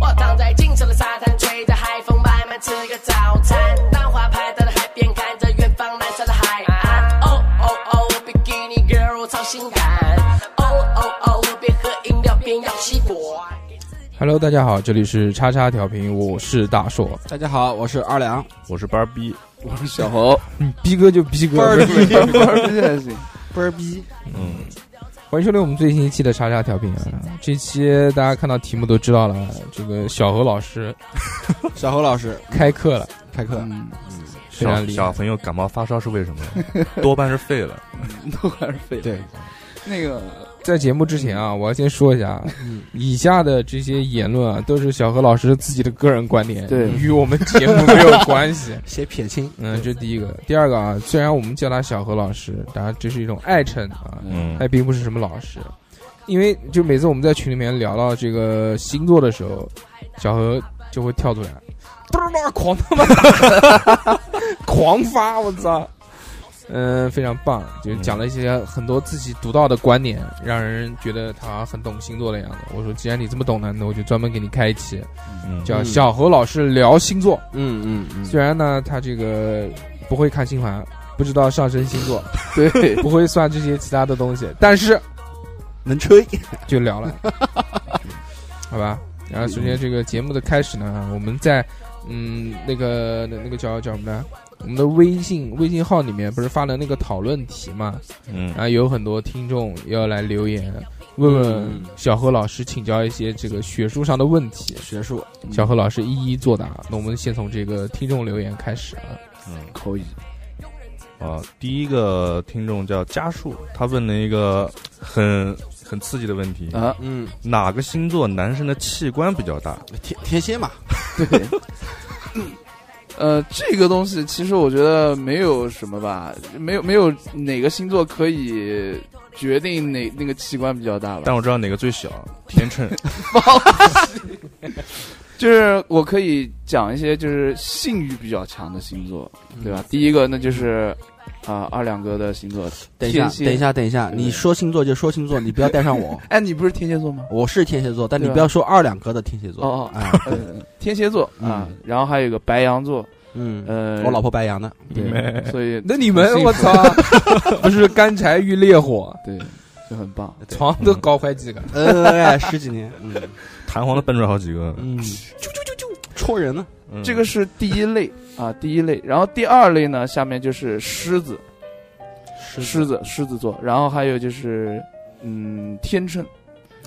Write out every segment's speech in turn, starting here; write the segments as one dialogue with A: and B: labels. A: 我躺在清澈的沙滩，吹着海风，慢慢吃个早餐。当花牌到了海边，看着远方蓝色的海岸。哦哦哦，Bikini Girl，我超性感。哦哦哦，边喝饮料边咬西瓜。
B: Hello，大家好，这里是叉叉调频，我是大硕。
C: 大家好，我是二两，
D: 我是班儿逼，
C: 我是小侯，
B: 逼哥就逼哥，
C: 班儿逼，班儿逼还行，班儿逼，
D: 嗯，
B: 欢迎收听我们最新一期的叉叉调频啊！这期大家看到题目都知道了，这个小何老师
C: 小侯老师
B: 开课了，
C: 开课，
E: 嗯，
B: 非常
D: 小
B: 厉害
D: 小朋友感冒发烧是为什么？ 多半是废 了。
E: 都还是废。
C: 对，
E: 那个
B: 在节目之前
C: 嗯
B: 啊，我要先说一下啊，以下的这些言论啊，都是小何老师自己的个人观点，
E: 对
B: 与我们节目没有关 系。
C: 先撇清，
B: 嗯，这第一个，第二个啊，虽然我们叫他小何老师，当然这是一种爱称啊，
D: 嗯
B: 他，也并不是什么老师，因为就每次我们在群里面聊到这个星座的时候，小何就会跳出来， 嘟嘟嘟狂他妈打，狂 发，我操！嗯，非常棒，就讲了一些很多自己独到的观点，让人觉得他很懂星座的样子。我说，既然你这么懂呢，那我就专门给你开一期，
D: 嗯
B: 叫小何老师聊星座。
C: 嗯嗯嗯，
B: 虽然呢，他这个不会看星盘，不知道上升星座，
C: 对，
B: 不会算这些其他的东西，但是
C: 能吹，
B: 就聊了，好吧？然后首先这个节目的开始呢，我们在嗯那个那那个叫叫什么呢？我们的微信微信号里面不是发了那个讨论题嘛？
D: 嗯
B: 然后有很多听众要来留言，问问
C: 嗯
B: 小何老师请教一些这个学术上的问题，
C: 学术，嗯
B: 小何老师一一作答。那我们先从这个听众留言开始啊。
D: 嗯
C: 可以，
D: 啊，第一个听众叫家树，他问了一个很很刺激的问题
E: 啊
C: 嗯，
D: 哪个星座男生的器官比较大？
C: 天天蝎嘛，
E: 对，呃，这个东西其实我觉得没有什么吧，没有没有哪个星座可以决定哪那个器官比较大吧。
D: 但我知道哪个最小，天秤。
E: 就是我可以讲一些就是性欲比较强的星座，对
C: 嗯
E: 吧？第一个那就是啊、二两哥的星座，
C: 等一下，
E: 天蝎，
C: 等一下，等一下，你说星座就说 星座，你不要带上我
E: 哎，你不是天蝎座吗？
C: 我是天蝎座，但你
E: 对啊
C: 不要说二两哥的天蝎座，
E: 哦哦
C: 啊，
E: 天蝎座啊，
C: 嗯
E: 然后还有一个白羊座，
C: 嗯，
E: 呃，
C: 我老婆白羊的，
E: 对，所 以
B: 那你
E: 很
B: 们
E: 幸
B: 我
E: 福
B: 操， 不是干柴遇烈火，
E: 对就很棒。
C: 嗯
B: 床都搞坏几个。
C: 呃，十几年，嗯
D: 弹簧都蹦出来好几个。
C: 嗯，啾啾啾啾，戳人呢，
D: 嗯
E: 这个是第一类啊，第一类。然后第二类呢，下面就是狮子，狮子，狮子座。然后还有就是，嗯，天秤。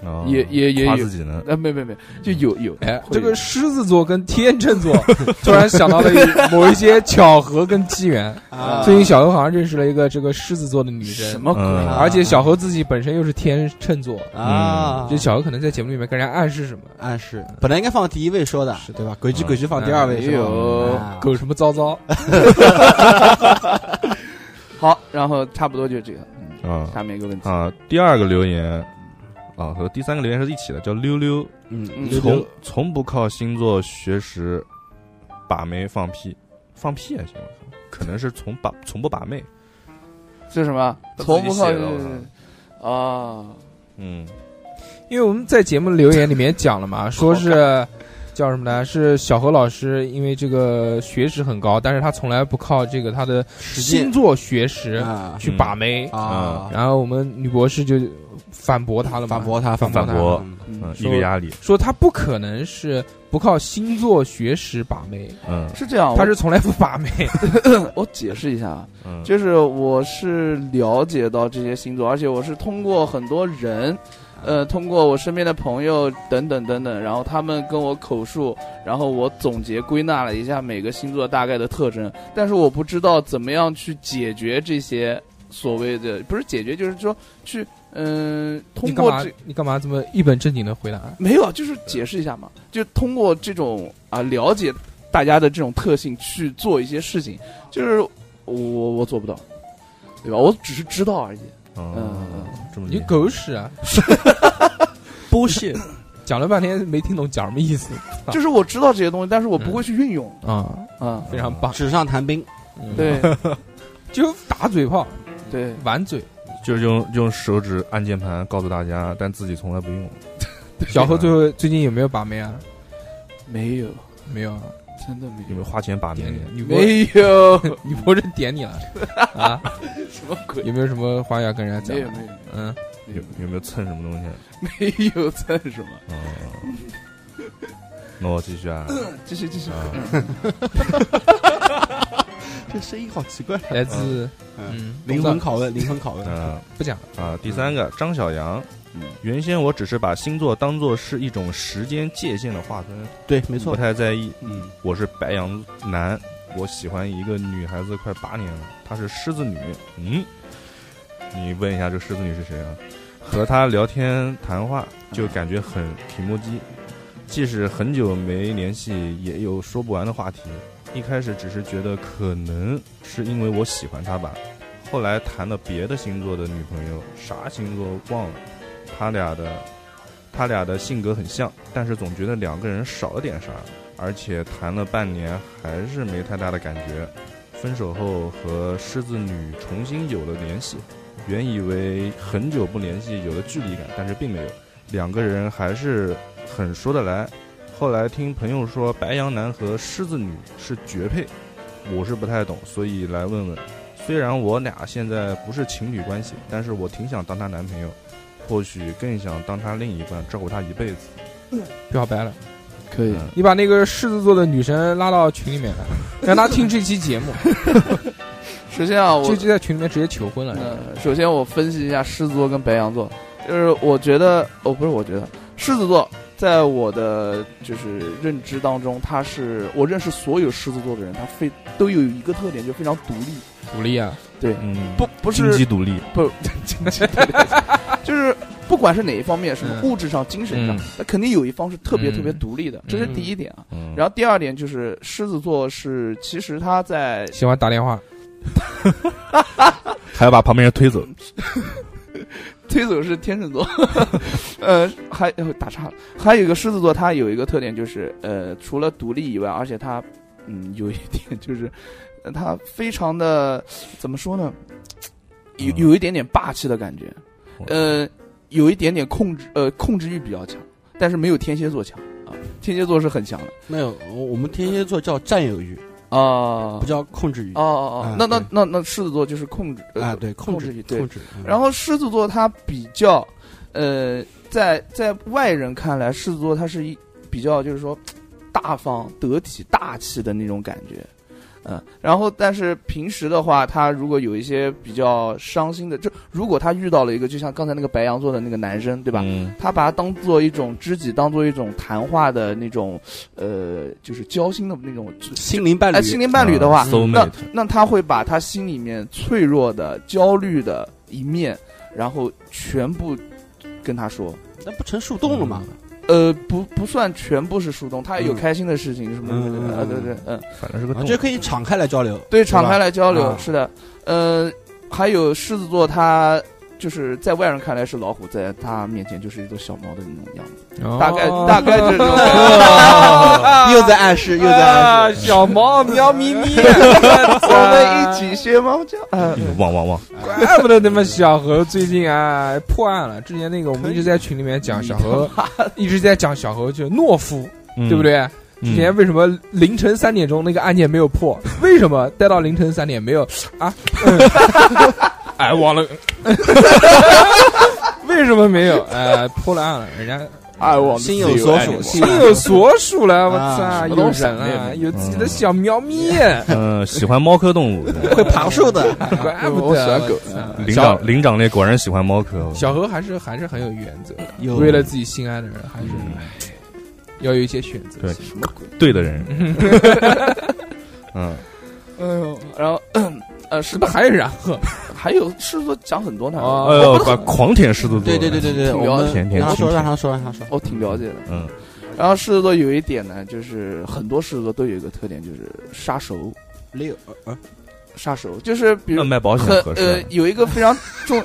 D: 哦
E: 也也也
D: 夸
E: 有
D: 自己呢。
E: 呃，没没没，就有有
B: 哎，
E: 会
B: 这个狮子座跟天秤座，突然想到了一某一些巧合跟机缘。
C: 啊
B: 最近小何好像认识了一个这个狮子座的女
E: 什
B: 生，
E: 么鬼？
D: 嗯
B: 而且小何自己本身又是天秤座，
C: 啊，
B: 就小何可能在节目里面跟人家暗示什么，
C: 暗示，本来应该放第一位说哎的，嗯对吧？鬼剧鬼剧放第二位
E: 没
C: 是吧
E: 有
C: 啊
B: 狗什么糟糟，
E: 好，然后差不多就这个。嗯
D: 啊
E: 下面一个问题，
D: 啊！第二个留言啊和第三个留言是一起的，叫溜溜，
C: 嗯
E: 嗯
C: 溜
D: 从
C: 溜
D: 从不靠星座学识把妹放屁，放屁也行，我靠可能是从把从不把妹。
E: 这是什么？
D: 他自己
E: 从不靠
D: 写的我操
E: 啊，
D: 嗯，
B: 因为我们在节目留言里面讲了 嘛，说是。叫什么呢？是小何老师，因为这个学识很高，但是他从来不靠这个他的
C: 实
B: 星
C: 践
B: 座学识
C: 啊
B: 去把妹。
C: 啊，
B: 然后我们女博士就反驳他了嘛，
C: 反驳他，
B: 反
C: 驳
B: 驳
C: 他
B: 他，
C: 嗯
D: 嗯
E: 嗯，
D: 一个压力，
B: 说他不可能是不靠星座学识把妹，
D: 嗯
E: 是这样。
C: 哦
B: 他是从来不把 妹。
E: 我我解释一下啊，
D: 嗯，
E: 就是我是了解到这些星座，而且我是通过很多人，呃，通过我身边的朋友等等等等，然后他们跟我口述，然后我总结归纳了一下每个星座大概的特征，但是我不知道怎么样去解决这些所谓的，不是解决，就是说去嗯、
B: 你
E: 通
B: 干
E: 过
B: 嘛
E: 这
B: 你干嘛这么一本正经的回答？
E: 没有，啊，就是解释一下嘛，就通过这种啊了解大家的这种特性去做一些事情，就是我我做不到，对吧？我只是知道而已。
D: 嗯，这么
B: 你
D: 厉害
B: 狗屎 啊！
C: 剥削，
B: 讲了半天没听懂讲什么意思啊
E: 就是我知道这些东西，但是我不会去运用
B: 啊，
E: 啊、
B: 非常棒。
C: 纸上谈兵，
B: 嗯，
E: 对
B: 就打嘴炮、
E: 对，
B: 玩嘴。
D: 嗯就是用用手指按键盘告诉大家，但自己从来不用。
B: 小何最后最近有没有把妹啊？
E: 没有，
B: 没有啊，
E: 真的没
D: 有没有花钱把
B: 点
D: 妹
B: 你？女博
E: 没有
B: 女博士点 你了啊？
E: 什么鬼？
B: 有没有什么话要跟人家
E: 没有
B: 讲？
E: 没有
B: 嗯，
E: 没
D: 有
E: 有
D: 有没有蹭什么东西？
E: 没有在什么？
D: 嗯，那我继 续啊。
E: 继续继续，
D: 啊
C: 这声音好奇怪。
B: 来自
C: 嗯，
B: 嗯
C: 灵魂拷问，灵魂拷问，
D: 嗯
B: 不讲了。
D: 啊，第三个张小杨
E: 嗯，
D: 原先我只是把星座当做是一种时间界限的划分，
C: 对，没
D: 不
C: 错，
D: 太在意。
C: 嗯，
D: 我是白羊男，我喜欢一个女孩子快八年了，她是狮子女。嗯，你问一下这狮子女是谁啊？和她聊天谈话
C: 嗯
D: 就感觉很提莫机，即使很久没联系，也有说不完的话题。一开始只是觉得可能是因为我喜欢她吧，后来谈了别的星座的女朋友，啥星座忘了，他俩的他俩的性格很像，但是总觉得两个人少了点啥。而且谈了半年还是没太大的感觉。分手后和狮子女重新有了联系，原以为很久不联系有了距离感，但是并没有，两个人还是很说得来。后来听朋友说白羊男和狮子女是绝配，我是不太懂，所以来问问。虽然我俩现在不是情侣关系，但是我挺想当她男朋友，或许更想当她另一半，照顾她一辈子。
B: 表白了，
E: 可以
D: 嗯
B: 你把那个狮子座的女神拉到群里 面来，让她听这期节目，
E: 首先啊，我
B: 就就在群里面直接求婚了。
E: 呃，首先我分析一下狮子座跟白羊座，就是我觉得，哦，不是，我觉得狮子座在我的就是认知当中，他是我认识所有狮子座的人，他非都有一个特点，就非常独立，
B: 鼓励啊，
D: 嗯，
E: 不不
D: 经济
E: 是
D: 独立，
E: 不 经济独立，就是不管是哪一方面，什么
B: 嗯
E: 物质上、精神上
B: 嗯，
E: 那肯定有一方是特别
B: 嗯
E: 特别独立的，这是第一点啊。
D: 嗯，
E: 然后第二点就是狮子座是，其实他在
B: 喜欢打电话，
D: 还要把旁边人推走。
E: 推手是天秤座， 呃，还呃打岔了，还有一个狮子座，它有一个特点就是，呃，除了独立以外，而且它，嗯，有一点就是，呃它非常的怎么说呢，有
D: 嗯
E: 有一点点霸气的感觉，
C: 哦
E: 呃，有一点点控制，呃，控制欲比较强，但是没有天蝎座强啊，天蝎座是很强的
C: 没有，我我们天蝎座叫占有欲，
E: 啊
C: 不，叫控制欲
E: 哦哦哦
C: 啊，
E: 那那
C: 对
E: 那那狮子座就是控制呃
C: 啊，对，控
E: 控
C: 制
E: 制欲对
C: 控制。嗯
E: 然后狮子座它比较，呃，在在外人看来，狮子座它是一比较就是说大方、得体、大气的那种感觉，嗯。然后，但是平时的话，他如果有一些比较伤心的，就如果他遇到了一个，就像刚才那个白羊座的那个男生，对
D: 对
E: 吧？
C: 嗯
B: 嗯
E: 他把它当做一种知己，当做一种谈话的那种，呃，就是交心的那种，
C: 心灵伴
E: 哎，
C: 侣，啊
E: 心灵伴侣的话，
D: ，soul
E: 那
D: mate，
E: 那他会把他心里面脆弱的、焦虑的一面，然后全部跟他说。
C: 那不成树洞了吗？
E: 呃，不不算全部是树洞，他也有
C: 嗯
E: 开心的事情什么什么的，
C: 嗯
E: 啊，对对，嗯，
D: 反正是个
C: 啊
D: 洞
C: 这可以敞开来交流，
E: 对，敞开来交流，
C: 啊
E: 是的，呃，还有狮子座，他就是在外人看来是老虎，在他面前就是一座小猫的那种 样子，大概
B: 哦
E: 大概就是 这种感觉。 啊
C: 又在暗示，又在暗
B: 啊，
C: 示。
B: 小猫喵咪 咪，
E: 我们一起学猫叫，啊，
D: 嗯汪汪汪，
B: 怪哎不得那么小何最近啊破案了。之前那个我们一直在群里面讲小 何，一直在讲小何就是懦夫，
D: 对
B: 对不？对？
D: 嗯
B: 之前为什么凌晨三点钟那个案件没有破？为什么待到凌晨三点没有啊？嗯哎，忘了， 为什么没有？哎，破了案了，人家
E: 爱我
C: 心有所属，
B: 心哎有所属了。我
C: 啊
B: 操，
E: 什么
B: 有
E: 东西
B: 人
E: 没
B: 了，
E: 有
B: 有自己的小喵咪，
D: 嗯，喜欢猫科动物。
C: 会 爬树的，
B: 怪不
E: 我喜
B: 得
E: 欢狗
B: 我操
D: 灵
B: 小
D: 长灵长类果然喜欢猫科。
B: 小何还是还是很有原则的，
C: 有
B: 为了自己心爱的人，还是嗯要有一些选择
D: 对
B: 性。
D: 对 的人，嗯，
B: 哎
E: 然后，呃，是呃
B: 那还有然后，
E: 还有狮子座讲很多呢，
C: 哦
B: 啊
D: 哎
E: 我
D: 呦
E: 不，
D: 把
E: 懂
D: 狂舔狮子座，
C: 对对对对对，
E: 挺
C: 我
E: 了
C: 们
D: 解的
C: 让他说，
D: 挺
C: 让他说，让他说。
E: 我挺了解的。
D: 嗯，
E: 然后狮子座有一点呢，就是很多狮子座都有一个特点，就是杀熟，
C: 六，嗯，
E: 杀熟，就是比如
D: 那卖保险
E: 很
D: 合
E: 呃
D: 适，啊
E: 有一个非常重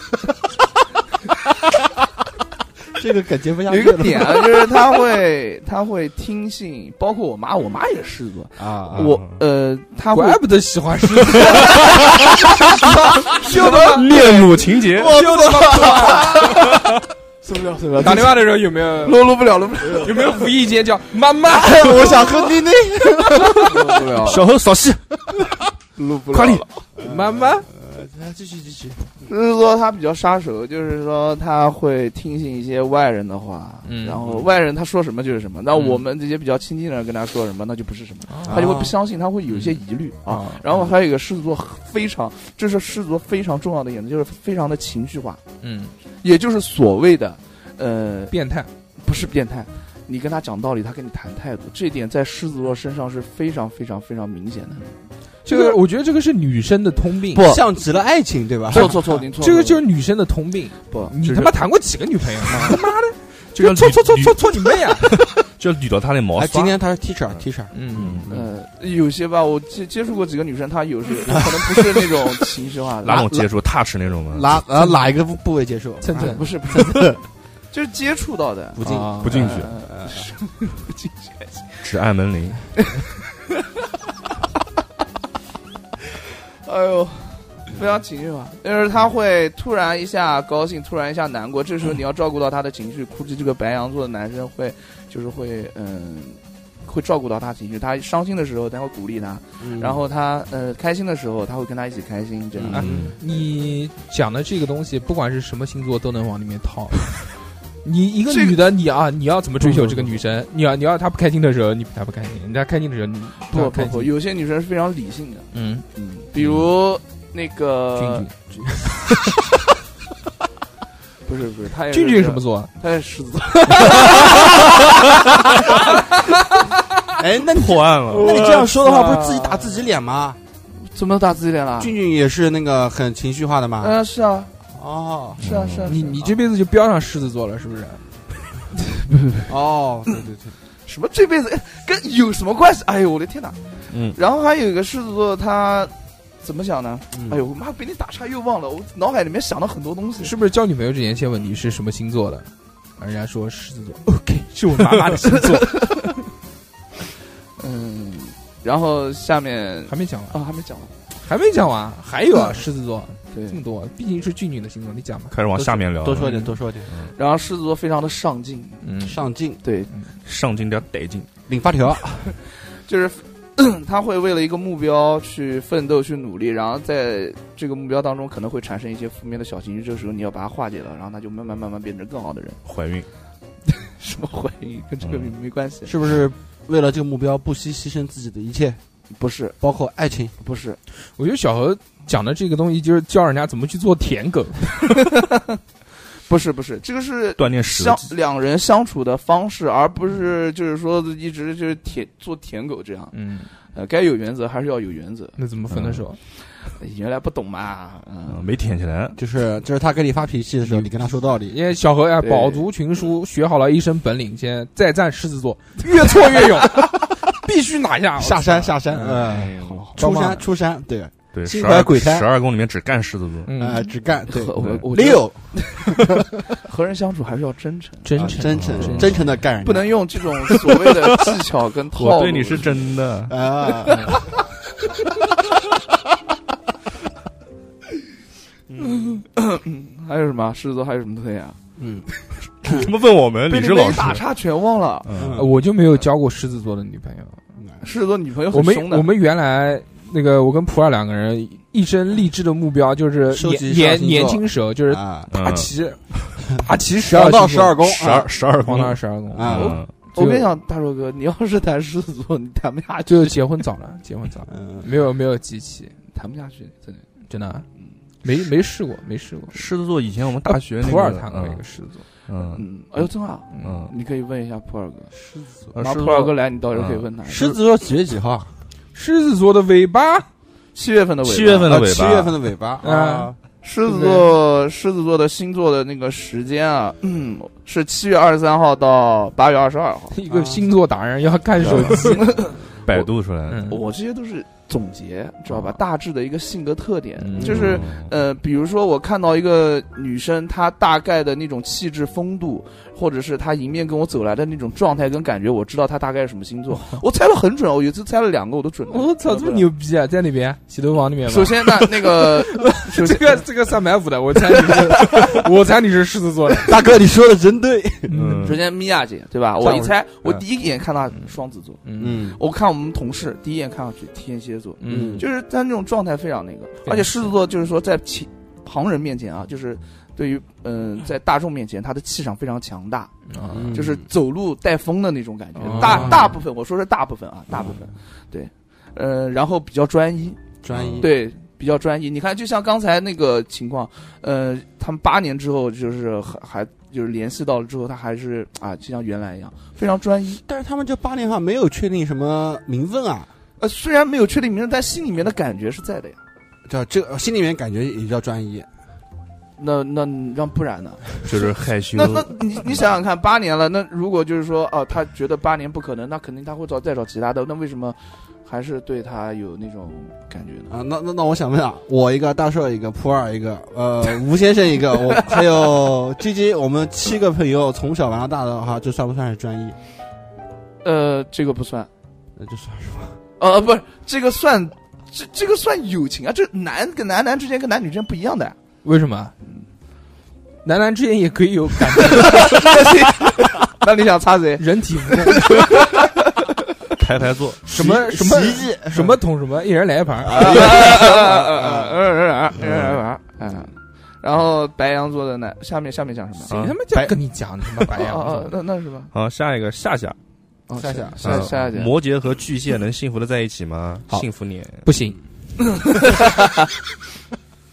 C: 这个梗接不下
E: 有一个 点啊， 就是他会他会听信，包括我妈，我妈也是狮子座，
C: 啊
D: 嗯
E: 我呃，他会
B: 怪不得喜欢狮子，
E: 什么
D: 恋母啊情节，
C: 受不了，受不 了
B: 打电话的时候有没有
E: 录录不了，录不了，
B: 有没有无意间叫妈妈？
C: 我想喝奶奶。
E: 录不了，
D: 小何扫戏，
E: 录不了。
D: 快点，
B: 妈妈，
C: 啊继续继续，
E: 就是说他比较杀手，就是说他会听信一些外人的话，
B: 嗯
E: 然后外人他说什么就是什么。那
B: 嗯
E: 我们这些比较亲近的人跟他说什么，那就不是什么，
B: 啊
E: 他就会不相信，他会有一些
D: 嗯
E: 疑虑啊。
B: 啊
E: 然后还有一个狮子座非常，这是狮子座非常重要的一点，就是非常的情绪化，
B: 嗯，
E: 也就是所谓的，呃，
B: 变态，
E: 不是变态，你跟他讲道理，他跟你谈态度，这一点在狮子座身上是非常非常非常明显的。
B: 这个我觉得这个是女生的通病，
E: 不
C: 像极了爱情，对吧？
E: 错错错，您错了，
B: 这个就是女生的通病。
E: 不，
B: 你
D: 就
B: 他
D: 是
B: 妈谈过几个女朋友？妈的，
D: 就要
B: 搓
D: 捋
B: 搓搓
D: 捋
B: 搓搓你妹呀！
D: 就要捋到他的毛
C: 哎，今
D: 刷。
C: 天他是 teacher，teacher，
B: 嗯，
E: 呃，有些吧，我接接触过几个女生，她有时可能不是那种情绪化的，
D: 哪种接触？touch 那种吗？
C: 哪呃哪一个部部位接受？
B: 蹭
E: 啊
B: 蹭
E: 不是不是， 就是接触到的，
C: 不进
E: 啊
D: 不进去
E: 呃不进去。
D: 只按门铃。
E: 哎呦，非常情绪化，就是她会突然一下高兴，突然一下难过，这时候你要照顾到她的情绪，估计这个白羊座的男生会就是会嗯。会照顾到她情绪，她伤心的时候，他会鼓励她；然后她呃开心的时候，他会跟她一起开心。这样，
B: 嗯
D: 嗯，
B: 你讲的这个东西，不管是什么星座都能往里面套。 你一个
E: 这个嗯
B: 女的，你啊，你要怎么追求这个女生？你要你要她不开心的时候，你她不开心；人家开心的时候，你
E: 不
B: 她
E: 不
B: 开
E: 不，
B: 心。
E: 有些女生是非常理性的，
B: 嗯，
E: 嗯，比如那个
B: 俊俊
E: 不是不是，他也
B: 俊俊
E: 是
B: 是什么？座？啊
E: 他是狮子座，
C: 哎，那你
D: 破案了。
C: 那你这样说的话，不是自己打自己脸吗？
E: 怎么打自己脸了？
C: 俊俊也是那个很情绪化的嘛。
E: 啊嗯，是啊，
C: 哦
E: 是啊，是啊。
B: 嗯你你这辈子就标上狮子座了，是不是？
C: 哦，对对对，
E: 什么这辈子哎跟有什么关系？哎呦，我的天哪！
D: 嗯，
E: 然后还有一个狮子座，他怎么想呢？
C: 嗯
E: 哎呦，我妈被你打岔又忘了，我脑海里面想了很多东西。
B: 是不是交女朋友之前先问你是什么星座的？人家说狮子座，OK，是我妈妈的星 座。
E: 嗯，然后下面
B: 还没讲完，
E: 啊还没讲完，
B: 还没讲完，还有
E: 嗯
B: 啊，狮子座
E: 对
B: 这，么多，毕竟是俊俊的星座，你讲吧。
D: 开始往下面聊了，
C: 多说一点，多说一点，
E: 然后狮子座非常的上进，
B: 嗯
C: 上进，
E: 对，
D: 上进点得劲。
C: 领发条，
E: 就是 咳他会为了一个目标去奋斗、去努力，然后在这个目标当中可能会产生一些负面的小情绪，这时候你要把它化解了，然后他就慢慢慢慢变成更好的人。
D: 怀孕，
E: 什么怀疑跟这个没没关系？
C: 是不是为了这个目标不惜牺牲自己的一切，
E: 不是
C: 包括爱情？
E: 不是，
B: 我觉得小何讲的这个东西就是教人家怎么去做舔狗。
E: 不是不是，这个是
D: 锻炼实
E: 相两人相处的方式，而不是就是说一直就是舔做舔狗这样。
B: 嗯，
E: 呃，该有原则还是要有原则。
B: 那怎么分
C: 嗯
B: 的手？
E: 原来不懂嘛，
D: 嗯
E: 嗯，
D: 没舔起来。
C: 就是就是他跟你发脾气的时候，
B: 你
C: 你跟他说道理，
B: 因为小何啊，
E: 对
B: 饱读群书，学好了一身本领，先再战狮子座， 越挫越 勇，必须拿下。
C: 下山下山，
B: 哎
C: 嗯，
B: 呦
C: 出
B: 帮忙
C: 山出山，对，
D: 对，
C: 心
D: 十
C: 怀
D: 二
C: 鬼胎
D: 十二宫里面只干狮子座。
C: 呃，
B: 嗯，
C: 只干对。
E: 和我我觉得
C: 六
E: 和人相处还是要真诚，嗯
B: 真
C: 啊
B: 诚，
C: 真
D: 真
C: 诚真诚的干人家，
E: 不能用这种所谓的技巧跟套路。
D: 我对你是真的，
C: 啊，
E: 还有什么狮子座还有什么特点啊？
C: 嗯，
D: 他妈问我们
E: 被
D: 李
E: 你
D: 志
E: 们
D: 老师
E: 打岔全忘了。
D: 嗯
B: 呃我就没有交过狮子座的女朋友。
E: 狮子座女朋友
B: 我
E: 很
B: 们
E: 凶的，
B: 我们原来那个我跟普洱两个人一生立志的目标就是
C: 收集
B: 年
C: 十二
B: 年
C: 星座
B: 年轻时候就是
C: 啊，
B: 大
D: 嗯
B: 齐 大齐十
C: 黄
B: 二
C: 道
B: 星
C: 十
B: 座
C: 二宫，
D: 十二十二宫
B: 黄道十二宫
C: 啊
D: 嗯
E: 我跟你讲，大硕哥，你要是谈狮子座，你谈不下去，
B: 就结婚早了，结婚早了，
C: 嗯，
B: 没有没有机器，
E: 谈不下去，真的。
B: 真的啊没没试过，没试过。
D: 狮子座以前我们大学那个
B: 普洱谈过一个狮子座，
D: 嗯
E: 嗯，哎呦，真啊，
D: 嗯
E: 你可以问一下普洱哥，
C: 狮子座，
D: 嗯，
E: 然
D: 狮
E: 后
D: 子啊
E: 普洱哥
D: 座
E: 来，你到时候可以问他。
C: 狮子座几月几号？
B: 狮子座的尾巴，
E: 七月份的尾巴，
D: 七月份的尾巴，
C: 啊七月份的尾巴
B: 啊
C: 啊，
E: 狮子座，狮子座的星座的那个时间啊，嗯，是七月二十三号到八月二十二号。
B: 一个星座达人要看手机，
D: 百度出来的，
B: 嗯
E: 我这些都是总结，知道吧？大致的一个性格特点，
B: 啊嗯
E: 就是
D: 嗯
E: 呃，比如说我看到一个女生，她大概的那种气质、风度，或者是她迎面跟我走来的那种状态跟感觉，我知道她大概是什 么星座。我猜的很准，啊我有一次猜了两个我都准了。
B: 我操，这么牛啊逼啊！在那边洗头房里面吗？
E: 首先，那 那个，首
B: 这
E: 先
B: 个这个三百五的，我猜你是， 我猜你是狮子座的。
C: 大哥，你说的真对。
D: 嗯
E: 首先米娅姐对吧？我
B: 上
E: 一
B: 午
E: 猜，我
B: 嗯
E: 第一眼看她双子座，
B: 嗯
C: 嗯
E: 我看我们同事第一眼看上去天蝎座，
B: 嗯，
E: 就是他那种状态非常那个，而且狮子座就是说在其旁人面前啊，就是对于嗯、在大众面前，他的气场非常强大，
B: 啊
C: 嗯
E: 就是走路带风的那种感觉。
B: 哦
E: 大大部分我说是大部分啊，大部分对，呃，然后比较专一，
C: 专一，
E: 对。比较专一，你看，就像刚才那个情况，呃，他们八年之后，就是还还就是联系到了之后，他还是啊，就像原来一样，非常专一。
C: 但是他们这八年话没有确定什么名分啊，
E: 呃，虽然没有确定名字，但心里面的感觉是在的呀。
C: 这这心里面感觉也叫专一。
E: 那那让不然呢？
D: 就是害羞
E: 那，那你你想想看，八年了，那如果就是说，哦，他觉得八年不可能，那肯定他会找再找其他的。那为什么还是对他有那种感觉呢？
C: 啊，那那那我想问啊，我一个大硕一个普洱一个，呃，吴先生一个，我还有 G G，我们七个朋友从小玩到大的话，这算不算是专一？
E: 呃，这个不算，
C: 那就算是吧。
E: 呃，不是这个算，这这个算友情啊，这男跟男男之间跟男女之间不一样的呀。
B: 为什么？男男之间也可以有感情，
E: 那你想插谁？
B: 人体蜈蚣
D: 排排坐，
B: 什么什么
C: 洗衣机
B: 什么桶什么，一人来一盘儿。
E: 然后白羊座的男，下面下面讲什么？
B: 谁
D: 啊
B: 他妈叫跟你讲你他妈白羊
E: 哦哦
B: 座？
E: 那那是吧？
D: 好，下一个夏夏，
E: 哦
B: 夏夏
E: 夏
D: 嗯
E: 夏姐，
D: 摩羯和巨蟹能幸福的在一起吗？
B: 好
D: 幸福你，
B: 不行，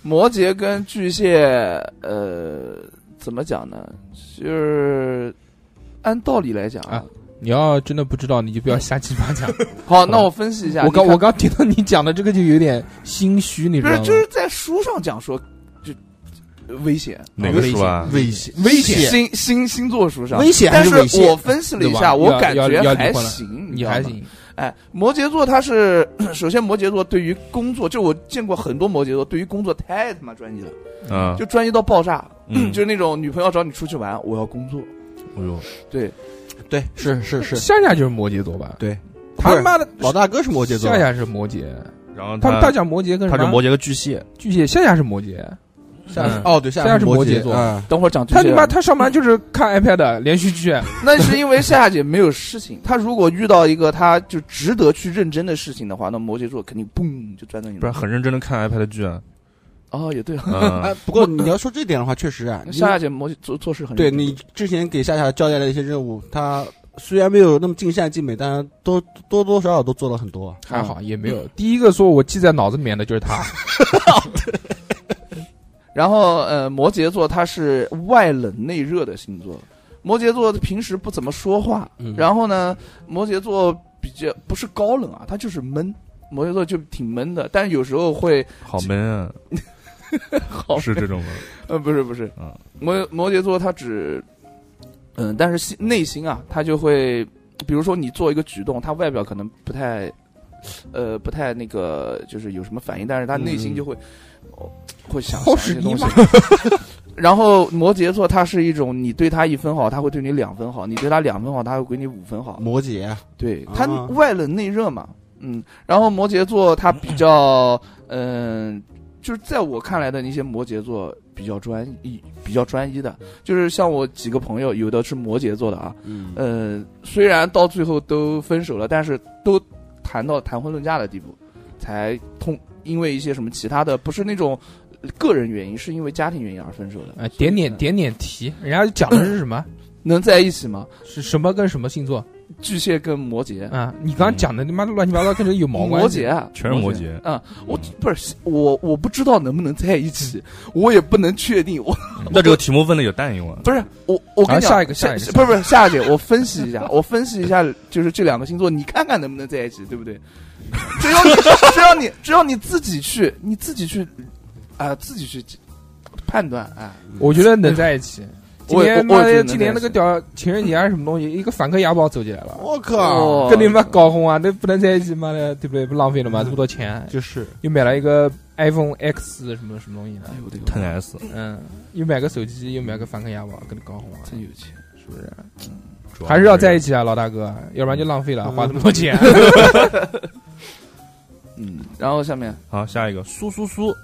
E: 摩羯跟巨蟹，呃，怎么讲呢？就是按道理来讲啊
B: 啊。你要真的不知道，你就不要瞎鸡巴讲。
E: 好，那我分析一下。
B: 我刚
E: 啊你看
B: 我刚听到你讲的这个就有点心虚，你知
E: 不
B: 道
E: 是
B: 吗？
E: 就是在书上讲说，就呃危险，
D: 哪个书啊？
C: 危险，
B: 危险
E: 星星星座书上
C: 危险还
E: 但
C: 是危
E: 是
C: 险
E: 我分析了一
B: 对吧
E: 下，我感
B: 要要
E: 觉
B: 要
E: 还
B: 离婚了
E: 行，
B: 你
E: 知道吗
B: 还。行，
E: 哎，摩羯座他是首先，摩羯座对于工作，就我见过很多摩羯座对于工作太他妈专一了，
D: 啊，
E: 就专一到爆炸，
D: 嗯
E: 就是那种女朋友找你出去玩，我要工作，
D: 哎呦，
E: 对，
C: 对，是是是，
B: 夏夏就是摩羯座吧？
C: 对，
B: 他妈的
C: 老大哥是摩羯座
B: 夏，夏是摩羯，
D: 然后
B: 他他讲摩羯跟
D: 他
B: 什
D: 是摩
B: 么
D: 羯和巨蟹，
B: 巨蟹，夏夏是摩羯，
C: 夏
B: 嗯
C: 哦对，
B: 夏夏
C: 夏
B: 是摩
C: 摩
B: 羯座
C: 啊，
E: 等会儿讲具
B: 他
E: 体
B: 他
E: 的
B: 妈他上班就是看 iPad 连续剧，
E: 那是因为夏夏姐没有事情，她如果遇到一个她就值得去认真的事情的话，那摩羯座肯定嘣就钻到你
D: 不
E: 那
D: 然很认真的看 iPad 剧 啊。
E: 哦，也对啊，
D: 嗯
C: 哎，不过你要说这点的话，确实 啊，
E: 夏夏姐摩羯做做事很
C: 对
E: 认真
C: 你之前给夏夏交代的一些任务，他虽然没有那么尽善尽美，但是多多多少少都做了很多。
B: 还好也没有。第一个说我记在脑子里面的就是他，
E: 然后呃，摩羯座他是外冷内热的星座，摩羯座平时不怎么说话，
C: 嗯
E: 然后呢，摩羯座比较不是高冷啊，他就是闷。摩羯座就挺闷的，但是有时候会
D: 好闷啊，
E: 好
D: 是这种吗？
E: 呃，不是不是
B: 嗯
D: 啊，
E: 摩摩羯座他只，嗯，但是心内心啊，他就会，比如说你做一个举动，他外表可能不太，呃，不太那个，就是有什么反应，但是他内心就会，哦会想
B: 嗯好
E: 想一
B: 使
E: 些
B: 你
E: 东西
B: 妈。
E: 然后摩羯座他是一种，你对他一分好，他会对你两分好；你对他两分好，他会给你五分好。
C: 摩羯，
E: 对
C: 啊
E: 他外冷内热嘛，嗯，然后摩羯座他比 较，嗯、就是在我看来的那些摩羯座比较专一，比较专一的，就是像我几个朋友，有的是摩羯座的啊，
C: 嗯，
E: 呃，虽然到最后都分手了，但是都谈到谈婚论嫁的地步，才通因为一些什么其他的，不是那种个人原因，是因为家庭原因而分手的。
B: 哎，点点点点题，人家讲的是什么？
E: 能在一起吗？
B: 是什么跟什么星座
E: 巨蟹跟摩羯，
B: 啊？你刚刚讲的他妈乱七八糟，跟这有毛关
E: 摩
B: 系？
E: 羯啊，
D: 全是摩羯。
E: 啊、我不是我，我不知道能不能在一起，我也不能确定。我
D: 那这个题目问的有淡用啊？
E: 不是我，我
B: 啊
E: 跟你讲，
B: 下一个下
E: 下
B: 一个
E: 不是不是夏姐，我分析一下，我分析一下，就是这两个星座，你看看能不能在一起，对不对？ 只要你，只要你，只要你自己去，你自己去，啊、自己去判断，哎，
B: 我觉得能在一起。今
E: 我也
B: 年
E: 我
B: 妈
E: 我也觉
B: 的，
E: 得
B: 今年那
E: 能
B: 个
E: 在一起
B: 屌情人节还是什么东西，一个反客牙宝走进来了，
C: 我靠，
B: 跟你妈搞混啊，那不能在一起，妈的，对不对？不浪费了
E: 嗯
B: 吗？这么多钱，
C: 就是
B: 又买了一个 iPhone X 什么什么东西的
E: 哎，呦我的
D: 腾
E: 妈，
D: S
B: 嗯，又买个手机，又买个反客牙宝，跟你搞混啊，
E: 真有钱，
B: 是不是？
D: 主
B: 还是要在一起啊，老大哥，要不然就浪费了，
C: 嗯
B: 花这么多钱。
E: 嗯，然后下面
D: 好，下一个苏苏苏，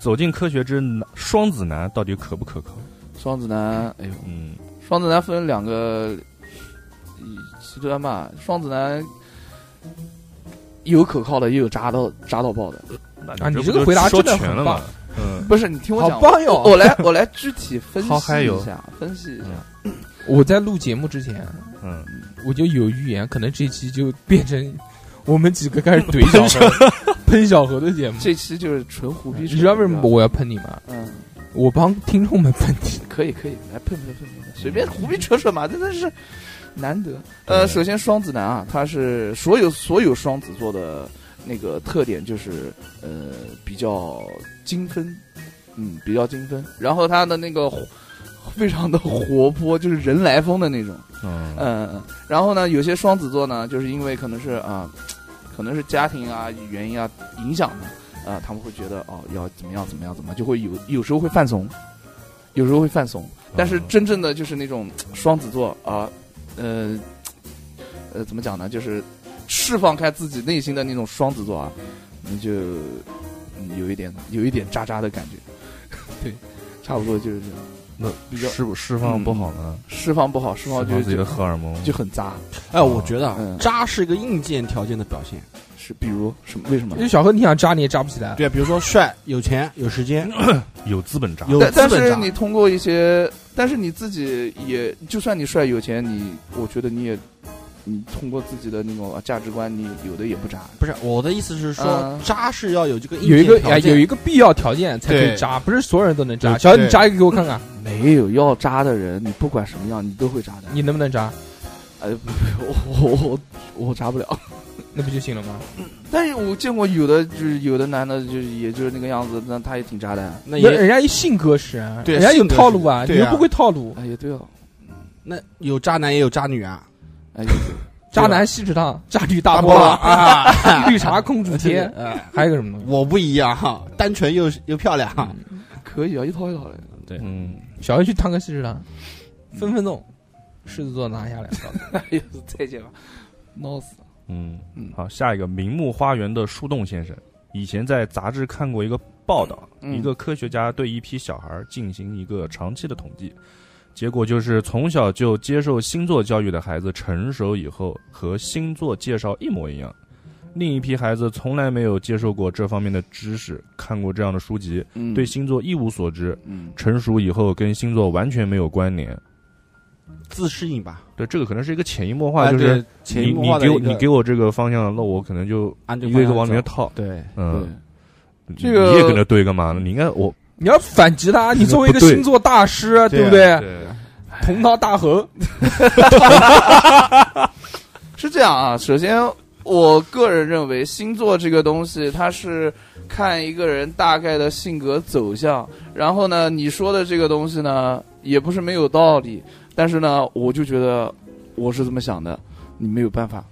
D: 走进科学之男双子男到底可不可靠？
E: 双子男，哎呦，
D: 嗯，
E: 双子男分两个嗯极端吧，双子男有可靠的，也有渣到渣到爆的。
B: 啊
D: 那
B: 你
D: 你
B: 这
D: 不
B: 个
D: 就
B: 回答
D: 说
B: 真的
D: 全
B: 很
D: 了
B: 棒
D: 嘛？嗯，
E: 不是，你听 我讲，
B: 好棒哟
E: 我我来我来具体分
D: 好嗨
E: 析
D: 哟
E: 一下，分析一下。
B: 我在录节目之前，
D: 嗯，
B: 我就有预言，可能这期就变成我们几个开始怼小 何、喷小何的节目。
E: 嗯这期就是纯胡逼
B: 你
E: 扯，
B: 知道为什么
E: 对吧？
B: 我要喷你吗？
E: 嗯，
B: 我帮听众们喷你。
E: 可以可以，来喷喷喷喷，随便胡逼扯扯嘛，真的是难得。呃，
D: 对
E: 首先双子男啊，他是所有所有双子座的那个特点就是呃比较精分，嗯，比较精分，然后他的那个活非常的活泼，就是人来疯的那种。
B: 呃
D: 嗯，
E: 嗯，嗯，然后呢，有些双子座呢，就是因为可能是啊、可能是家庭啊原因啊影响的啊、他们会觉得哦要怎么样怎么样怎么样，就会有有时候会犯怂，有时候会犯怂。但
D: 嗯
E: 是真正的就是那种双子座啊，呃呃，怎么讲呢？就是释放开自己内心的那种双子座啊，你就嗯有一点有一点渣渣的感觉， 对，差不多就是这样。
D: 那
E: 比较
D: 释不释
B: 嗯
D: 放不好呢？
E: 释放不好，释
B: 哦
E: 放
D: 释
E: 就
D: 放自己的
E: 就
D: 荷尔蒙，
E: 就很渣。
C: 哎，我觉得啊
E: 嗯
C: 渣是一个硬件条件的表现。
E: 是比如什么？为什么
B: 因？为小何，你想扎你也扎不起
E: 嗯
B: 来。
C: 对，比如说帅、有钱、有时 间、
D: 有资本渣。
C: 有
E: 但
C: 资
E: 但
C: 本
E: 是
C: 渣
E: 你。通过一些，但是你自己也，就算你帅有钱，你我觉得你也，你通过自己的那种啊价值观，你有的也不渣。
C: 不是我的意思是说
E: 嗯，
C: 渣是要有这个硬
B: 有一个
C: 件条
B: 哎，
C: 件
B: 有一个必要条件才可以
C: 对
B: 扎，不是所有人都能扎。
C: 对
B: 小何，你
C: 对
B: 扎一个给我看看，
E: 没有要渣的人，你不管什么样，你 都会渣的。
B: 你能不能扎？
E: 哎，不我我我我渣不了。
B: 那不就行了吗？
E: 但是我见过有的就是有的男的就是也就是那个样子，那他也挺渣的。
C: 那
B: 那哎
C: 也
B: 人家一性格使然，
C: 对
B: 人家有
C: 性格使
B: 套路啊，你
C: 对
B: 又
C: 啊
B: 不会套路，
E: 哎，也对哦，
C: 那有渣男也有渣女啊，
E: 哎，也对。
B: 渣男锡纸烫，渣女大波
C: 波
B: 浪，
C: 啊，
B: 绿茶公主 贴，
C: 哎
B: 还有个什么东西？
C: 我不一样哈，单纯又又漂亮哈，
E: 可以啊，一套一套的。
D: 对，嗯，
B: 小黑去烫个锡纸烫，分分钟狮子座拿下来。 告诉你
E: 哎呦，再见吧，闹死了。
D: 嗯
E: 嗯，
D: 好，下一个名木花园的树洞先生，以前在杂志看过一个报道，
E: 嗯
D: 一个科学家对一批小孩进行一个长期的统计，结果就是从小就接受星座教育的孩子，成熟以后和星座介绍一模一样。另一批孩子从来没有接受过这方面的知识，看过这样的书籍，
E: 嗯，
D: 对星座一无所知。
E: 嗯，
D: 成熟以后跟星座完全没有关联。
C: 自适应吧，
D: 对，这个可能是一个潜移默
E: 啊
D: 化，就是
C: 哎对潜移
D: 你
C: 默化
D: 你
C: 的
D: 给我
C: 一个
D: 你给我这个方向，那我可能就
C: 按这
D: 一个一个
C: 方向
D: 往里面
C: 走
D: 套。
C: 对，
E: 对
D: 嗯，。
E: 这个
D: 你也跟着对干嘛呢？你应该我
B: 你要反击他，你作为一个
D: 不对
B: 星座大师，
C: 对啊啊嗯
B: 不
E: 哎
B: 对？
D: 对
B: 同道大猴，
E: 是这样啊，首先，我个人认为星座这个东西，它是看一个人大概的性格走向。然后呢，你说的这个东西呢，也不是没有道理，但是呢，我就觉得我是这么想的，你没有办法。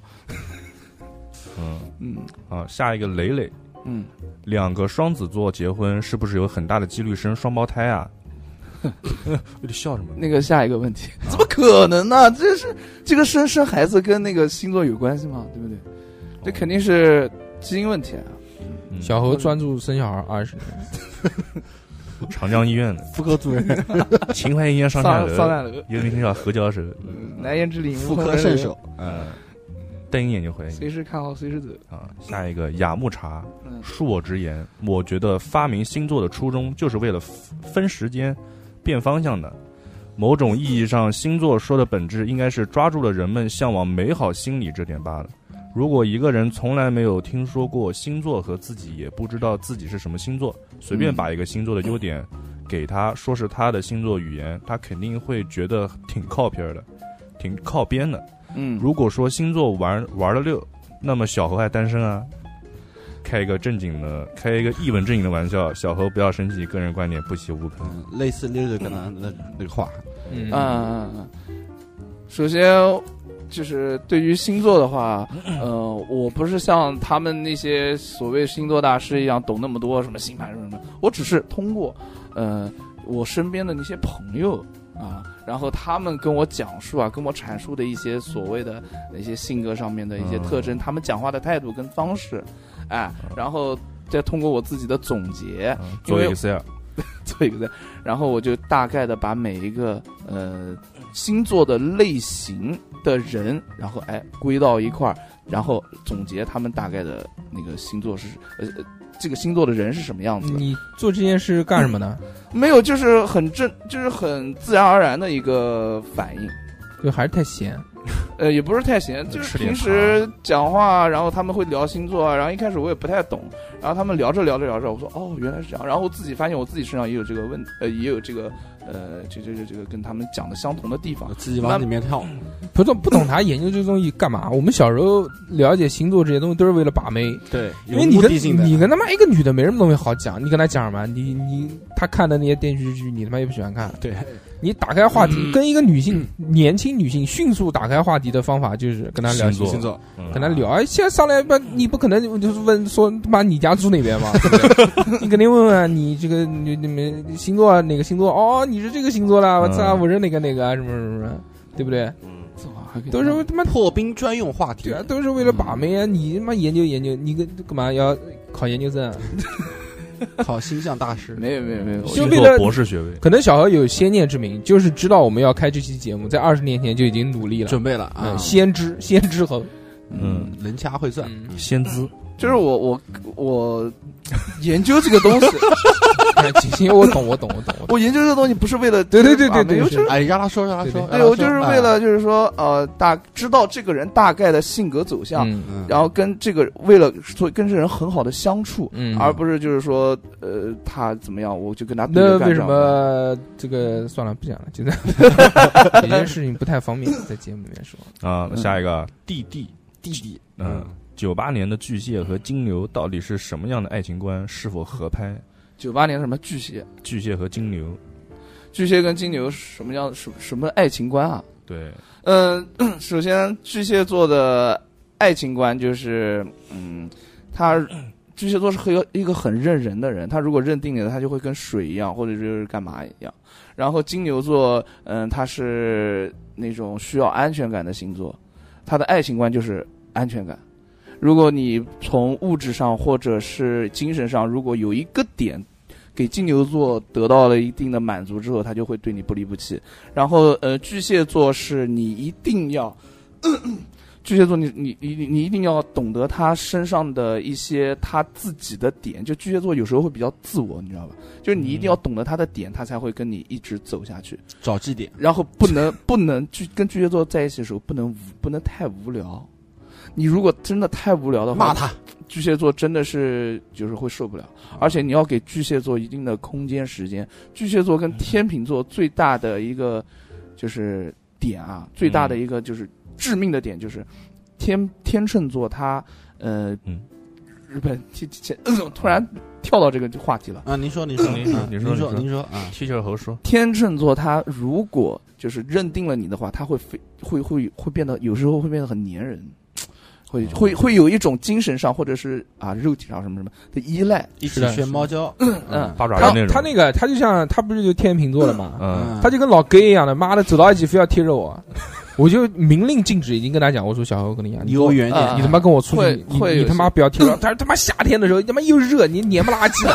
D: 嗯
E: 嗯
D: 啊，下一个磊磊，
E: 嗯，
D: 两个双子座结婚是不是有很大的几率生双胞胎 啊？你笑什么？
E: 那个下一个问题， 怎么可能呢、这是这个生生孩子跟那个星座有关系吗？对不对？
C: 哦
E: 这肯定是基因问题啊。
D: 嗯
B: 小何专注生小孩二十年，
D: 长江医院的
C: 妇科 主任，
D: 秦淮医院上下
E: 上上
D: 楼，
E: 下楼，
D: 有名听叫何教授，
E: 嗯难言之隐，
C: 妇科圣手，
D: 嗯，瞪一眼就回应
E: 随时看好，随时走。
D: 啊。下一个雅木茶，
E: 嗯，
D: 恕我直言，我觉得发明星座的初衷就是为了分分时间、变方向的。某种意义上，星座说的本质应该是抓住了人们向往美好心理这点罢了。如果一个人从来没有听说过星座和自己也不知道自己是什么星座，随便把一个星座的优点给他，说是他的星座语言，他肯定会觉得挺靠边儿的，挺靠边的。
E: 嗯，
D: 如果说星座玩玩了六，那么小何还单身啊？开一个正经的，开一个一本正经的玩笑。小猴不要生气，个人观点不喜勿喷。
C: 嗯类似六六可能那那个话，
B: 嗯
E: 嗯，嗯嗯，首先就是对于星座的话，呃，我不是像他们那些所谓星座大师一样懂那么多什么星盘什么的，我只是通过呃我身边的那些朋友啊，然后他们跟我讲述啊，跟我阐述的一些所谓的那些性格上面的一些特征，他们讲话的态度跟方式，哎，然后再通过我自己的总结，
D: 嗯
E: 因
D: 做
E: 为
D: Excel，
E: 做一个在，然后我就大概的把每一个呃星座的类型的人，然后哎归到一块儿，然后总结他们大概的那个星座是呃呃这个星座的人是什么样子的。
B: 你做这件事干什么呢？
E: 没有，就是很正，就是很自然而然的一个反应。
B: 就还是太闲。
E: 呃，也不是太闲，就
D: 吃
E: 是
D: 点
E: 平时讲话，然后他们会聊星座啊，然后一开始我也不太懂，然后他们聊着聊着聊着，我说哦，原来是这样，然后我自己发现我自己身上也有这个问，呃，也有这个，呃，这这这这个跟他们讲的相同的地方，
C: 自己往里面跳，
B: 不懂不懂他研究这东西干嘛？我们小时候了解星座这些东西都是为了把妹，
C: 对，
B: 因
C: 有
B: 为你
C: 目
B: 跟
C: 的性的。
B: 你跟他妈一个女的没什么东西好讲，你跟她讲什么？你你她看的那些电视剧，你他妈也不喜欢看。
C: 对，嗯
B: 你打开话题，跟一个女性、年轻女性迅速打开话题的方法就是跟她聊
D: 星座
C: 星座，啊
D: 嗯
B: 跟她聊。哎，现在上来不，你不可能就是问说他妈你家住哪 边嘛？ 对不对你肯定问问你这个你你们星座啊哪个星座？哦，你是这个星座啦！我操，
D: 嗯
B: 我是哪个哪个啊？什么什么什么，对不对？
C: 嗯
B: 都是他妈
C: 破冰专用话题
B: 对啊，，都是为了把妹啊！你他妈研究研究，你跟干嘛要考研究生啊？
C: 考星象大师。
E: 没有没有没有，我
B: 就
D: 星
B: 为
D: 座
B: 了
D: 博士学位，
B: 可能小何有先见之明，就是知道我们要开这期节目，在二十年前就已经努力了。
C: 准备了啊
B: 嗯，，先知先知猴，
D: 嗯，
C: 人掐会算，
B: 嗯，
D: 先知，
E: 就是我我我研究这个东 西，
B: 行行， 我懂，我懂，我懂，我懂。
E: 我研究这个东西不是为了
B: 对对对
E: 啊
B: 对对
E: 没有
B: 是啊
E: 就是
C: 哎，让他说，让他
B: 对对
C: 说，
E: 对
C: 让
E: 我
C: 他说
E: 就是为，了就是说呃大知道这个人大概的性格走向，
B: 嗯
C: 嗯
E: 然后跟这个为了做跟这人很好的相处，
B: 嗯，
E: 而不是就是说，呃，他怎么样，我就跟他对
B: 那
E: 着干
B: 为什
E: 这样的？
B: 么这个算了，不讲了，就这样。有些事情不太方便在节目里面说。
D: 啊，
E: 嗯
D: 下一个弟弟，
C: 弟弟，
D: 嗯，九八年的巨蟹和金牛到底是什么样的爱情观？是否合拍？
E: 九八年什么巨蟹，
D: 巨蟹和金牛，
E: 巨蟹跟金牛是什么样什什么爱情观啊？
D: 对，
E: 嗯、 首先巨蟹座的爱情观就是，嗯，他 巨蟹座是很有一个很认人的人，他如果认定你了，他就会跟水一样，或者就是干嘛一样。然后金牛座，嗯，他是那种需要安全感的星座，他的爱情观就是安全感。如果你从物质上或者是精神上，如果有一个点给金牛座得到了一定的满足之后，他就会对你不离不弃。然后呃，巨蟹座是你一定要， 巨蟹座你你你你你一定要懂得他身上的一些他自己的点。就巨蟹座有时候会比较自我，你知道吧？就是你一定要懂得他的点，他才会跟你一直走下去。
C: 找祭点，
E: 然后不 能不能巨跟巨蟹座在一起的时候，不能无不能太无聊。你如果真的太无聊的话，
C: 骂他，
E: 巨蟹座真的是就是会受不了，而且你要给巨蟹座一定的空间时间。巨蟹座跟天秤座最大的一个就是点啊，最大的一个就是致命的点就是天天秤座它呃
D: 嗯，
E: 日本天天天突然跳到这个话题了。
C: 啊，您说，您说，
D: 您说
C: 啊
B: 嗯
D: 您
C: 您
D: 说
C: 说，
D: 您说
C: 您说啊，
D: 气球猴说，
E: 天秤座他如果就是认定了你的话，他会非会会会变得有时候会变得很粘人，会会会有一种精神上或者是啊肉体上什么什么的依赖。
C: 一起
B: 是的
C: 学猫叫，
E: 嗯，
D: 八爪
B: 他
D: 鱼那种，
B: 他那个他就像他不是就天秤座的嘛，
D: 嗯，
C: 嗯
B: 他就跟老 gay 一样的，妈的走到一起非要贴着我， 我就明令禁止，已经跟他讲，我说小何跟你一样，
C: 离
B: 你
C: 我远
E: 啊
C: 点，
B: 你他妈跟我出
E: 会
B: 去，你
E: 会
B: 你
E: 有些
B: 他妈不要贴 了。他说他妈夏天的时候，他妈又热，你黏不拉几的，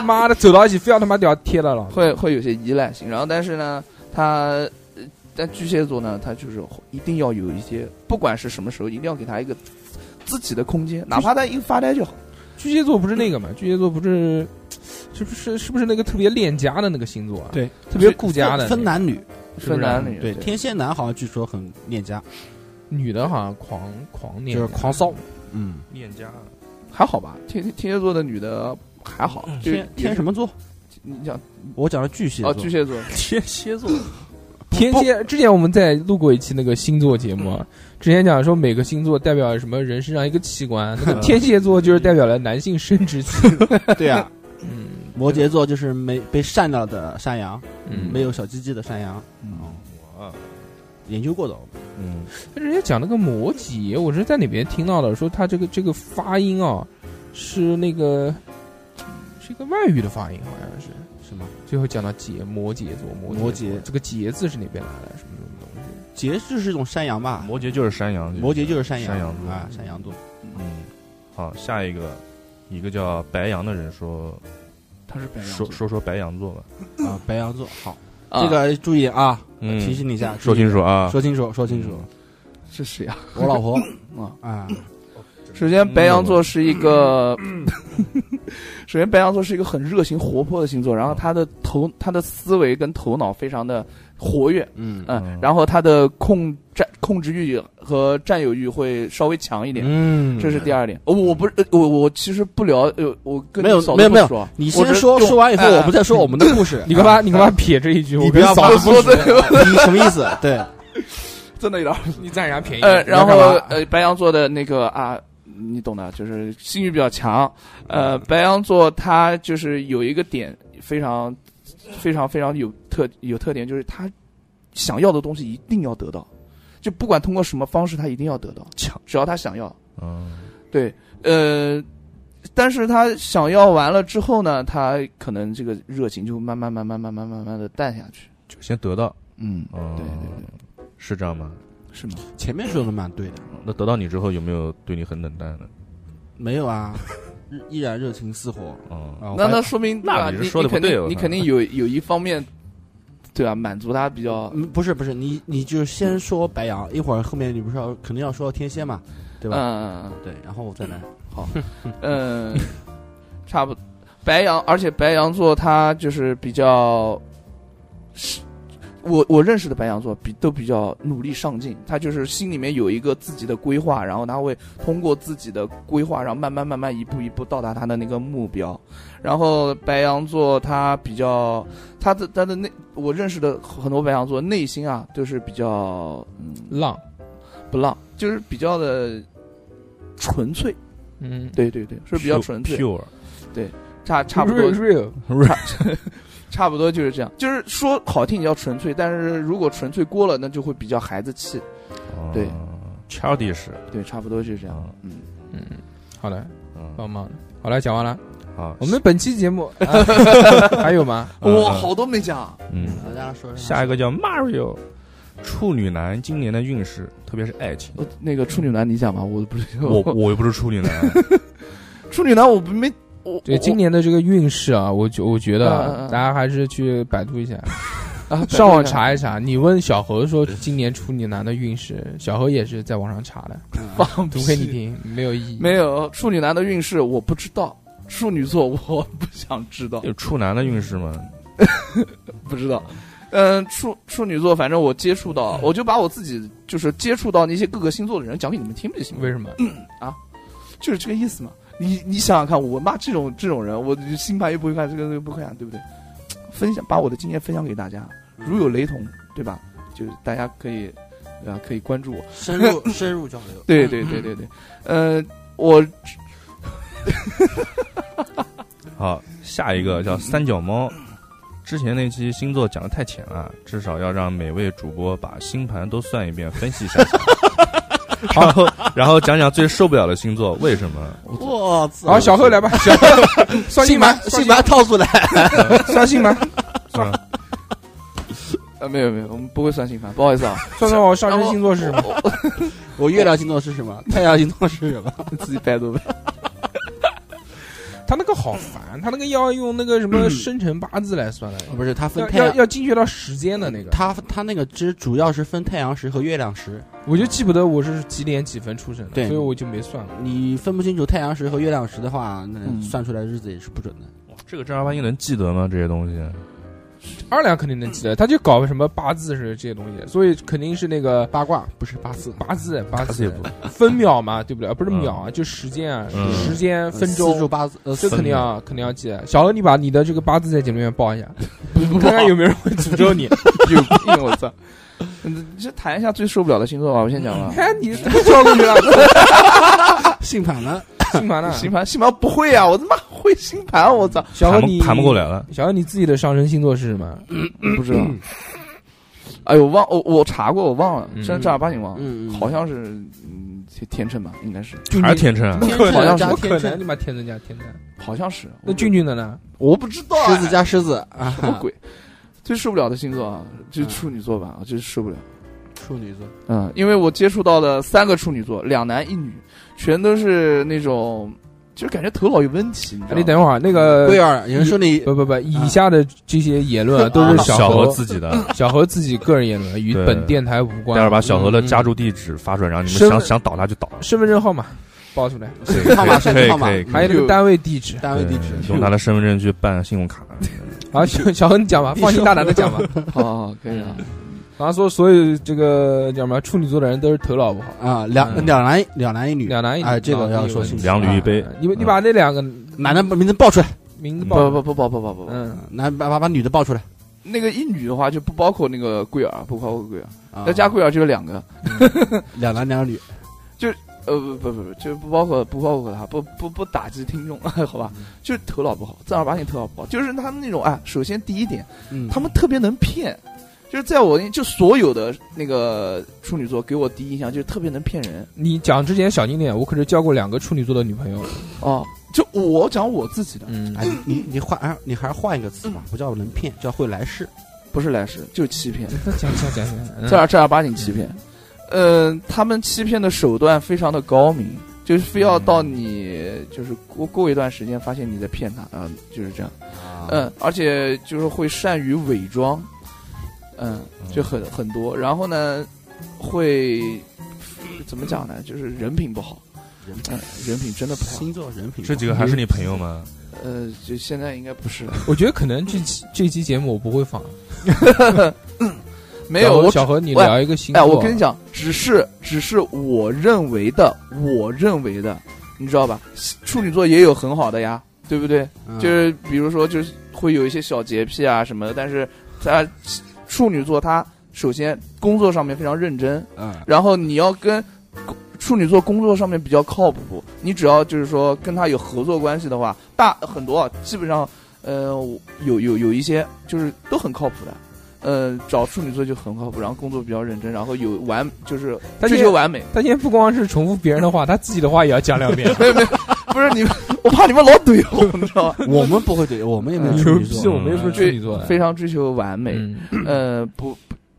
B: 妈的走到一起非要他妈屌贴了了。
E: 会会有些依赖性。然后，但是呢，他呃但巨蟹座呢，他就是一定要有一些，不管是什么时候，一定要给他一个自己的空间，哪怕他一个发呆就好。
B: 巨蟹座不是那个嘛？巨蟹座不是是不是是不是那个特别恋家的那个星座啊？
C: 对，
B: 特别顾家的
C: 分分
B: 那个
C: 男女，
B: 是不
E: 分
B: 是
E: 男女
C: 对，天蝎男好像据说很恋家，
B: 女的好像狂狂
C: 就
B: 恋
C: 是
B: 家
C: 狂骚，嗯，
D: 恋家，
E: 还好吧？天天蝎座的女的还好，就是
C: 天天什
E: 么？
C: 么座？
E: 你想
C: 我讲的巨蟹
E: 哦，
C: 座
E: 巨，蟹座，
C: 天蝎座，
B: 天蝎，之前我们在录过一期那个星座节目，啊，之前讲说每个星座代表什么人身上一个器官，那 个天蝎座就是代表了男性生 殖器。
C: 对啊，
B: 嗯
C: 摩羯座就是没被善到的山羊，
B: 嗯，
C: 没有小鸡鸡的山羊，
D: 嗯哇，
C: 研究过的。
D: 嗯，
B: 他之前讲那个摩羯，我是在哪边听到的，说他这个这个发音啊，是那个是一个外语的发音，好像是
C: 什么？
B: 最后讲到羯摩羯座，摩羯座
C: 摩羯
B: 这个羯字是哪边来的？什么什么东西？
C: 节就是一种山羊吧？
D: 摩羯就是山羊，
C: 摩羯就是山羊，
D: 山羊座
C: 啊，山羊座。
D: 嗯，好，下一个，一个叫白羊的人说
E: 他是白羊
D: 说
E: 座
D: 说说白羊座吧，
C: 啊，白羊座好，
E: 啊
C: 这个注意啊，
D: 嗯
C: 提醒你一下，
D: 说清楚啊，
C: 说清楚，说清楚。
E: 是谁啊？
C: 我老婆
E: 啊，
C: 啊，
E: 首先，白羊座是一个，
C: 嗯
E: 首先白羊座是一个很热情活泼的星座，然后他的头、他的思维跟头脑非常的活跃，
C: 嗯
E: 嗯
D: 嗯，
E: 然后他的控占控制欲和占有欲会稍微强一点，
C: 嗯
E: 这是第二点。哦，我不是，呃我我其实不聊，呃，我跟
C: 没有
E: 嫂
C: 没
E: 子
C: 有
E: 不
C: 没有
E: 说，
C: 你
E: 我
C: 先
E: 只
C: 说，
E: 用
C: 说完以后
E: 哎
C: 我们再说我们的故事。 啊
B: 你干啊嘛？你干嘛撇这一句？
C: 你
B: 我
C: 不要
B: 跟嫂
C: 把
B: 子
E: 说的
C: 你什么意思？对，
E: 真的有点
B: 你占人家便宜。
E: 呃，然后
C: 你要干嘛
E: 呃，白羊座的那个啊，你懂的，就是性欲比较强。呃，白羊座他就是有一个点非常非常非常有特有特点，就是他想要的东西一定要得到，就不管通过什么方式，他一定要得到，
D: 抢
E: 只要他想要。
D: 嗯
E: 对，呃，但是他想要完了之后呢，他可能这个热情就慢慢慢慢慢慢慢慢的淡下去。
D: 就先得到，
E: 嗯，
D: 嗯，
E: 对对对，
D: 是这样吗？
E: 是吗？
C: 前面说的蛮对的，
D: 那得到你之后有没有对你很冷淡的？
C: 没有啊，依然热情似火
D: 嗯，
C: 啊。
E: 那
C: 我还
E: 那说明
D: 那
E: 对吧
D: 你
E: 你
D: 是说得
E: 你肯
D: 不对
E: 定
D: 我
E: 你
D: 看
E: 肯定有有一方面，对吧？满足他比较，
C: 嗯不是不是，你你就先说白羊，一会儿后面你不是要肯定要说到天蝎嘛，对吧？
E: 嗯
C: 对，然后我再来。
E: 嗯嗯，差不多。白羊，而且白羊座他就是比较，是我我认识的白羊座比都比较努力上进，他就是心里面有一个自己的规划，然后他会通过自己的规划，然后慢慢慢慢一步一步到达他的那个目标。然后白羊座他比较，他的他的内，我认识的很多白羊座内心啊，就是比较嗯
B: 浪，
E: 不浪，就是比较的纯粹。
B: 嗯，
E: 对对对，是比较纯粹，
D: pure，
E: 差差不多
B: real，
E: 差不多就是这样。就是说好听叫纯粹，但是如果纯粹过了，那就会比较孩子气。对
D: 嗯，childish，
E: 对，差不多就是这样。
D: 嗯
E: 嗯，
B: 嗯，好的，
D: 嗯，
B: 棒棒的，好了，讲完了。
D: 好，
B: 我们本期节目、啊 还有吗？
D: 嗯
E: 哇，
D: 嗯
E: 好多没讲。
D: 嗯。
C: 大家说
D: 下一个叫 Mario，处女男今年的运势，特别是爱 情。
E: 呃那个处女男，你讲吧，我不是
D: 我我又不是处女男，啊
E: 处女男，我没我
B: 对
E: 我
B: 今年的这个运势啊，我觉我觉得
E: 嗯嗯
B: 啊
E: 嗯
B: 大家还是去百度一 下，
E: 啊
B: 上网查一查。你问小何说今年处女男的运势，小何也是在网上查的，
E: 放
B: 读给你听，没有意义。
E: 没有处女男的运势，我不知道。处女座，我 不想知 道。
D: 有处男的运势吗？
E: 不知道。嗯，处处女座，反正我接触到，我就把我自己就是接触到那些各个星座的人讲给你们听不就行了？
B: 为什么？
E: 就是这个意思嘛。你你想想看，我妈这种这种人，我星盘又不会看，这个又不会看，对不对？分享把我的经验分享给大家，
C: 嗯
E: 如有雷同，对吧？就是大家可以，对吧？可以关注我。
C: 深入深入交流。
E: 对对对对对，呃，我
D: 好，下一个叫三脚猫。之前那期星座讲的太浅了，至少要让每位主播把星盘都算一遍，分析 一下。然后，然后讲讲最受不了的星座为什么？
C: 我操
B: 啊好，小何来吧，小何 算
C: 信
B: 星
C: 盘
B: 盘，
C: 信盘套出来。
B: 算星盘，
E: 呃没有没有，我们不会算星盘，不好意思啊，
B: 算算我上升星座是什么？
C: 我月亮星座是什么？太阳星座是什么？
E: 自己百度呗。
B: 他那个好烦，他那个要用那个什么生辰八字来算的，
C: 不是，它分
B: 要
C: 太
B: 要
C: 阳。
B: 要精确到时间的那个。
C: 它它那个只主要是分太阳时和月亮时，
B: 我就记不得我是几点几分出生的，
C: 对
B: 所以我就没算过。
C: 你分不清楚太阳时和月亮时的话，那
E: 嗯
C: 算出来日子也是不准的。
D: 这个正儿八经能记得吗？这些东西？
B: 二两肯定能记得，他就搞什么八字是这些东西，所以肯定是那个
C: 八卦不是八字，
B: 八字八
D: 他自己
B: 字
D: 不
B: 分秒嘛，对不对？不是
D: 嗯
B: 秒啊，就时间啊，
D: 嗯
B: 时间分
C: 四柱
B: 钟，
C: 八字呃
B: 这
C: 四
B: 肯定要肯定要记。小欧，你把你的这个八字在节目里面报一下，
E: 不
B: 看看有没有人会诅咒你。
E: 有病，我操！嗯这谈一下最受不了的星座吧，我先讲吧。
B: 看哎你不跳过去了，
C: 信盘了，
B: 信盘了。
E: 星盘，星盘不会啊！我他妈会星盘，我操！
B: 小何
D: 盘不
B: 你
D: 盘不过来了。
B: 小何你自己的上升星座是什么？
E: 不知道。哎呦，忘我我查过，我忘了，
B: 嗯
E: 正正儿八经忘了，
C: 嗯，嗯
E: 哦好像是嗯天天秤吧，应该是，
D: 还是天秤啊？
B: 天
E: 好像是
B: 怎么
C: 天
B: 可
C: 秤
B: 能？你妈天秤加天秤，
E: 好像是。
B: 那俊俊的呢？
E: 我不知道啊，
C: 狮子加狮子啊，
E: 什么鬼？最受不了的星座啊，就是处女座吧，我就是受不了。
C: 处女座，
E: 嗯，因为我接触到的三个处女座，两男一女，全都是那种，就是感觉头脑有问题。你知道
B: 哎
E: 吗
B: 你等一会儿，那个
C: 龟儿，有人说你
B: 不不不，以下的这些言论啊，都是
D: 小
B: 何嗯
D: 何自己的，
B: 小何自己个人言论，与
D: 对
B: 本电台无
D: 待
B: 关
D: 会儿。把小何的
B: 嗯
D: 家住地址发出来，让你们
B: 身
D: 想
B: 份
D: 想倒他就倒。
B: 身份证号码报出来，
D: 可以
C: 号码手
D: 可
C: 机
D: 以
C: 号码
D: 可以，可以
B: 还有那个单位地址。
C: 单位地址
D: 对，用他的身份证去办信 用卡。
B: 好，小小何你讲吧，放心大胆的讲 吧。
E: 好好好，可以啊。
B: 然后说，所有这个叫什么处女座的人都是头脑不好，
C: 啊，
B: 嗯
C: 两两男一两男一女，
B: 两男一女。
C: 哎这个
B: 脑子
C: 要
B: 有
C: 说
B: 问
C: 清
B: 题
C: 楚，
D: 两女一杯
B: 啊你你把那两个
C: 男的把名字报出来，
B: 名字报
E: 嗯不
B: 出来，
E: 不不不不不不不，
B: 嗯，
C: 男把把把女的报出来，
E: 那个一女的话就不包括那个贵儿，不包括贵儿，
C: 啊
E: 那加贵儿就有两个，
C: 两男两女，
E: 呃不不不不，就不包括不包括他，不不不打击听众， 好
B: 嗯
E: 吧？就是头脑不好，正儿八经头脑不好，就是他们那种啊。首先第一点，
C: 嗯，
E: 他们特别能骗，就是在我那就所有的那个处女座给我第一印象就是特别能骗人
B: 你讲之前小心点，我可是交过两个处女座的女朋友。
E: 哦。就我讲我自己的，
B: 嗯，
C: 哎，你你你换，哎你还是换一个词吧，不叫能骗，叫会来事。
E: 不是来世就是欺骗，
B: 讲讲讲讲嗯，
E: 正儿正儿八经欺骗。嗯，他们欺骗的手段非常的高明，就是非要到
B: 嗯
E: 你就是过过一段时间发现你在骗他，嗯，就是这样。
C: 啊
E: 嗯，而且就是会善于伪装，嗯，就很很多。然后呢，会怎么讲呢？就是人品不好，嗯，人品真的不好。
C: 星座人品，
D: 这几个还是你朋友吗？
E: 呃，就现在应该 不是了，
B: 我觉得可能这期这期节目我不会放。
E: 没有
B: 小何
E: 我只。
B: 小何，你聊一个星座。
E: 哎，我跟你，讲，只是只是我认为的，我认为的，你知道吧？处女座也有很好的呀，对不对？
C: 嗯
E: 就是比如说，就是会有一些小洁癖啊什么的，但是他处女座，他首先工作上面非常认真，
C: 嗯
E: 然后你要跟处女座工作上面比较靠谱，你只要就是说跟他有合作关系的话，大很多啊，基本上呃我有有有一些就是都很靠谱的。呃，找处女座就很靠谱，然后工作比较认真，然后有完就是
B: 他
E: 追
B: 现在
E: 求完美。
B: 他现在不光是重复别人的话，他自己的话也要讲两 遍。
E: 没有没有，不是你们， 我怕你们老怼我，你知道吧？
C: 嗯我们不会对，我们也没有
B: 牛
C: 处女
B: 逼！
C: 座，
B: 我们又不是嗯处女座的，
E: 非常追求完美，
B: 嗯
E: 呃，不，不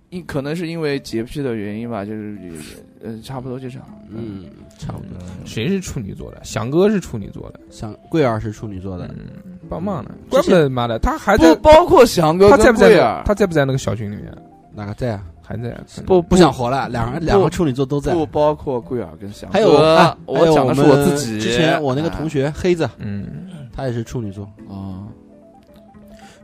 E: 因可能是因为洁癖的原因吧，就是呃，差不多就这样。嗯，
C: 嗯，差不多。
B: 谁是处女座的？翔哥是处女座的，
C: 像桂儿是处女座的，
B: 嗯，棒棒的，怪不得妈的，他还在
E: 不，包括翔哥
B: 他在
E: 跟
B: 不在
E: 贵
B: 那？
E: 儿，
B: 他在不在那个小群里面？
C: 哪个在啊？
B: 还在可能
E: 不
C: 不想活了，两个两个处女座都在。
E: 不包括贵儿跟翔哥。
C: 还
E: 哎
C: 有啊，还
E: 我
C: 有
E: 讲的是
C: 我
E: 自己。哎
C: 们之前我那个同
E: 学
C: 学黑子，
B: 嗯，
C: 他也是处女座。
E: 啊，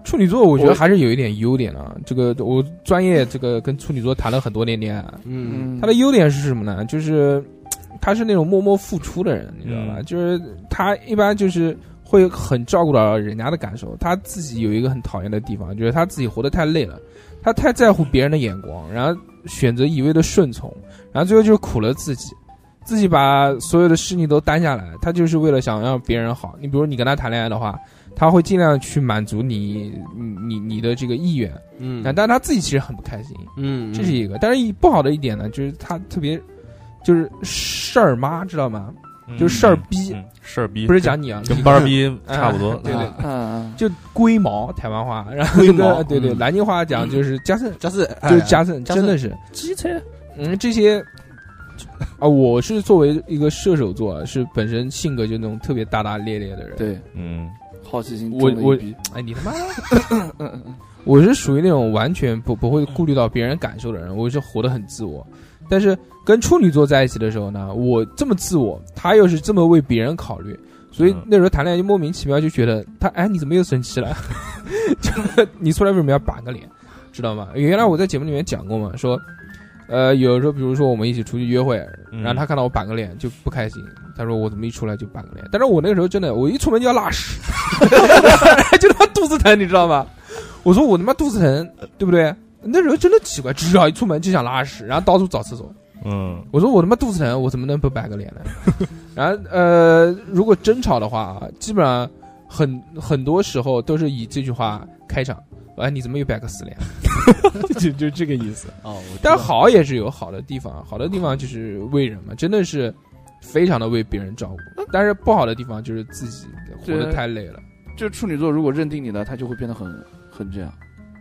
B: 处女座我觉得
E: 我
B: 还是有一点优点的、啊。这个我专业这个跟处女座谈了很多年恋爱，啊
C: 嗯，
E: 嗯，
B: 他的优点是什么呢？就是他是那种默默付出的人，你知道吧？
D: 嗯
B: 就是他一般就是会很照顾到人家的感受。他自己有一个很讨厌的地方，就是他自己活得太累了，他太在乎别人的眼光，然后选择一味的顺从，然后最后就苦了自己。自己把所有的事情都担下来，他就是为了想让别人好。你比如你跟他谈恋爱的话，他会尽量去满足你你你你的这个意愿，
C: 嗯
B: 但但他自己其实很不开心。
C: 嗯，
B: 这是一个。但是一不好的一点呢，就是他特别就是事儿妈，知道吗？
C: 嗯
B: 就是事儿逼，
D: 嗯事儿逼
B: 不是讲你啊，
D: 跟班儿逼差不多
B: 啊。对对
C: 啊
E: 嗯，
B: 就龟毛台湾话，然后
C: 龟
B: 这个
C: 毛
B: 对对，
C: 嗯
B: 南京话讲就是加森，
C: 加斯
B: 就是加森，
C: 加森
B: 真的是
C: 机车，
B: 嗯这些。啊，我是作为一个射手座啊，是本身性格就那种特别大大咧咧的人。，
E: 对，
D: 嗯，
E: 好奇心
B: 我
E: 中的一
B: 我
E: 逼
B: 哎，你他 妈，
E: 嗯嗯嗯
B: 我是属于那种完全不不会顾虑到别人感受的人，我是活得很自我。但是跟处女座在一起的时候呢，我这么自我，他又是这么为别人考虑，所以
D: 嗯
B: 那时候谈恋爱就莫名其妙就觉得他，哎，你怎么又生气了？ 就是你出来为什么要板个脸，知道吗？原来我在节目里面讲过嘛，说，呃，有时候比如说我们一起出去约会，
D: 嗯
B: 然后他看到我板个脸就不开心，他说我怎么一出来就板个 脸？但是我那个时候真的，我一出门就要拉屎，就他妈肚子疼，你知道吗？我说我他妈肚子疼，对不对？那时候真的奇怪，至少一出门就想拉屎，然后到处找厕所。
D: 嗯，
B: 我说我他妈肚子疼，我怎么能不摆个脸呢？ 然后呃，如果争吵的话啊，基本上很很多时候都是以这句话开场。哎，你怎么又摆个死脸？ 就就这个意思。
E: 哦，
B: 但好也是有好的地方，好的地方就是为人嘛，真的是非常的为别人照顾。但是不好的地方就是自己活得
E: 嗯对
B: 太累了。
E: 就处女座如果认定你了，他就会变得很很这样。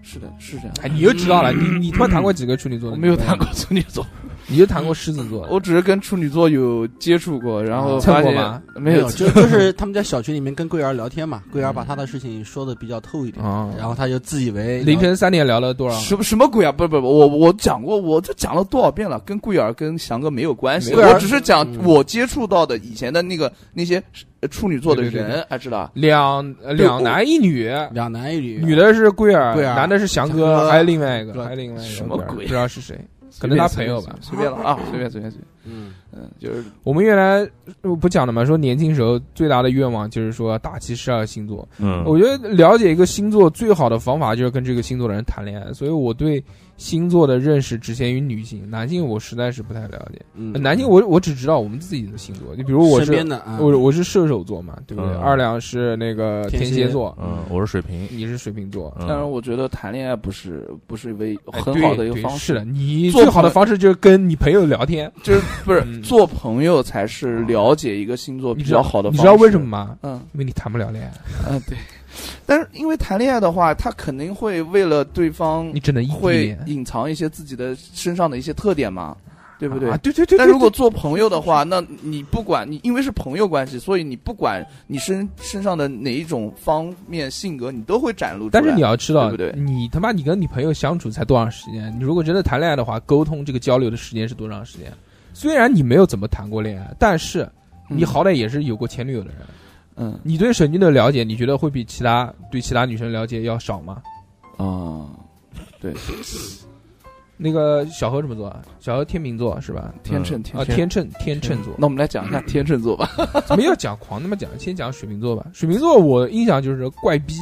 E: 是的，是这样。
B: 哎，你又知道了，你你他妈谈过几个处女座
E: 嗯我
B: 的？
E: 没有谈，过处女座，
B: 你就谈过狮子座的。
E: 我只是跟处女座有接触哦过，然后
B: 蹭
E: 发
B: 过
E: 现
B: 吗
E: 没有
C: 就就是他们在小区里面跟桂儿聊天嘛，桂儿把他的事情说的比较透一点，
B: 啊，
C: 然后他就自以为
B: 凌晨三点聊了多少？
E: 什么什么鬼啊！不不不，我我讲过，我这讲了多少遍了，跟桂儿跟翔哥没有关系，
C: 没有
E: 我只是讲
C: 嗯
E: 我接触到的以前的那个那些呃处女座的
B: 对对对
E: 人，还知道。
B: 两呃
E: 对
B: 两
E: 我
B: 男一女，
C: 两男一女，啊
B: 女的是桂儿，
C: 桂儿
B: 男的是翔
C: 翔
B: 哥，
C: 哥
B: 还有另外一个，
C: 对
B: 还有另外一个，
E: 什么鬼
B: 不知道是谁。可
E: 随
B: 能
E: 便
B: 他
E: 随
B: 朋
E: 便
B: 友吧
E: 随便 了啊，随便随便随便，
C: 嗯，
E: 嗯，就是
B: 我们原来呃不讲了嘛，说年轻时候最大的愿望就是说打击十二星座。
D: 嗯，
B: 哦我觉得了解一个星座最好的方法就是跟这个星座的人谈恋爱，所以我对星座的认识只限于女性，男性我实在是不太了解。呃
C: 嗯
B: 男性我我只知道我们自己的星座，就比如我
C: 身
B: 是
C: 边的啊，
B: 我我是射手座嘛，对不对？
D: 嗯
B: 二两是那个
C: 天
B: 天
C: 蝎
B: 蝎座，
D: 嗯，我是水瓶，
B: 你是水瓶座，
D: 嗯
E: 当然，我觉得谈恋爱不是不是为
B: 哎
E: 很
B: 对
E: 好的一个
B: 对
E: 方式
B: 是，的，你
E: 做
B: 最好的
E: 朋友
B: 方式就是跟你朋友聊天，
E: 就是不是
B: 嗯
E: 做朋友才是了解一个星座比
B: 你知道
E: 较好的方
B: 你
E: 式。
B: 知道为什么？啊吗？
E: 嗯
B: 因为你谈不了恋爱，
E: 嗯，对。但是因为谈恋爱的话，他肯定会为了对方
B: 你只能异地
E: 会
B: 恋，
E: 隐藏一些自己的身上的一些特点嘛，对不对？
B: 啊对对 对。
E: 但
B: 对
E: 如果
B: 对
E: 做朋友的话，那你不管你，因为是朋友关系，所以你不管你身身上的哪一种方面性格，你都会展露出来。
B: 但是你要知道，
E: 对不对
B: 你他妈你跟你朋友相处才多长时间？你如果真的谈恋爱的话，沟通这个交流的时间是多长时间？虽然你没有怎么谈过恋爱，但是
E: 嗯
B: 你好歹也是有过前女友的人。
E: 嗯
B: 你对神经的了解，你觉得会比其他对其他女生了解要少吗？
E: 啊、对，
B: 那个小何什么座啊？小何天秤座是吧？
E: 天秤天
B: 啊，
E: 秤
B: 天秤天秤座。
E: 那我们来讲一下天秤座吧。，
B: 怎么要讲狂那么讲？先讲水瓶座吧。水瓶座我印象就是怪逼，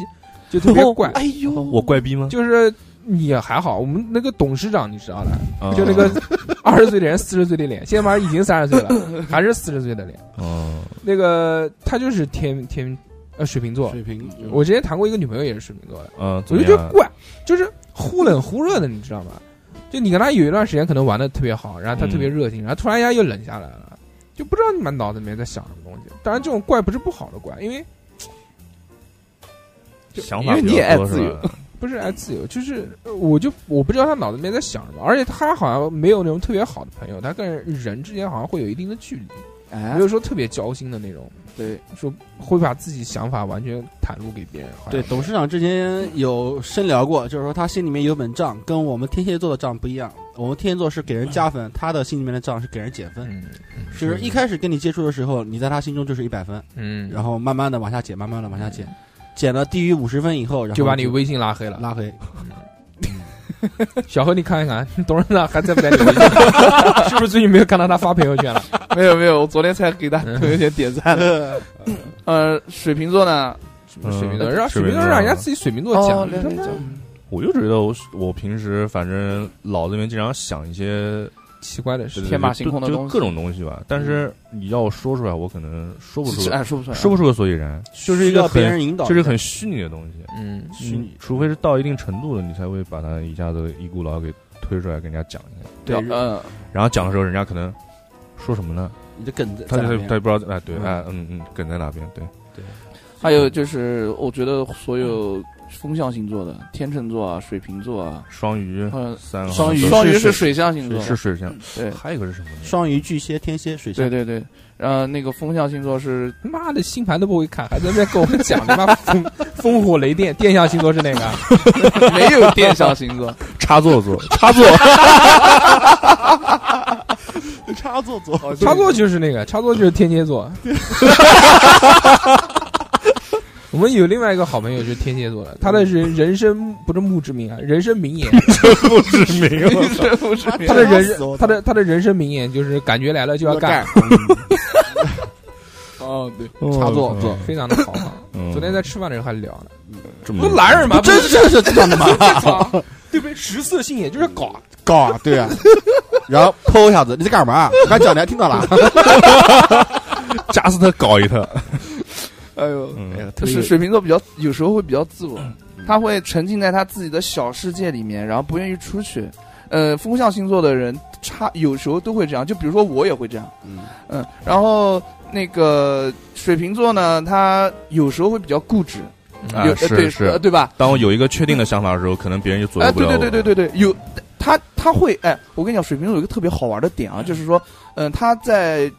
B: 就特别怪
E: 哎呦，
D: 我怪逼吗？
B: 就是你还好，我们那个董事长你知道的，
D: 啊
B: 就那 个，二十岁的人四十岁的脸，现在嘛已经三十岁了，还是四十岁的脸。
D: 嗯，
B: 那个他就是天天呃水瓶座，
C: 水平，
B: 我之前谈过一个女朋友也是水瓶座的，
D: 嗯，
B: 我就觉得怪，就是忽冷忽热的，你知道吗？就你跟他有一段时间可能玩的特别好，然后他特别热情，然后突然一下又冷下来了，就不知道你们脑子里面在想什么东西。当然，这种怪不是不好的怪，因为
D: 想
E: 因
D: 法
E: 为
D: 比
E: 你也
D: 较
E: 爱
D: 多
E: 自
D: 是
E: 由
D: 吧？
B: 不是爱自由，就是呃我就我不知道他脑子里面在想什么，而且他好像没有那种特别好的朋友，他跟人之间好像会有一定的距离，
E: 哎
B: 没有，说特别交心的那种，
E: 对，
B: 说会把自己想法完全袒露给别人。哎好像
C: 对，董事长之前有深聊过，就是说他心里面有本账，跟我们天蝎座的账不一样。我们天蝎座是给人加分，他的心里面的账是给人减分。
B: 嗯
C: 就是一开始跟你接触的时候，你在他心中就是一百分，
B: 嗯，
C: 然后慢慢的往下减，慢慢的往下减，减了低于五十分以后，然后
B: 就把你微信拉黑了。
C: 拉黑。
B: 小何，你看一 看，董事长还在不在你微信？ 是不是最近没有看到他发朋友圈了？
E: 没有没有，我昨天才给他
B: 嗯
E: 朋友圈点赞了。 呃，水瓶座呢？
D: 嗯
B: 水瓶座，让水
D: 水
B: 瓶
D: 瓶
B: 座
D: 座
B: 让人家自己水瓶座
E: 哦
B: 讲，，
E: 来
B: 他
E: 来
B: 妈
E: 讲
D: 我就觉得我我平时反正脑子里面经常想一些
B: 奇怪的嗯事
D: 对
B: 情。
D: 对
E: 天马行空的
D: 就
E: 东
D: 就
E: 西
D: 各种东西吧。但是你要说出来，我可能说不出，
E: 哎，说不出来，
D: 说不出个所以然，
C: 就是一个
D: 很
C: 别人引导，
D: 就是很虚拟的东西。
B: 嗯，
C: 虚拟。
D: 除非是到一定程度了，你才会把它一下子一股脑给推出来跟人家讲一下。
C: 对，
E: 嗯，
D: 然后讲的时候，人家可能说什么呢？
C: 你的梗在
D: 他
C: 在
D: 就
C: 里
D: 他
C: 面。
D: 也不知道，哎，对，
C: 嗯
D: 哎，嗯嗯，梗在哪边？对，
E: 还有就是，我觉得所有风象星座的，天秤座啊、水瓶座啊，
D: 双鱼，
E: 嗯
D: 三个
E: 双鱼，
D: 好
E: 双鱼
C: 是水
E: 是水象星座
D: 像是，是水象，
E: 对
D: 还有一个是什么呢？
C: 双鱼、巨蟹、天蝎、水
E: 对
C: 象，
E: 对对。呃，那个风象星座是
B: 妈的，星盘都不会看，还在那边跟我们讲他妈 风风火雷电，电象星座是哪个？
E: 没 有电象星座，
D: 插座座， 插座，
C: 插座座，
B: 插座就是那个，插座就是天蝎 座。我们有另外一个好朋友就是天蝎座的，他的人人生不是墓志铭啊，人生名言，
D: 不知名。
E: 这不是
B: 他的人
C: 吓死我
B: 他的他的人生名言就是感觉来了就要干，
E: 哦，对，
C: 插座
D: 对，
B: 非常的豪放。
D: 嗯
B: 昨天在吃饭的时候还聊呢，
C: 嗯
D: 这么
B: 不男人嘛，不
C: 真
B: 是
C: 是是这样的吗？
B: 操对不对？食色性也就是搞，
C: 搞啊，对啊， 然后泼一下子，你在干嘛？我刚讲你还听到 了，啊
D: 夹死他搞一他，
E: 哎呦，
D: 嗯，
E: 就
D: 特
E: 是
D: 别
E: 水瓶座比较有时候会比较自我，他会沉浸在他自己的小世界里面，然后不愿意出去。呃，风象星座的人差有时候都会这样，就比如说我也会这样。
C: 嗯
E: 嗯，然后那个水瓶座呢，他有时候会比较固执，
B: 嗯
D: 啊
E: 有、呃、
D: 是
E: 对呃
D: 是。
E: 对吧？
D: 当我有一个确定的想法的时候，可能别人就左
E: 哎，
D: 右不
E: 对
D: 了我。
E: 对对对对对，有他他会哎，我跟你讲，水瓶座有一个特别好玩的点啊，就是说，嗯、他在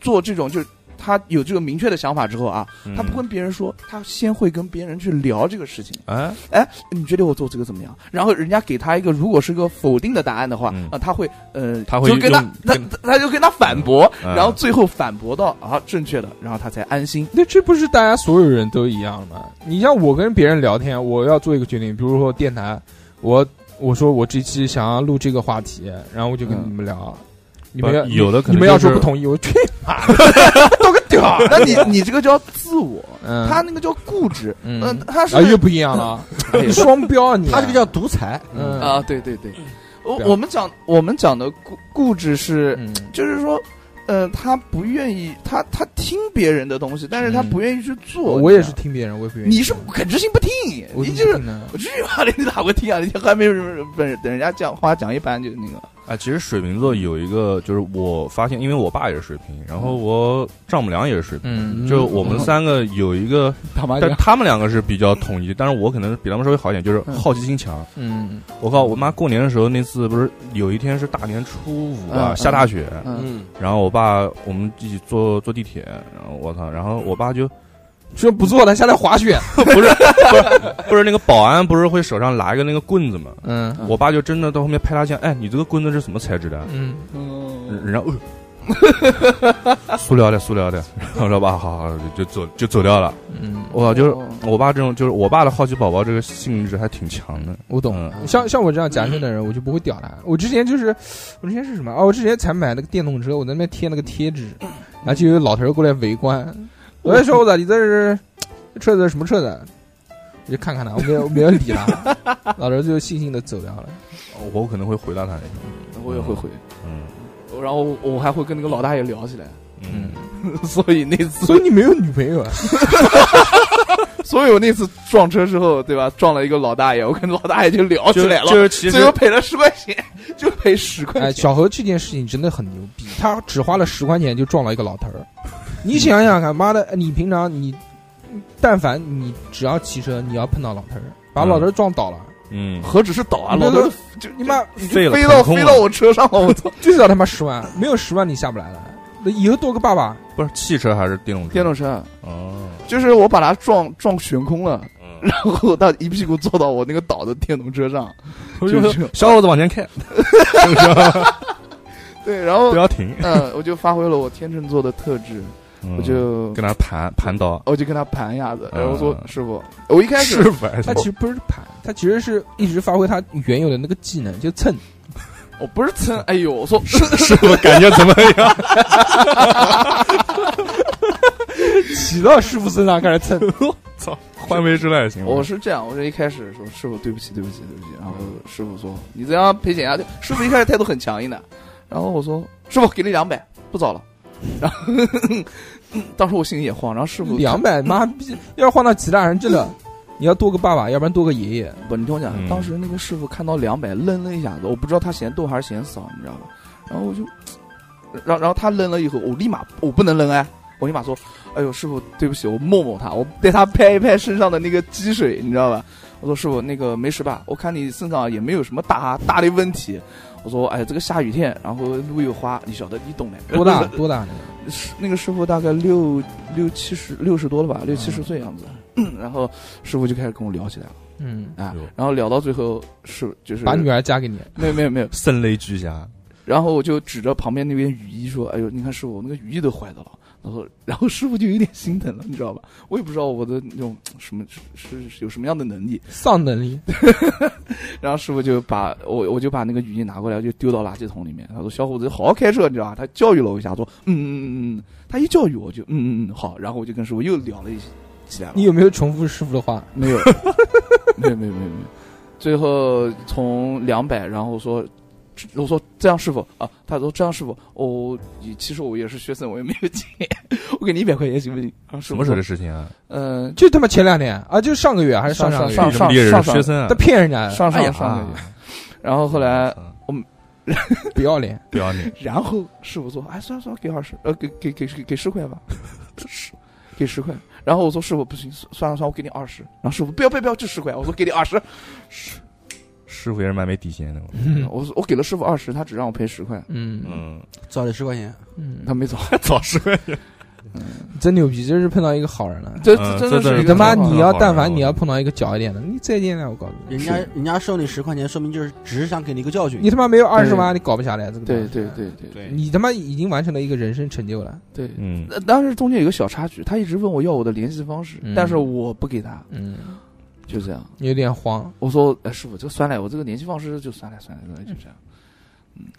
E: 做这种就是他有这个明确的想法之后啊，
D: 嗯
E: 他不跟别人说，他先会跟别人去聊这个事情。
D: 哎，
E: 哎，你觉得我做这个怎么样？然后人家给他一个如果是个否定的答案的话，啊、
D: 嗯
E: 他会呃，
D: 他会
E: 就跟他
D: 用
E: 他
D: 跟
E: 他他就跟他反驳，
D: 嗯
E: 然后最后反驳到啊正确的，然后他才 安心。
B: 那这不是大家所有人都一样的吗？你像我跟别人聊天，我要做一个决定，比如说电台，我我说我这期想要录这个话题，然后我就跟
E: 嗯
B: 你们聊，你
D: 不
B: 们要
D: 有的可能
B: 你们要
D: 就
B: 说
D: 是
B: 不同意，我去，
E: 都个
B: 啊
E: 屌！那你你这个叫自我，
B: 嗯，
E: 他那个叫固执，
B: 嗯
E: 嗯，他是
B: 啊又不一样 了，
E: 哎呦
B: 双标啊你，
C: 他这个叫独裁，
B: 嗯
E: 啊，对对对，我
B: 对啊
E: 我们讲我们讲的固固执是，
B: 嗯
E: 就是说，呃，他不愿意，他他听别人的东西，但是他
B: 嗯
E: 不愿意去做。
B: 我也是
E: 你知道吗，
B: 听别人，我也不愿意，
E: 你是肯执行不听，
B: 我
E: 你
B: 怎
E: 就
B: 么
E: 是
B: 听呢？
E: 我至于吗？你哪会听啊？你还没有什么本等人家讲话讲一半就那个，
D: 哎，其实水瓶座有一个，就是我发现，因为我爸也是水瓶，然后
E: 嗯
D: 我丈母娘也是水瓶，
B: 嗯，
D: 就我们三个有一个，
E: 嗯
B: 打麻
D: 但他们两个是比较统一，但是我可能比他们稍微好一点，就是好奇心强。
B: 嗯
D: 我靠，我妈过年的时候那次不是有一天是大年初五吧，
E: 嗯
D: 下大雪，
E: 嗯，
D: 然后我爸我们一起坐坐地铁，然后我操，然后我爸就
B: 说不做了，下来滑雪，
D: 不是那个保安不是会手上拿一个那个棍子嘛，
B: 嗯
E: 嗯
D: 我爸就真的到后面拍他肩，哎，你这个棍子是什么材质的？啊
B: 嗯，
D: 然后，呃塑料的，塑料的，然后说吧，好好就就走就走掉了。
B: 嗯，
D: 我靠，就是
E: 哦
D: 我爸这种，就是我爸的好奇宝宝这个性质还挺强的。
B: 我懂。
D: 嗯，
B: 像像我这样夹心的人，我就不会屌他。我之前就是，我之前是什么啊？我之前才买那个电动车，我在那边贴那个贴纸，然后就有老头儿过来围观。我就说：“我操，你这是这车子什么车子？”我就看看他，我没有我没有理他。老头儿就悻悻的走掉了。
D: 我可能会回答他一句，
E: 我也会回，
D: 嗯
E: 然后我我还会跟那个老大爷聊起来，
D: 嗯，
E: 所以那次，
B: 所以你没有女朋友啊？
E: 所以我那次撞车之后，对吧？撞了一个老大爷，我跟老大爷就聊起
D: 就
E: 来了，
D: 就是其
E: 最后
D: 实
E: 赔了十块钱，就赔十块
B: 哎，
E: 钱。
B: 小何这件事情真的很牛逼，他只花了十块钱就撞了一个老头儿。你想想看，妈的，你平常你，但凡你只要骑车，你要碰到老头儿，把老头儿撞倒了，
D: 嗯
E: 何止是倒啊，
B: 你
E: 老
B: 那
E: 头
B: 个
E: 就
B: 你妈
D: 废了，
E: 飞到
D: 腾空
E: 飞
D: 了
E: 到我车上了，我操！
B: 就是要他妈十万，没有十万你下不来了。那以后多个爸爸，
D: 不是汽车还是电动车？
E: 电动车啊
D: 哦，
E: 就是我把它撞撞悬空了，
D: 嗯，
E: 然后他一屁股坐到我那个倒的电动车上，
D: 我
E: 就
D: 就是说小伙子往前开，
E: 对，然后
D: 不要停。
E: 嗯，我就发挥了我天秤座的特质，
D: 嗯
E: 我就
D: 跟他盘盘刀，
E: 我就跟他盘一下子，然后说
D: 嗯
E: 师傅，我一开始
D: 是吧？
B: 他其实不是盘，他其实是一直发挥他原有的那个技能，就 蹭。
E: 我不是 蹭，哎呦，我说
D: 师傅感觉怎么样？
B: 骑到师傅身上开始蹭，
D: 换位置来行吗？
E: 我是这样，我是一开始说师傅对不起对不起对不起，然后师傅说你这样赔钱啊，师傅一开始态度很强硬的，然后我说师傅给你两百，不找了，然后 当时我心里也慌，然后师傅
B: 两百，妈逼，要是换到其他人，真的，你要多个爸爸，要不然多个爷爷。
E: 不，你听我讲，
D: 嗯
E: 当时那个师傅看到两百，愣了一下子，我不知道他嫌多还是嫌少，你知道吧？然后我就，然后然后他愣了以后，我立马我不能扔哎，我立马说，哎呦师傅对不起，我摸摸他，我带他拍一拍身上的那个积水，你知道吧？我说师傅那个没事吧？我看你身上也没有什么大大的问题。我说哎，这个下雨天，然后路又滑，你晓得你懂的。
B: 多 大？多大？
E: 师 那个师傅大概六六七十六十多了吧，六七十岁样子。嗯然后师傅就开始跟我聊起来了。
B: 嗯，
E: 啊
D: 哟，
E: 然后聊到最后是就是
B: 把女儿嫁给你，
E: 没有没有没有，
D: 声泪俱下，
E: 然后我就指着旁边那边雨衣说：“哎呦，你看师傅，我那个雨衣都坏掉了。”然后然后师傅就有点心疼了，你知道吧？我也不知道我的那种什么是是有什么样的能力，
B: 上能力，
E: 然后师傅就把我我就把那个雨衣拿过来，就丢到垃圾桶里面。他说：“小伙子，好好开车，你知道吧？”他教育了我一下，说：“嗯嗯嗯嗯。”他一教育我就嗯嗯嗯好，然后我就跟师傅又聊了一起来了。
B: 你有没有重复师傅的话？
E: 没有，没有，没有，没有，没有。最后从两百，然后说，我说这样师傅啊，他说这样师傅，哦，也其实我也是学生，我也没有钱，我给你一百块钱行不行？啊，
D: 什么时候的？事情啊？
E: 嗯、
B: 就他妈前两天啊，就上个月还是上
E: 上
B: 个
E: 上
B: 月
D: 你，这么猎人
E: 上
D: 是学生啊
B: 他？骗人家的，
E: 上上
B: 哎呀
E: 上个月
B: 啊
E: 然后后来，
B: 不要脸，
D: 不要嗯啊你，
E: 然后师傅说，哎，算了算了，给二十，呃，给给给给给十块吧，十，给十块。然后我说师傅不行，算了算了，我给你二十。然后师傅不要不要不要，就十块。我说给你二十，
D: 师傅也是蛮没底线的。
B: 嗯
E: 我说我给了师傅二十，他只让我赔十块，
B: 嗯
D: 嗯，
C: 找你十块钱，
E: 他
B: 嗯，
E: 没走。
D: 早师傅，
B: 真牛逼，真是碰到一个好人了。
E: 这
D: 嗯
E: 这真
D: 这真
E: 的是
D: 是
E: 一
B: 你
E: 个
B: 他妈
E: 很好的
B: 你要
D: 好人
B: 但
D: 好
B: 凡
D: 人
B: 你要碰到一个狡一点的，你再见了，我告诉你，
C: 人家人家收你十块钱，说明就是只是想给你一个教训。
B: 你他妈没有二十
E: 对
B: 万，你搞不下来这个。
E: 对对，对对
C: 对
B: 你他妈已经完成了一个人生成就了。
E: 对。
D: 嗯，
E: 呃当时中间有个小插曲，他一直问我要我的联系方式，
B: 嗯
E: 但是我不给他，
B: 嗯，
E: 就这样。
B: 有点慌，
E: 我说：“哎，师傅，这算了，我这个联系方式就算了算了，算了就这样。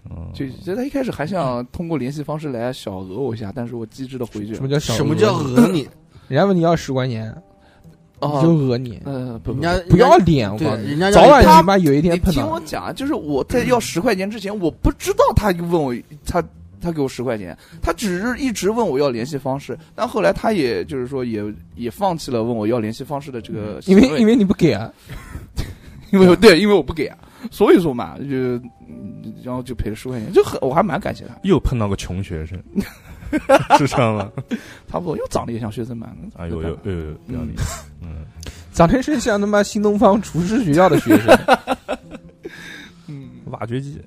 D: 嗯
E: 就”就他一开始还想通过联系方式来小讹我一下，但是我机智的回绝
B: 什么叫小
C: 什么叫
B: 讹你？
C: 讹你？
B: 人家问你要十块钱，
E: 啊
B: 你，就讹你，
E: 呃，不
C: 哦人
E: 不
B: 不
C: 家
B: 要
C: 人
B: 脸！我
C: 对
B: 告诉
C: 人
B: 你，
C: 家
B: 早晚
E: 让你
B: 他妈有一
E: 不
B: 天
E: 你
B: 碰
E: 听
B: 到
E: 我。讲啊，就是我在要十块钱之前，我不知道他问我他他给我十块钱，他只是一直问我要联系方式，但后来他也就是说也也放弃了问我要联系方式的这个
B: 因
E: 行为，
B: 为因为你不给啊，
E: 因为对，因为我不给啊，所以说嘛，就嗯然后就赔了十块钱，就很我还蛮感谢他，
D: 又碰到个穷学生，是这样吗？
E: 差不多又长得也像学生嘛。
D: 啊，有有有有，不要你，嗯，
B: 长得是像他妈新东方厨师学校的 学生。
E: 嗯，
D: 挖掘机，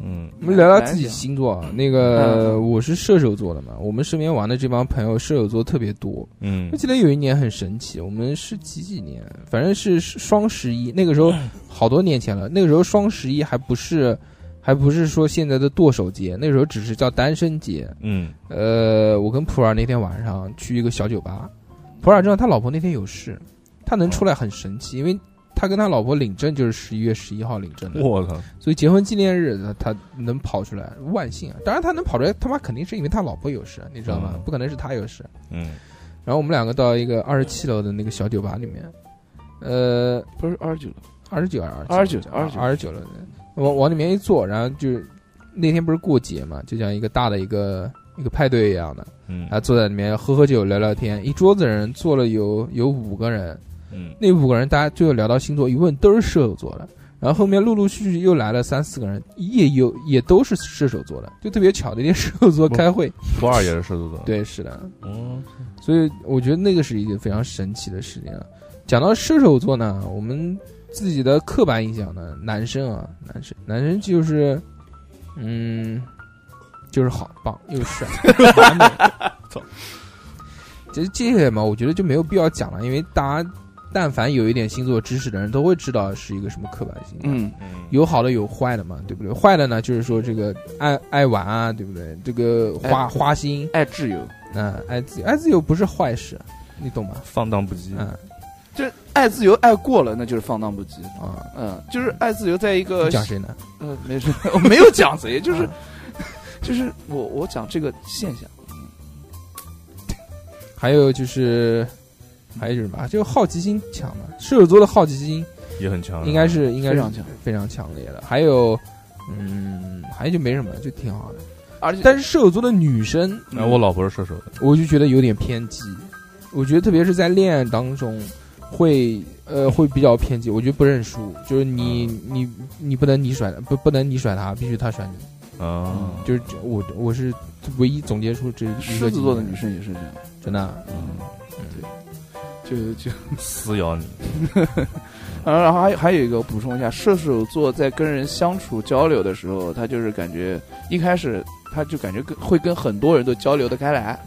D: 嗯
B: 我们聊聊自己星座啊，那个
C: 嗯
B: 我是射手座的嘛，我们身边玩的这帮朋友射手座特别多，
D: 嗯
B: 我，记得有一年很神奇，我们是几几年，反正是双十一，那个时候好多年前了。那个时候双十一还不是，还不是说现在的剁手节，那个时候只是叫单身节。
D: 嗯
B: 呃，我跟普洱那天晚上去一个小酒吧，普洱知道他老婆那天有事，他能出来很神奇，因为他跟他老婆领证就是十一月十一号领证的，
D: 我操，
B: 所以结婚纪念日他他能跑出来，万幸啊！当然他能跑出来，他妈肯定是因为他老婆有事，啊你知道吗？
D: 嗯
B: 不可能是他有事。啊
D: 嗯，
B: 然后我们两个到一个二十七楼的那个小酒吧里面，呃，
E: 不是二十九了，
B: 二十九还是
E: 29
B: 二二十九楼，往往里面一坐，然后就那天不是过节嘛，就像一个大的一个一个派对一样的，
D: 嗯
B: 然后坐在里面喝喝酒聊聊天，一桌子人坐了有有五个人，
D: 嗯
B: 那五个人大家最后聊到星座，一问都是射手座的。然后后面陆陆续续又来了三四个人，也有也都是射手座的，就特别巧，那天射手座开会，
D: 普洱也是狮子座，，
B: 对，是的，
D: 嗯
B: 所以我觉得那个是一件非常神奇的事情啊。讲到射手座呢，我们自己的刻板印象呢，男生啊，男生，男生就是，嗯，就是好棒又帅， 完美。
D: 操！
B: 其实这个嘛，我觉得就没有必要讲了，因为大家但凡有一点星座知识的人，都会知道是一个什么刻板印象。
E: 嗯，
D: 嗯，
B: 有好的有坏的嘛，对不对？坏的呢，就是说这个爱爱玩啊，对不对？这个花
E: 哎
B: 花心，
E: 爱自由，
B: 嗯，爱自由，爱自由不是坏事，啊你懂吗？
D: 放荡不羁，
B: 嗯
E: 就是爱自由，爱过了那就是放荡不羁。
B: 啊，
E: 嗯，就是爱自由，在一
B: 你
E: 个
B: 讲谁呢？
E: 呃，没事， 我没有讲谁，就是、 就是我我讲这个现象，嗯
B: 还有就是，还有就是什么？就好奇心强嘛，射手座的好奇心
D: 也很强，啊
B: 应该是应该
E: 非
B: 是
E: 常强，
B: 非常强烈的。还有，嗯，还有就没什么，就挺好的。
E: 而且
B: 但是射手座的女生，
D: 哎，我老婆是射手的，
B: 我就觉得有点偏激，我觉得特别是在恋爱当中会。呃，会比较偏激，我觉得不认输，就是你你你不能你甩不不能你甩他，必须他甩你，
D: 啊，
B: 嗯就是这我我是唯一总结出这一个
E: 狮子座的女
B: 经
E: 生也是这样，
B: 验真的啊，
E: 就就
D: 嗯撕咬你，
E: 然后然后还有还有一个补充一下，射手座在跟人相处交流的时候，他就是感觉一开始他就感觉跟会跟很多人都交流得开来，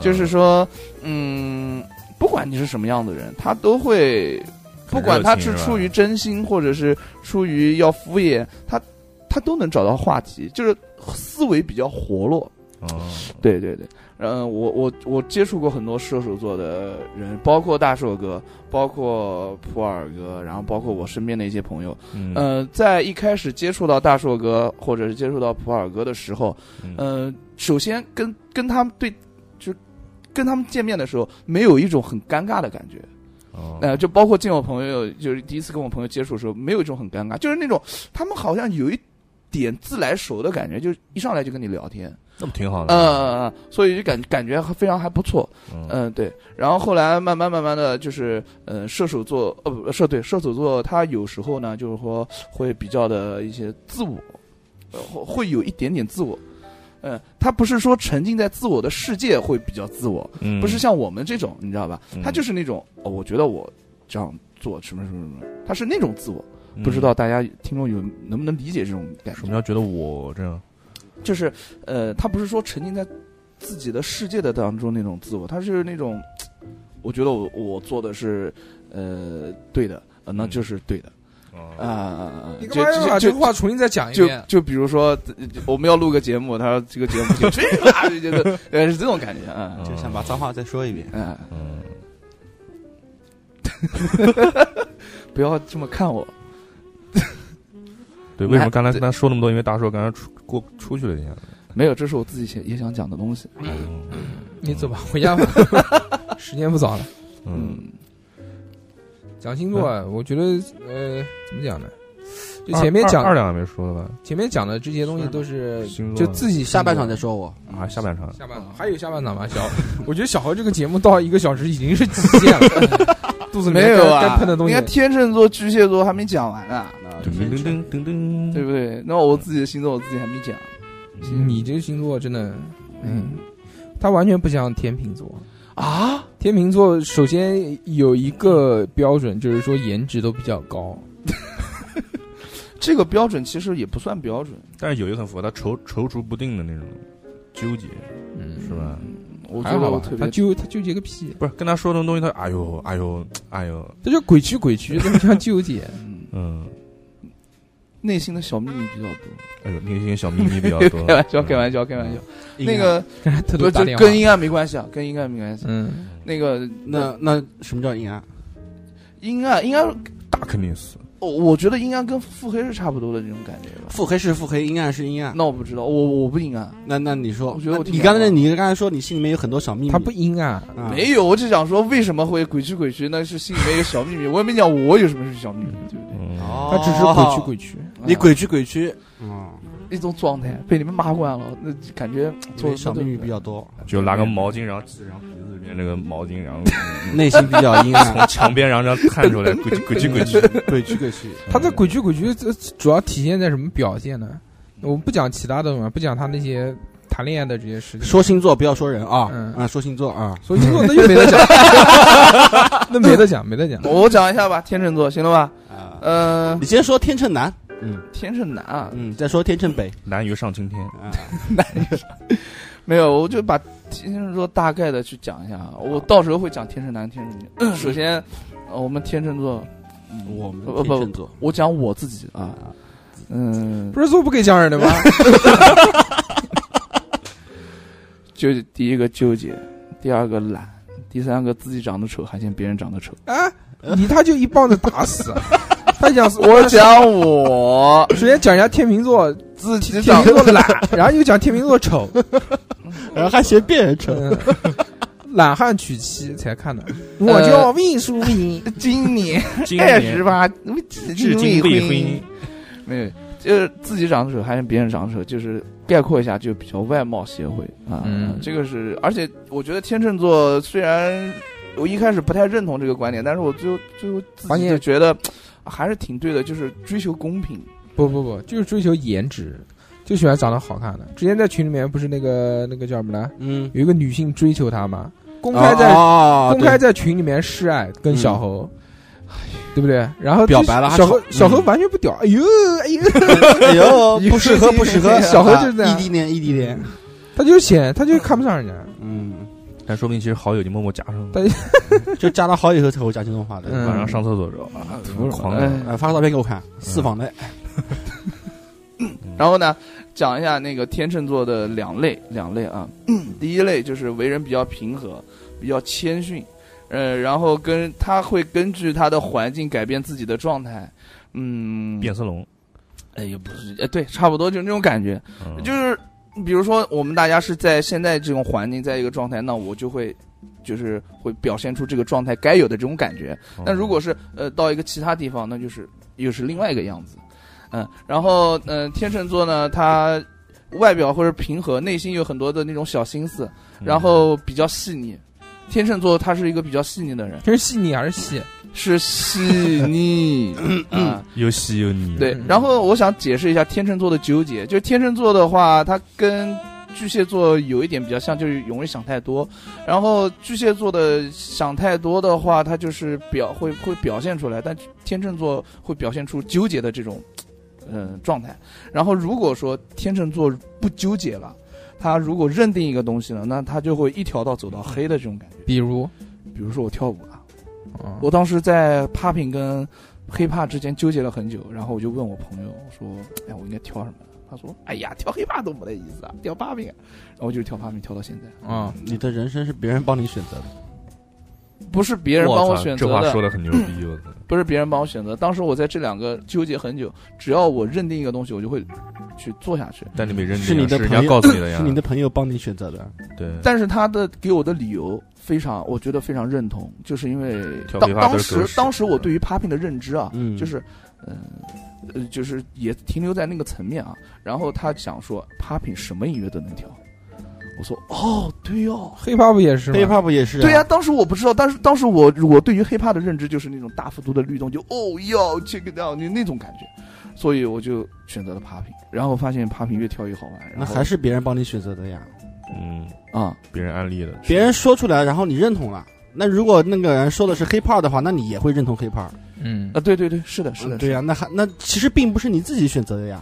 E: 就是说，嗯，不管你是什么样的人，他都会，不管他是出于真心或者是出于要敷衍，他他都能找到话题，就是思维比较活络，
D: 哦，
E: 对对对，嗯，我我我接触过很多射手座的人，包括大硕哥，包括普洱哥，然后包括我身边的一些朋友。
D: 嗯
E: 呃，在一开始接触到大硕哥或者是接触到普洱哥的时候，
D: 嗯
E: 呃，首先跟跟他们对，就是跟他们见面的时候，没有一种很尴尬的感觉。
D: 哦
E: 呃，就包括见我朋友，就是第一次跟我朋友接触的时候，没有一种很尴尬，就是那种他们好像有一点自来熟的感觉，就是一上来就跟你聊天，
D: 那不挺好的？
E: 嗯嗯嗯，所以就感感觉非常还不错，
D: 嗯
E: 嗯对。然后后来慢慢慢慢的就是，呃，射手座，呃不射对射手座，他有时候呢就是说会比较的一些自我，呃会会有一点点自我。嗯，他不是说沉浸在自我的世界会比较自我，
D: 嗯
E: 不是像我们这种，你知道吧
D: 嗯？
E: 他就是那种，哦，我觉得我这样做什么什么什么，他是那种自我。不知道大家听众有能不能理解这种
D: 嗯
E: 感受
D: 什么？叫觉得我这样？
E: 就是呃，他不是说沉浸在自己的世界的当中那种自我，他是那种，我觉得我我做的是呃对的，呃
B: 嗯
E: 那就是对的啊
D: 啊，
E: 啊啊！啊
B: 你
E: 就
B: 干嘛要把
E: 就
B: 这个话重新再讲一
E: 就
B: 遍？
E: 就比如说，呃我们要录个节目，他说这个节目就这个 啊，就觉得呃是这种感觉啊，
D: 嗯
C: 就想把脏话再说一遍。
E: 嗯，
D: 嗯，
E: 不要这么看我，
D: 对，为什么
E: 那
D: 刚才跟
E: 对
D: 他说那么多？因为大硕刚才出过出去了一下。
E: 没有，这是我自己想也想讲的东西。
D: 嗯
B: 你走吧，回家吧， 时间不早了。
D: 嗯，
B: 讲星座，啊，我觉得呃，怎么讲呢？就
D: 二
B: 前面
D: 二
B: 讲
D: 二两还没说吧？
B: 前面讲的这些东西都是
D: 星座
B: 就自己
C: 下半场
B: 星
C: 再说我，
D: 啊，还是下半场
B: 座。下半场还有下半场吗？小，我觉得小何这个节目到一个小时已经是极限了， 肚子里面
E: 没有
B: 该该
E: 啊
B: 喷的，东
E: 你
B: 西
E: 看天秤座、巨蟹座还没讲完呢，
B: 嗯
D: 噔噔噔噔噔，
E: 对不对？那我自己的星座我自己还没讲，
D: 嗯
B: 你这个星座真的，嗯
E: 嗯，
B: 他完全不像天秤座。
E: 啊，
B: 天秤座首先有一个标准，就是说颜值都比较高。
E: 这个标准其实也不算标准，
D: 但是有一个很符合他踌踌躇不定的那种纠结，
B: 嗯，
D: 是吧？
E: 我觉
B: 还
E: 得
B: 好
E: 我
B: 吧
E: 特，
B: 他
E: 别。
B: 纠他纠结个屁，
D: 不是跟他说的东西，他哎呦哎呦哎呦，
B: 这就鬼屈鬼 屈，这不叫纠结
E: 嗯
D: 嗯，
E: 内心的小秘密比较多，
D: 哎呦，内心小秘密比较 多。嗯
E: 开玩
B: 嗯
E: 笑，开玩笑，开玩笑。那个
B: 跟他偷
E: 不
B: 偷打
E: 就
B: 电话，
E: 跟阴暗没关系啊，跟阴暗没关系。
B: 嗯，
E: 那个
C: 那那什么叫阴暗？
E: 阴暗，阴暗，
D: 大肯定死。
E: 我我觉得阴暗跟腹黑是差不多的那种感觉吧。
C: 腹黑是腹黑，阴暗是阴暗。
E: 那我不知道，我我不阴暗，
C: 那那你说，
E: 我觉得我
C: 那
E: 挺
C: 你刚才
E: 阳光
C: 你刚才说你心里面有很多小秘密，
B: 他不阴暗，
C: 啊
E: 没有，我只想说为什么会鬼屈鬼屈，那是心里面有小秘密，我也没讲我有什么是小秘密，对不对？啊
D: 嗯，
B: 他只是鬼屈鬼屈。
C: 哦你鬼屈鬼屈，嗯，
E: 一种状态，被你们骂惯了，那感觉
C: 因为
E: 做
C: 小秘密比较多，
D: 就拿个毛巾，然后然后鼻子里面那个毛巾，然后
C: 嗯内心比较阴
D: 从
C: 暗，
D: 墙边然后这样探出来，鬼鬼鬼鬼鬼。
C: 鬼屈鬼屈。
B: 他这鬼屈鬼屈，这主要体现在什么表现呢？我们不讲其他的东西，不讲他那些谈恋爱的这些事情。
C: 嗯说星座不要说人啊
B: 嗯
C: 啊，说星座啊，
B: 所以星座那就没得讲， 那没得讲，没得讲。
E: 我讲一下吧，天秤座行了吧？
C: 啊，
E: 呃，
C: 你先说天秤男，
E: 天秤男啊，
C: 嗯，再说天秤北，
D: 男鱼上青天，
B: 哎
C: 啊，
E: 没有，我就把天秤座大概的去讲一下啊，我到时候会讲天秤男、天秤女。 首先，呃我们天秤座，
B: 嗯
C: 我们
E: 不不
C: 天秤座
E: 我讲我自己啊，嗯，
B: 不是说不给讲人的吗？
E: 就第一个纠结，第二个懒，第三个自己长得丑还嫌别人长得丑。
B: 啊，你他就一棒子打死。啊他讲
E: 我讲我
B: 首先讲人家天秤座，
E: 自己
B: 天
E: 长
B: 秤
E: 得
B: 座懒，然后又讲天秤座丑，
C: 然后还嫌别人丑，
B: 嗯懒汉娶妻才看的。我
C: 呃
B: 叫魏淑萍，
E: 今 年
D: 今
E: 二
D: 年
E: 十八，
D: 至
E: 至
D: 今未
E: 婚。
D: 婚。
E: 没有，就是自己长得丑还是别人长得丑，就是概括一下，就比较外貌协会啊。
B: 嗯
E: 这个是，而且我觉得天秤座虽然我一开始不太认同这个观点，但是我最后最后自
B: 发
E: 己
B: 现
E: 就觉得啊还是挺对的，就是追求公平。
B: 不不不，就是追求颜值，就喜欢长得好看的。之前在群里面不是那个那个叫什么来，
C: 嗯，
B: 有一个女性追求他嘛，公开在、
C: 哦嗯
B: 公开在群里面示爱，跟小猴。哎对不对？然后
C: 表白了还
B: 小猴
C: 丑
B: 小猴
C: 嗯
B: 完全不屌，哎呦哎呦，
C: 对 哎呦，
B: 有
C: 不适合不适合，
B: 小何就是这样
C: 啊异地恋异地恋，
B: 他就显他就看不上人家，
C: 嗯，
D: 但说不定其实好友已经默默加上了。
C: 就加了好友以后才会讲这种话的，呃
B: 嗯
D: 晚上上厕所的时候啊，狂
E: 哎
D: 的
B: 嗯
C: 啊，发个照片给我看，私访的，
E: 然后呢，讲一下那个天秤座的两类，两类啊。 第一类就是为人比较平和，比较谦逊，呃，然后跟他会根据他的环境改变自己的状态。嗯，
D: 变色龙，
E: 哎，也不是，哎，对，差不多就是那种感觉，
D: 嗯
E: 就是比如说我们大家是在现在这种环境，在一个状态，那我就会就是会表现出这个状态该有的这种感觉。
D: 嗯
E: 那如果是呃到一个其他地方，那就是又是另外一个样子，嗯，然后嗯、呃天秤座呢，他外表或者平和，内心有很多的那种小心思，
D: 嗯
E: 然后比较细腻。天秤座他是一个比较细腻的人，
B: 这是细腻还是细？
E: 是细腻 啊，
D: 又细又腻，
E: 对
B: 嗯。
E: 然后我想解释一下天秤座的纠结，就是天秤座的话，它跟巨蟹座有一点比较像，就是容易想太多。然后巨蟹座的想太多的话，它就是表会会表现出来，但天秤座会表现出纠结的这种嗯、呃状态。然后如果说天秤座不纠结了，他如果认定一个东西了，那他就会一条道走到黑的这种感觉。
B: 比如，
E: 比如说我跳舞了，
B: 啊
E: 我当时在 popping 跟 hiphop 之间纠结了很久，然后我就问我朋友我说：“哎，我应该跳什么？”他说：“哎呀，跳 hiphop 都没得意思啊，跳 popping。”然后我就是跳 popping 跳到现在，
B: 啊，
C: 你的人生是别人帮你选择的，
E: 不是别人
D: 哇
E: 帮我
D: 塞
E: 选
D: 这
E: 择
D: 话
E: 的，嗯
D: 说的很牛逼，我操！
E: 不是别人帮我选择。当时我在这两个纠结很久，只要我认定一个东西，我就会去做下去。
D: 但你没认定啊，
C: 是你的
D: 人
C: 朋
D: 家
C: 友
D: 告诉你的呀，
C: 是你的朋友帮你选择的。
D: 对，
E: 但是他的给我的理由非常，我觉得非常认同，就是因为
D: 跳
E: 当
D: hiphop
E: 当
D: 都是狗
E: 时
D: 屎
E: 当时我对于 popping 的认知啊，
C: 嗯
E: 就是，嗯、呃，就是也停留在那个层面啊。然后他讲说 popping 什么音乐都能跳，我说哦，对哦。
B: 黑怕不也是吗
C: hiphop 不也是、啊
E: 对呀、，当时我不知道，但是当时我我对于 hiphop 的认知就是那种大幅度的律动，就哦哟 check it out 那那种感觉，所以我就选择了 popping，然后发现 popping 越跳越好玩，然
C: 那
E: 后
C: 还是别人帮你选择的呀。
D: 嗯，
E: 啊、
D: 别人安利的，
C: 别人说出来，然后你认同了。那如果那个人说的是 hiphop 的话，那你也会认同 hiphop。
B: 嗯
E: 啊，对对对，是的，是的，
C: 对呀、那还那其实并不是你自己选择的呀。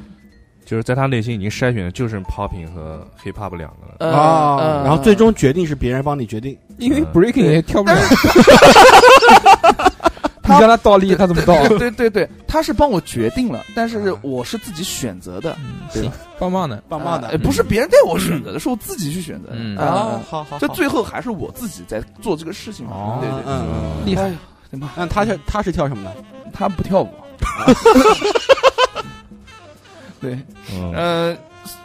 D: 就是在他内心已经筛选的就是 popping 和 hip hop 两个了。
E: 呃
C: 啊、
E: 呃
C: 然后最终决定是别人帮你决定。
B: 因为
D: 嗯
B: breaking 也跳不了。你
E: 他
B: 让他倒立，他怎么倒？
E: 对对对，他是帮我决定了，但是我是自己选择的，
B: 嗯
E: 对
B: 行
E: 吧，
B: 棒棒的。
C: 棒棒
E: 哎
C: 的。哦
E: 不是别人带我选择的，是我自己去选择的。
B: 嗯
E: 啊，
C: 好好
E: 这最后还是我自己在做这个事情嘛。对对，
C: 嗯嗯。
B: 厉害
E: 哎呀，对妈，
C: 那他是他是跳什么的？
E: 他不跳舞。 对，
D: 嗯，
E: 呃，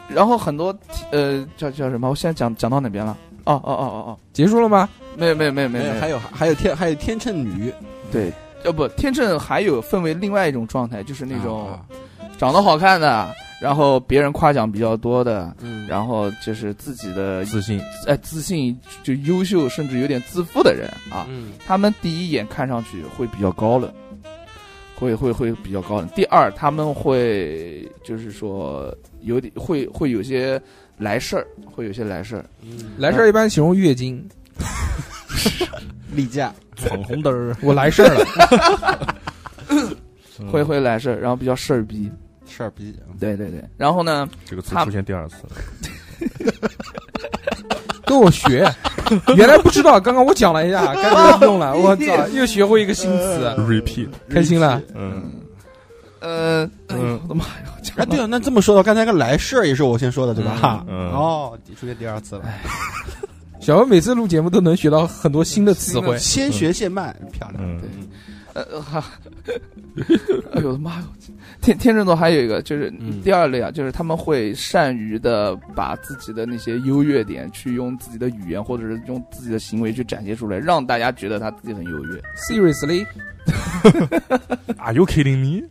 E: 然后很多呃叫叫什么？我现在讲讲到哪边了？哦哦哦哦
B: 结束了吗？
E: 哦，没有没有没有没有没
C: 还
E: 有，
C: 有还有天还有天秤女
E: 对，要不天秤还有分为另外一种状态，就是那种
C: 啊
E: 长得好看的，然后别人夸奖比较多的，
C: 嗯，
E: 然后就是自己的
D: 自信，
E: 哎自信就优秀，甚至有点自负的人啊，
C: 嗯
E: 他们第一眼看上去会比较高冷，会会会比较高冷。第二，他们会就是说有点会会有些来事儿，会有些来事儿。
C: 嗯
B: 来事儿一般形容月经，
C: 例假
D: 闯红灯儿，
B: 我来事儿了。
D: 嗯
E: 会会来事儿，然后比较事儿逼，
C: 事儿逼。
E: 对对对。然后呢，
D: 这个词
E: 他
D: 出现第二次了。
B: 跟我学。原来不知道，刚刚我讲了一下，该怎么用了，我操，又学会一个新词，
D: repeat，
B: 开心了。
D: 嗯
E: 呃，哎呦
D: 嗯
E: 我的妈呀，讲
C: 哎，对
E: 到
C: 啊，那这么说的，刚才那个来事儿也是我先说的，对吧？
E: 嗯
C: 哈
D: 嗯
C: 哦，出现第二次了。
B: 小文每次录节目都能学到很多新的词汇，
C: 先学现卖，漂亮。
D: 嗯，
E: 呃哈，哎呦我的妈哟！天天秤座还有一个就是
C: 嗯
E: 第二类啊，就是他们会善于的把自己的那些优越点，去用自己的语言或者是用自己的行为去展现出来，让大家觉得他自己很优越。
B: Seriously，
D: ，Are you kidding me？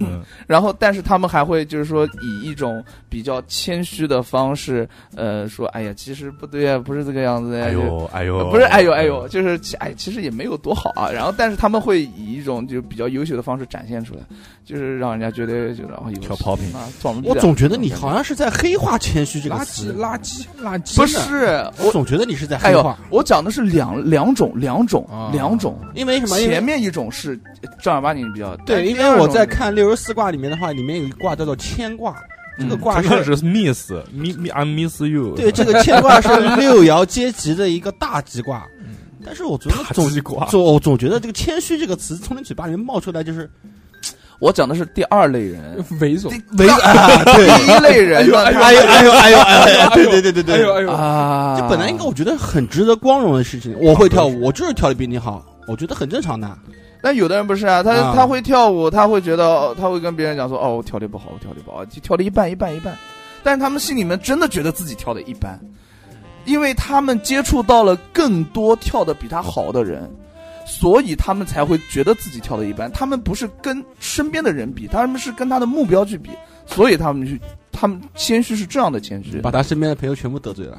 D: 嗯，
E: 然后，但是他们还会就是说以一种比较谦虚的方式，呃，说哎呀，其实不对啊，不是这个样子呀、
D: 哎
E: 就
D: 呦哎呦，
E: 不是，哎呦哎呦，，就是其哎，其实也没有多好啊。然后，但是他们会以一种就比较优秀的方式展现出来，就是让人家觉得，就然后有
D: 跳 popping
E: 啊，装逼啊
C: 我总觉得你好像是在黑化谦虚这个
B: 垃
C: 词
B: 圾，垃圾垃圾，
E: 不是
C: 我
E: 我，
C: 总觉得你是在
E: 哎
C: 黑
E: 呦
C: 化，，
E: 我讲的是两两种两种
B: 啊
E: 两种，
C: 因为什么？因
E: 前
C: 为
E: 面一种是正儿八经比较
C: 对，因为我在看六十四卦里面的话，里面有一卦叫做牵卦，这个卦
D: 他开
C: 是。
D: 始 miss me me I miss you，
C: 对，这个牵卦是六爻阶级的一个大吉卦，但是我觉得
D: 大
C: 总
D: 鸡瓜，
C: 总我总觉得这个谦虚这个词从你嘴巴里面冒出来，就是
E: 我讲的是第二类人，
B: 猥琐，
C: 没啊，对，
E: 第一类人 呢，
C: 哎呦哎呦哎呦哎呦，对对对对
B: 哎呦
C: 对，
B: 哎呦，
E: 啊，
C: 这本来应该我觉得很值得光荣的事情。我会跳舞，我就是跳的比你好，我觉得很正常的。
E: 但有的人不是啊，他、
C: 啊
E: 他会跳舞，他会觉得哦他会跟别人讲说，哦，我跳的不好，我跳的不好，就跳的一半一半一半。但是他们心里面真的觉得自己跳的一般，因为他们接触到了更多跳的比他好的人，所以他们才会觉得自己跳的一般。他们不是跟身边的人比，他们是跟他的目标去比，所以他们去，他们谦虚是这样的谦虚，
C: 把他身边的朋友全部得罪了，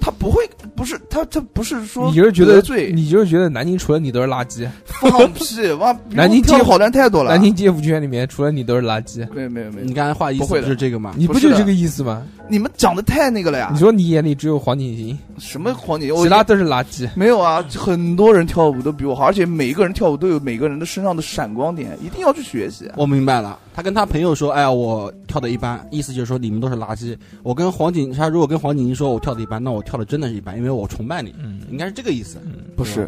E: 他不会，不是他，他不是说
B: 你就是觉
E: 得
B: 得
E: 罪
B: 你就是觉得南京除了你都是垃圾，
E: 放屁，哇， 比
B: 南
E: 我
B: 京
E: 跳
B: 街
E: 得好的人太多了，
B: 南京街服圈里面除了你都是垃圾，
E: 没有没有没有
C: 你。刚才话意思
E: 不会
C: 不
E: 的
C: 是这个吗？
B: 你不
E: 不是
B: 就
E: 的
B: 这个意思吗？
E: 你们讲的太那个了呀！
B: 你说你眼里只有黄景行，
E: 什么黄啊景？我
B: 其他都是垃圾。
E: 没有啊，很多人跳舞都比我好，而且每一个人跳舞都有每个人的身上的闪光点，一定要去学习。
C: 我明白了，他跟他朋友说：“哎呀，我跳的一般。”意思就是说你们都是垃圾。我跟黄景，他如果跟黄景怡说我跳的一般，那我跳的真的是一般，因为我崇拜你，应
B: 嗯，
C: 该是这个意思。
E: 不是，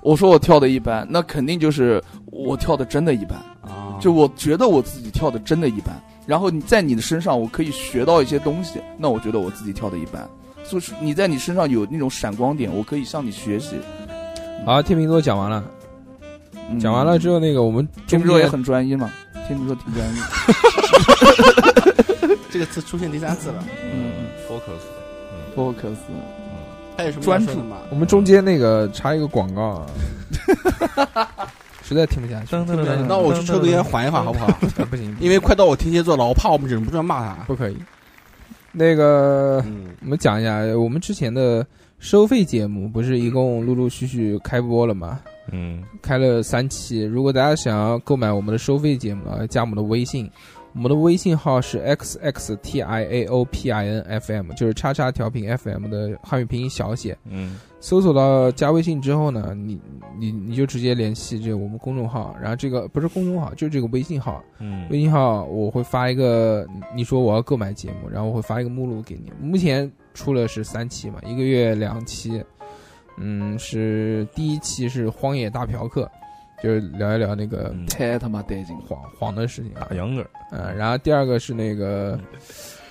E: 我说我跳的一般，那肯定就是我跳的真的一般，
C: 啊，
E: 就我觉得我自己跳的真的一般。然后你在你的身上，我可以学到一些东西，那我觉得我自己跳的一般。就是你在你身上有那种闪光点，我可以向你学习。
B: 好，天秤座讲完了，
E: 嗯
B: 讲完了之后，那个我们
E: 天秤
B: 中
E: 座也
B: 间
E: 很专一嘛，天秤座 挺专一。
C: 这个词出现第三次了，
E: 嗯
D: ，focus，
E: ，focus。
C: 还有什么
E: 专
C: 要
E: 注
C: 说的吗？
B: 我们中间那个插一个广告啊，实在听不下去，
C: 那我去抽根烟缓一缓好不好？
B: 啊 不行，
C: 因为快到我天蝎座了，我怕我们忍不住要骂他。
B: 不可以。那个，
C: 嗯，
B: 我们讲一下我们之前的收费节目，不是一共陆陆续续开播了吗？
D: 嗯，
B: 开了三期。如果大家想要购买我们的收费节目啊，加我们的微信，我们的微信号是 x x t i a o p i n f m，就是叉叉调频 FM 的汉语拼音小写。
D: 嗯，
B: 搜索到加微信之后呢，你你你就直接联系这个我们公众号，然后这个不是公众号，就是这个微信号。
D: 嗯，
B: 微信号我会发一个，你说我要购买节目，然后我会发一个目录给你。目前出了是三期嘛，一个月两期。嗯，是第一期是《荒野大嫖客》，就是聊一聊那个
D: 嗯
E: 太他妈带劲了！
B: 黄黄的事情啊
D: 打。秧歌儿，
B: 嗯，然后第二个是那个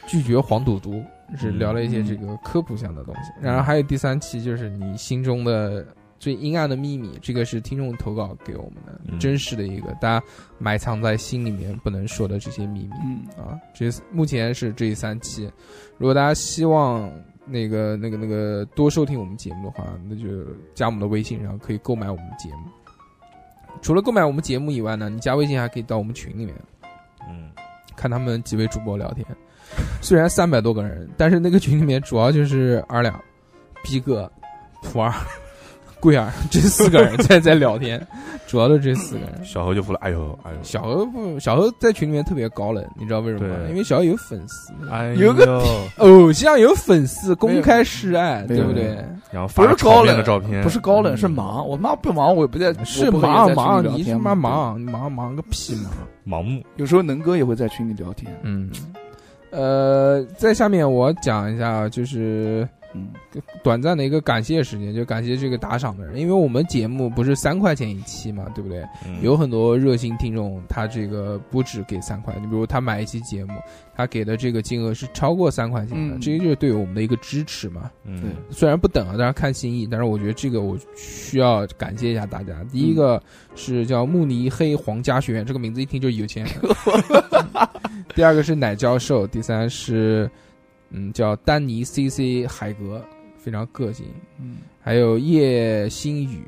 B: 拒绝黄赌毒，是聊了一些这个科普项的东西。然后还有第三期就是你心中的最阴暗的秘密，这个是听众投稿给我们的、
D: 嗯
B: 真实的一个大家埋藏在心里面不能说的这些秘密。
E: 嗯，
B: 啊，这目前是这三期。如果大家希望那个、那个、那个多收听我们节目的话，那就加我们的微信，然后可以购买我们节目。除了购买我们节目以外呢，你加微信还可以到我们群里面
D: 嗯，
B: 看他们几位主播聊天。虽然三百多个人，但是那个群里面主要就是二两、逼哥、普二、贵儿这四个人在在聊天，主要都是这四个人。
D: 小何就服了，哎呦，哎呦，
B: 小何不，小何在群里面特别高冷，你知道为什么吗？
D: 对
B: 因为小何有粉丝。
D: 哎呦，
E: 有个
B: 偶像有粉丝公开示爱，
E: 没
B: 对
E: 有
B: 不
D: 没有
B: 对？
D: 然后发了
E: 不是高
D: 炒面的
E: 冷
D: 照片，嗯
E: 不是高冷，是忙。我妈不忙，我也不在，
B: 是
E: 我不会也
B: 忙
E: 在群里
B: 忙，
E: 聊天
B: 你他妈。忙忙忙个屁忙！
D: 盲目，
E: 有时候能哥也会在群里聊天。
B: 嗯，呃，在下面我讲一下，就是
E: 嗯，
B: 短暂的一个感谢时间，就感谢这个打赏的人，因为我们节目不是三块钱一期嘛，对不对？
D: 嗯
B: 有很多热心听众，他这个不止给三块，你比如他买一期节目，他给的这个金额是超过三块钱的，
E: 嗯
B: 这就是对我们的一个支持嘛。
D: 嗯，
B: 虽然不等啊，但是看心意。但是我觉得这个我需要感谢一下大家。第一个是叫慕尼黑皇家学院，这个名字一听就是有钱人。第二个是奶教授，第三是嗯叫丹尼 C C 海格，非常个性。
E: 嗯，
B: 还有叶星宇，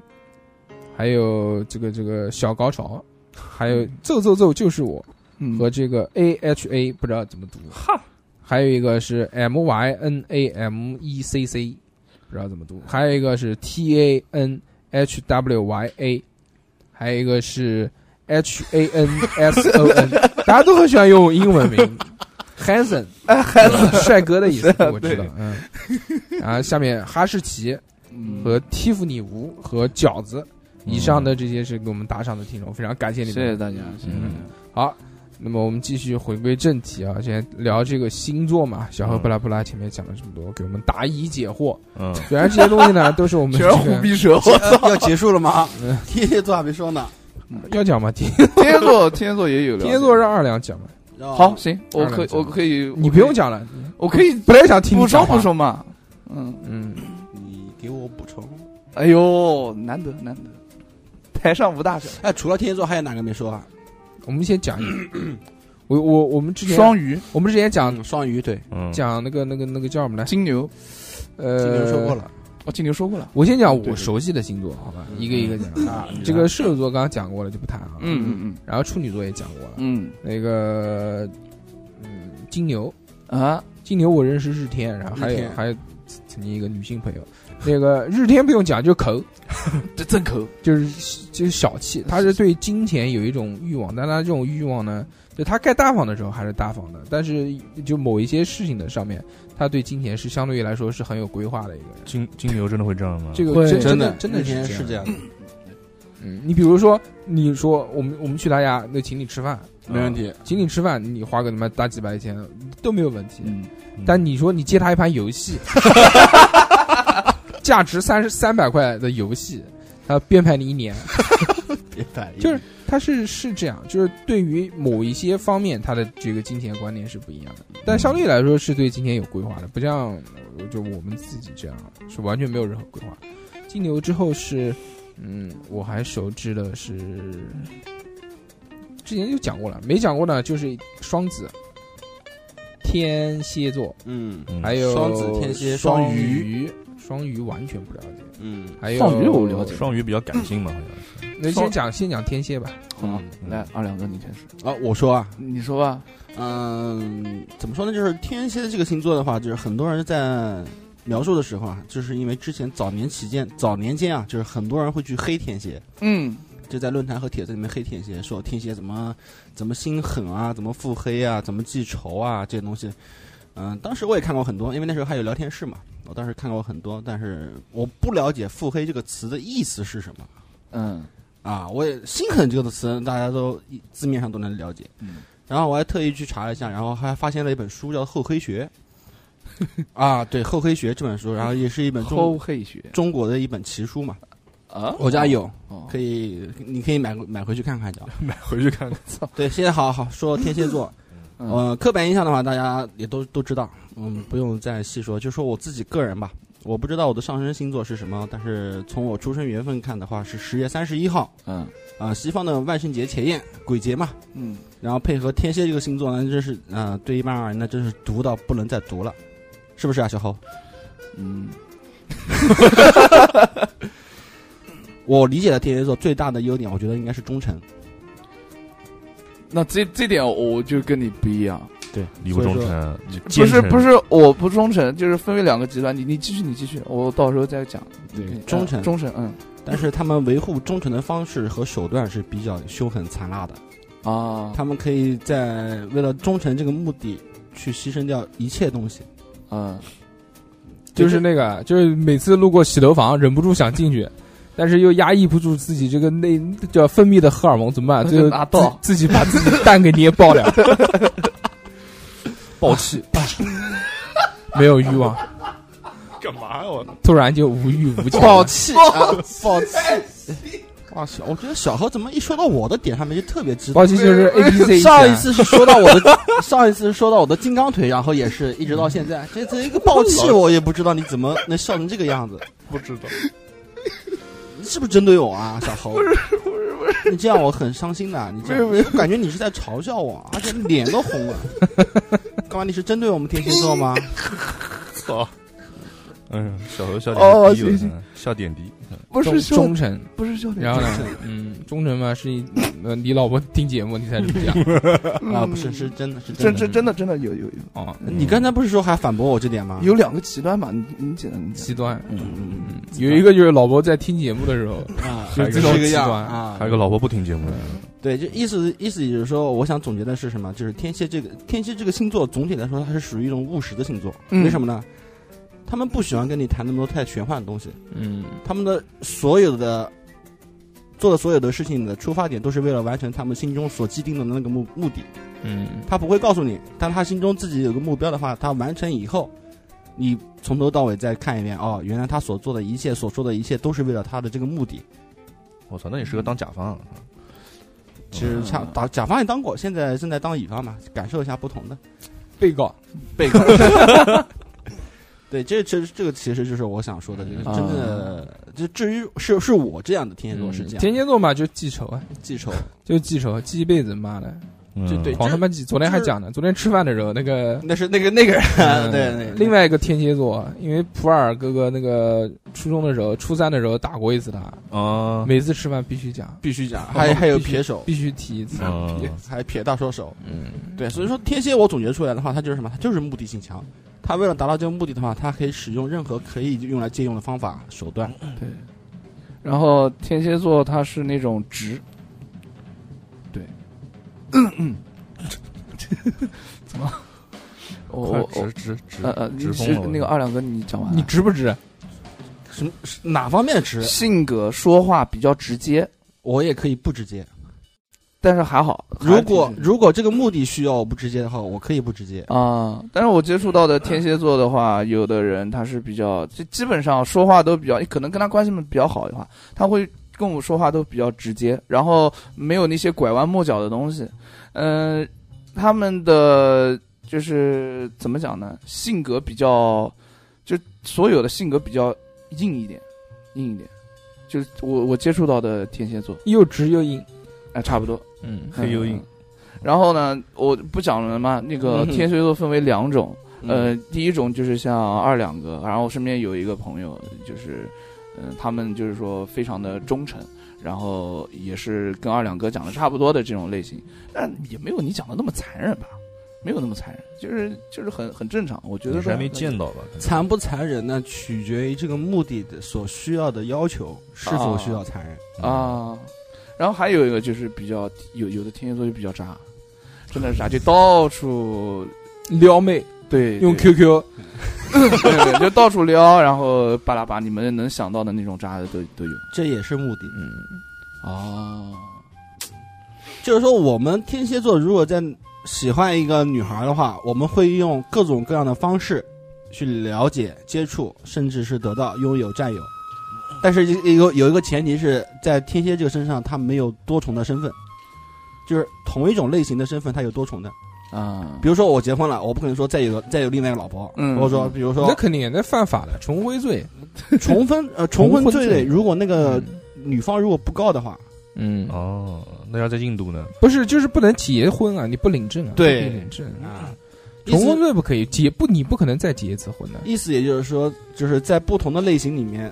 B: 还有这个这个小高潮，还有奏奏奏就是我
E: 嗯
B: 和这个 A H A 不知道怎么读。
D: 哈，
B: 还有一个是 M Y N A M E C C，不知道怎么读。还有一个是 T A N H W Y A，还有一个是 H A N S O N，大家都很喜欢用英文名。Hanson，帅哥的意思，我知道。嗯，然后下面哈士奇和蒂芙尼吴和饺子，以上的这些是给我们打赏的听众，非常感谢你
E: 谢
B: 们。
E: 谢大家，谢谢大家。
B: 好，那么我们继续回归正题啊，先聊这个星座嘛。小何
D: 嗯
B: 布拉布拉前面讲了这么多，给我们答疑解 惑。
D: 嗯，
B: 虽
E: 嗯
B: 然这些东西呢，都是我们
E: 全是虎
B: 这
E: 皮蛇，
C: 要结束了吗？天蝎座还没说呢。
B: 要讲吗？ 天
E: 天蝎座，天蝎座也有聊。
B: 天蝎座让二两 讲吧，
E: 好，行，我
B: 二两
E: 可以
B: 讲
E: 我可以，
B: 你不用讲了，
E: 我可以，我
B: 本来想
E: 可以
B: 听你
E: 补
B: 讲
E: 充
B: 话
E: 补，充嘛。嗯，
B: 嗯，
C: 你给我补充。
E: 哎呦，难得难得，台上无大小。
C: 哎，除了天蝎座，还有哪个没说啊？
B: 我们先讲一个， 我我我们之前
E: 双鱼、
B: 我们之前讲
C: 嗯，双鱼对，
D: 嗯，
B: 讲那个那个那个叫什么来？
E: 金牛，
C: 金
B: 呃，
C: 牛说过。了，
E: 哦，金牛说过了。
B: 我先讲
C: 对
B: 我
C: 对
B: 熟悉的星座，好吧，一个一个讲
C: 啊
B: 这个射手座刚刚讲过了，就不谈啊。
E: 嗯嗯嗯
B: 然后处女座也讲过了，
E: 嗯
B: 那个嗯，金牛，
E: 嗯啊，
B: 金牛我认识日天，然后还
C: 日
B: 有
C: 天
B: 还有曾经一个女性朋友， 那个日天不用讲，就抠，
E: 这正口。
B: 就是就是小气，他是对金钱有一种欲望，但他这种欲望呢，就他该大方的时候还是大方的，但是就某一些事情的上面，他对金钱是相对于来说是很有规划的一个人。
D: 金金牛真的会这样吗？
B: 这个
C: 会
B: 真
C: 真
B: 的
C: 的
B: 真的
C: 天
B: 是
C: 是这样，
B: 嗯，你比如说，你说我们我们去他家，那请你吃饭，啊
C: 没问题。
B: 请你吃饭，你花个他妈大几百钱都没有问题。
E: 嗯，
D: 嗯，
B: 但你说你借他一盘游戏，价值三十三百块的游戏，他编排你一年，
C: 别反应
B: 就是他是是这样，就是对于某一些方面，他的这个金钱观念是不一样的，但相对来说是对金钱有规划的，不像呃就我们自己这样是完全没有任何规划。金牛之后是，嗯，我还熟知的是，之前就讲过了，没讲过呢就是双子、天蝎座，
C: 嗯
D: 嗯
B: 还有
C: 双子天蝎
B: 双
C: 双鱼
B: 鱼，双鱼完全不了解。
C: 嗯，
B: 还有
E: 双鱼我了解
D: 双鱼比较感性嘛，好像是。
B: 那
E: 双
B: 先讲先讲天蝎吧。
E: 好
D: 嗯
E: 来二两哥你开始，
C: 啊，我说啊，
E: 你说吧。
C: 嗯，怎么说呢？就是天蝎的这个星座的话，就是很多人在描述的时候啊，就是因为之前早年期间，早年间啊，就是很多人会去黑天蝎，
E: 嗯，
C: 就在论坛和帖子里面黑天蝎，说天蝎怎么怎么心狠啊，怎么腹黑啊，怎么记仇啊这些东西。嗯，当时我也看过很多，因为那时候还有聊天室嘛，我当时看过很多，但是我不了解“腹黑”这个词的意思是什么
E: 嗯
C: 啊。我也“心狠”这个词 大家都一字面上都能了解，
E: 嗯
C: 然后我还特意去查了一下，然后还发现了一本书叫《厚黑学》啊，对，《厚黑学》这本书，然后也是一本
E: 厚
C: 中
E: 黑学
C: 中国的一本奇书嘛，
E: 啊，
C: 我家有，
E: 哦
C: 可以，你可以买买回去看看去啊。
D: 买回去看看。
C: 对，现在好好说天蝎座，
E: 嗯
C: 呃，刻板印象的话，大家也都都知道，嗯，不用再细说，就说我自己个人吧。我不知道我的上升星座是什么，但是从我出生缘分看的话，是十月三十一号
E: 嗯
C: 啊、西方的万圣节前夜，鬼节嘛，
E: 嗯
C: 然后配合天蝎这个星座呢，真是呃，对一般而言呢，真是毒到不能再毒了，是不是啊，小侯？
E: 嗯
C: 我理解的天蝎座最大的优点，我觉得应该是忠诚。
E: 那这这点我就跟你不一样，
C: 对，
D: 你不忠诚，你
E: 不
D: 坚
E: 是
D: 贞
E: 不，是我不忠诚，就是分为两个极端。你你继续你继续，我到时候再讲。
C: 对
E: 嗯
C: 忠诚
E: 忠诚，嗯
C: 但是他们维护忠诚的方式和手段是比较凶狠残辣的。
E: 啊
C: 他们可以在为了忠诚这个目的去牺牲掉一切东西。
E: 嗯
B: 就是那个，就是每次路过洗头房，忍不住想进去，但是又压抑不住自己这个内叫分泌的荷尔蒙，怎么办？
E: 那
B: 最
E: 就
B: 后
E: 拿
B: 自
E: 刀
B: 自己把自己的蛋给捏爆了， 爆气，没有欲望，
D: 干嘛呀？我
B: 突然就无欲无求了。
C: 暴气，啊 暴气！哎哇塞，我觉得小何怎么一说到我的点上面就特别激动
B: 暴。气就是 A B C
C: 上一次是说到我的， 上一次是说到我的金刚腿，然后也是一直到现在。这次一个暴气，我也不知道你怎么能笑成这个样子。
D: 不知道。
C: 你是不是针对我啊，小 侯？不是不是不是，你这样我很伤心的。你这样，我感觉你是在嘲笑我，啊而且脸都红 了。干嘛？你是针对我们天蝎座吗？
D: 操！嗯，小何笑
E: 哦
D: 点滴了
E: 行，
D: 嗯笑点滴。嗯
E: 不
B: 忠
E: 是
B: 忠
E: 兄，
B: 诚，
E: 不是兄弟，
B: 然后呢，嗯，忠诚嘛是一，呃你老婆听节目你才这么讲
C: 啊，不是，是真的，是真
E: 真
C: 的。
E: 真真的真的有有有
B: 哦，
C: 你刚才不是说还反驳我这点吗？
E: 有两个极端嘛？你你讲你讲
B: 极端。
C: 嗯嗯
B: 嗯有一个就是老婆在听节目的时候，
C: 嗯啊，
B: 就这
C: 是
B: 种
C: 这个
B: 极
C: 样
B: 端
C: 啊
D: 还有。个老婆不听节目的，
C: 对，就意思意思也就是说，我想总结的是什么？就是天蝎这个天蝎这个星座，总体来说它是属于一种务实的星座。
E: 嗯
C: 为什么呢？他们不喜欢跟你谈那么多太玄幻的东西，
B: 嗯，
C: 他们的所有的做的所有的事情的出发点都是为了完成他们心中所既定的那个目目的。
B: 嗯，
C: 他不会告诉你，但他心中自己有个目标的话，他完成以后，你从头到尾再看一遍，哦，原来他所
B: 嗯
C: 做的一切、所说的一切都是为了他的这个目的。
D: 我操，那你适合当甲方啊，
C: 其实恰打甲方也当过，现在正在当乙方嘛，感受一下不同的。
B: 被告
C: 被告。对，这这这个其实就是我想说的，这个
E: 嗯
C: 真的，
B: 啊
C: 就至于是是我这样的天蝎座是这样，
B: 天蝎座嘛，就记仇啊，
C: 记仇，
B: 就记仇，记一辈子，妈的，
C: 就对
B: 狂他妈记。昨天还讲呢，昨天吃饭的时候，那个
C: 那是那个那个人， 对，那
B: 嗯另外一个天蝎座，因为普洱哥哥那个初中的时候，初三的时候打过一次他，
D: 啊，
B: 每次吃饭必须讲，
C: 必须讲，还还有撇手，
B: 必须提一次。
D: 嗯
C: 撇还撇大双手，
B: 嗯，
C: 对，所以说天蝎我总结出来的话，它就是什么？它就是目的性强。它为了达到这个目的的话，它可以使用任何可以用来借用的方法手段。
E: 对，然后天蝎座他是那种直，对，嗯 怎么了？我
D: 快
E: 我我
D: 直直直
E: 呃呃，你
D: 直
E: 是
D: 疯了，
E: 那个二两哥，你讲完
B: 你
E: 了。
B: 值不值？
C: 什么嗯是哪方面直？
E: 性格说话比较直接，
C: 我也可以不直接。
E: 但是还好。
C: 如果
E: 还是
C: 如果这个目的需要我不直接的话，我可以不直接。
E: 啊、但是我接触到的天蝎座的话，有的人他是比较，就基本上说话都比较，可能跟他关系比较好的话，他会跟我说话都比较直接，然后没有那些拐弯抹角的东西。嗯、他们的就是怎么讲呢？性格比较，就所有的性格比较硬一点，硬一点。就是我我接触到的天蝎座，
B: 又直又硬。
E: 哎、差不多。
B: 嗯，
D: 黑又硬
E: 嗯。然后呢，我不讲了嘛。那个
C: 嗯哼
E: 天蝎座分为两种，
C: 嗯，
E: 呃，第一种就是像二两哥，然后我身边有一个朋友，就是，嗯、他们就是说非常的忠诚，然后也是跟二两哥讲的差不多的这种类型，但也没有你讲的那么残忍吧，没有那么残忍，就是就是很很正常，我觉得
D: 你是还没
E: 都
D: 见到 吧？
C: 残不残忍呢？取决于这个目的的所需要的要求是否需要残忍。
E: 啊。然后还有一个就是比较有有的天蝎座就比较渣，真的是啊渣，就到处
B: 撩妹
E: 对
B: 用
E: 对
B: QQ，
E: 对对就到处撩，然后巴拉巴，你们能想到的那种渣的都都有
C: 这也是目的。
E: 哦。
C: 就是说，我们天蝎座如果在喜欢一个女孩的话，我们会用各种各样的方式去了解、接触，甚至是得到、拥有、占有。但是一个有一个前提是在天蝎这个身上，他没有多重的身份，就是同一种类型的身份，他有多重的。
E: 啊，
C: 比如说我结婚了，我不可能说再有个再有另外一个老婆，
E: 嗯
C: 或者说比如
B: 那
C: 说
B: 肯定那犯法的，重婚罪。
C: 重婚呃重
B: 重婚
C: 婚
B: 嗯
C: 罪
B: 罪
C: 类，如果那个女方如果不告的话，
B: 嗯，
D: 哦，那要在印度呢？
B: 不是，就是不能结婚啊，你不领证啊，
C: 对
B: 不可以领证。
C: 啊，
B: 重
C: 意思
B: 婚罪不可以结，不你不可能再结一次婚的。
C: 意思也就是说，就是在不同的类型里面，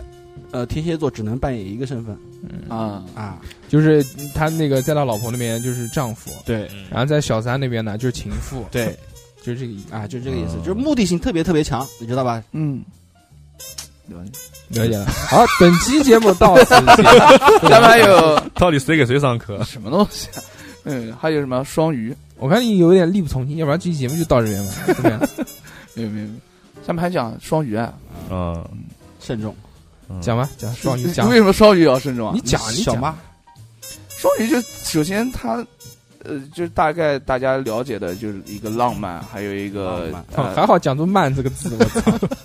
C: 呃，天蝎座只能扮演一个身份
B: 嗯
E: 啊
C: 啊。
B: 就是他那个在他老婆那边就是丈夫，
C: 对
E: 嗯
D: 啊
B: 然后在小三那边呢就是情妇，
C: 对
B: 就是这个意思。
C: 啊，就是这个意思，
D: 嗯
C: 就是目的性特别特别强，你知道吧？
E: 嗯，了
B: 了解了。好，本期节目到此结束。
E: 解。咱们还有？
D: 到底谁给谁上课
E: 什么东西啊？嗯，还有什么双鱼？
B: 我看你有点力不从心，要不然这期节目就到这边吧，怎么 样？
E: 没有没有，没有咱们还讲双鱼啊？
D: 啊，
C: 慎重，
D: 嗯
B: 讲吧，讲双鱼，讲
E: 为。什么双鱼要慎重啊
B: 你？讲，你
C: 小
B: 讲。
C: 妈，
E: 双鱼就首先他。呃，就大概大家了解的，就是一个浪漫，还有一个
C: 浪漫
E: 呃
B: 嗯还好讲出“慢”这个字， 我操！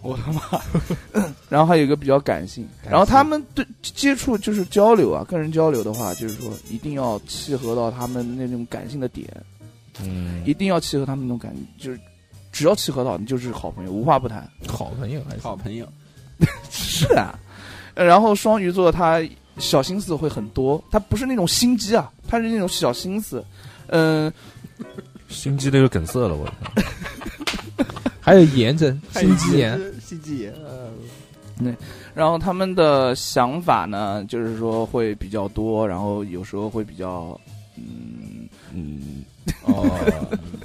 E: 我他妈，然后还有一个比较感性，然后他们对接触就是交流啊，跟人交流的话，就是说一定要契合到他们那种感性的点，
D: 嗯，
E: 一定要契合他们那种感觉，就是只要契合到，你就是好朋友，无话不谈。
B: 好朋友还是
C: 好朋友，
E: 是啊，呃然后双鱼座他小心思会很多，他不是那种心机啊，他是那种小心思。嗯、
D: 心机都有梗塞了，我操！
B: 还有炎症、心肌炎，，
C: 心机眼，
E: 嗯然后他们的想法呢，就是说会比较多，然后有时候会比较，嗯，
D: 嗯，
C: 哦，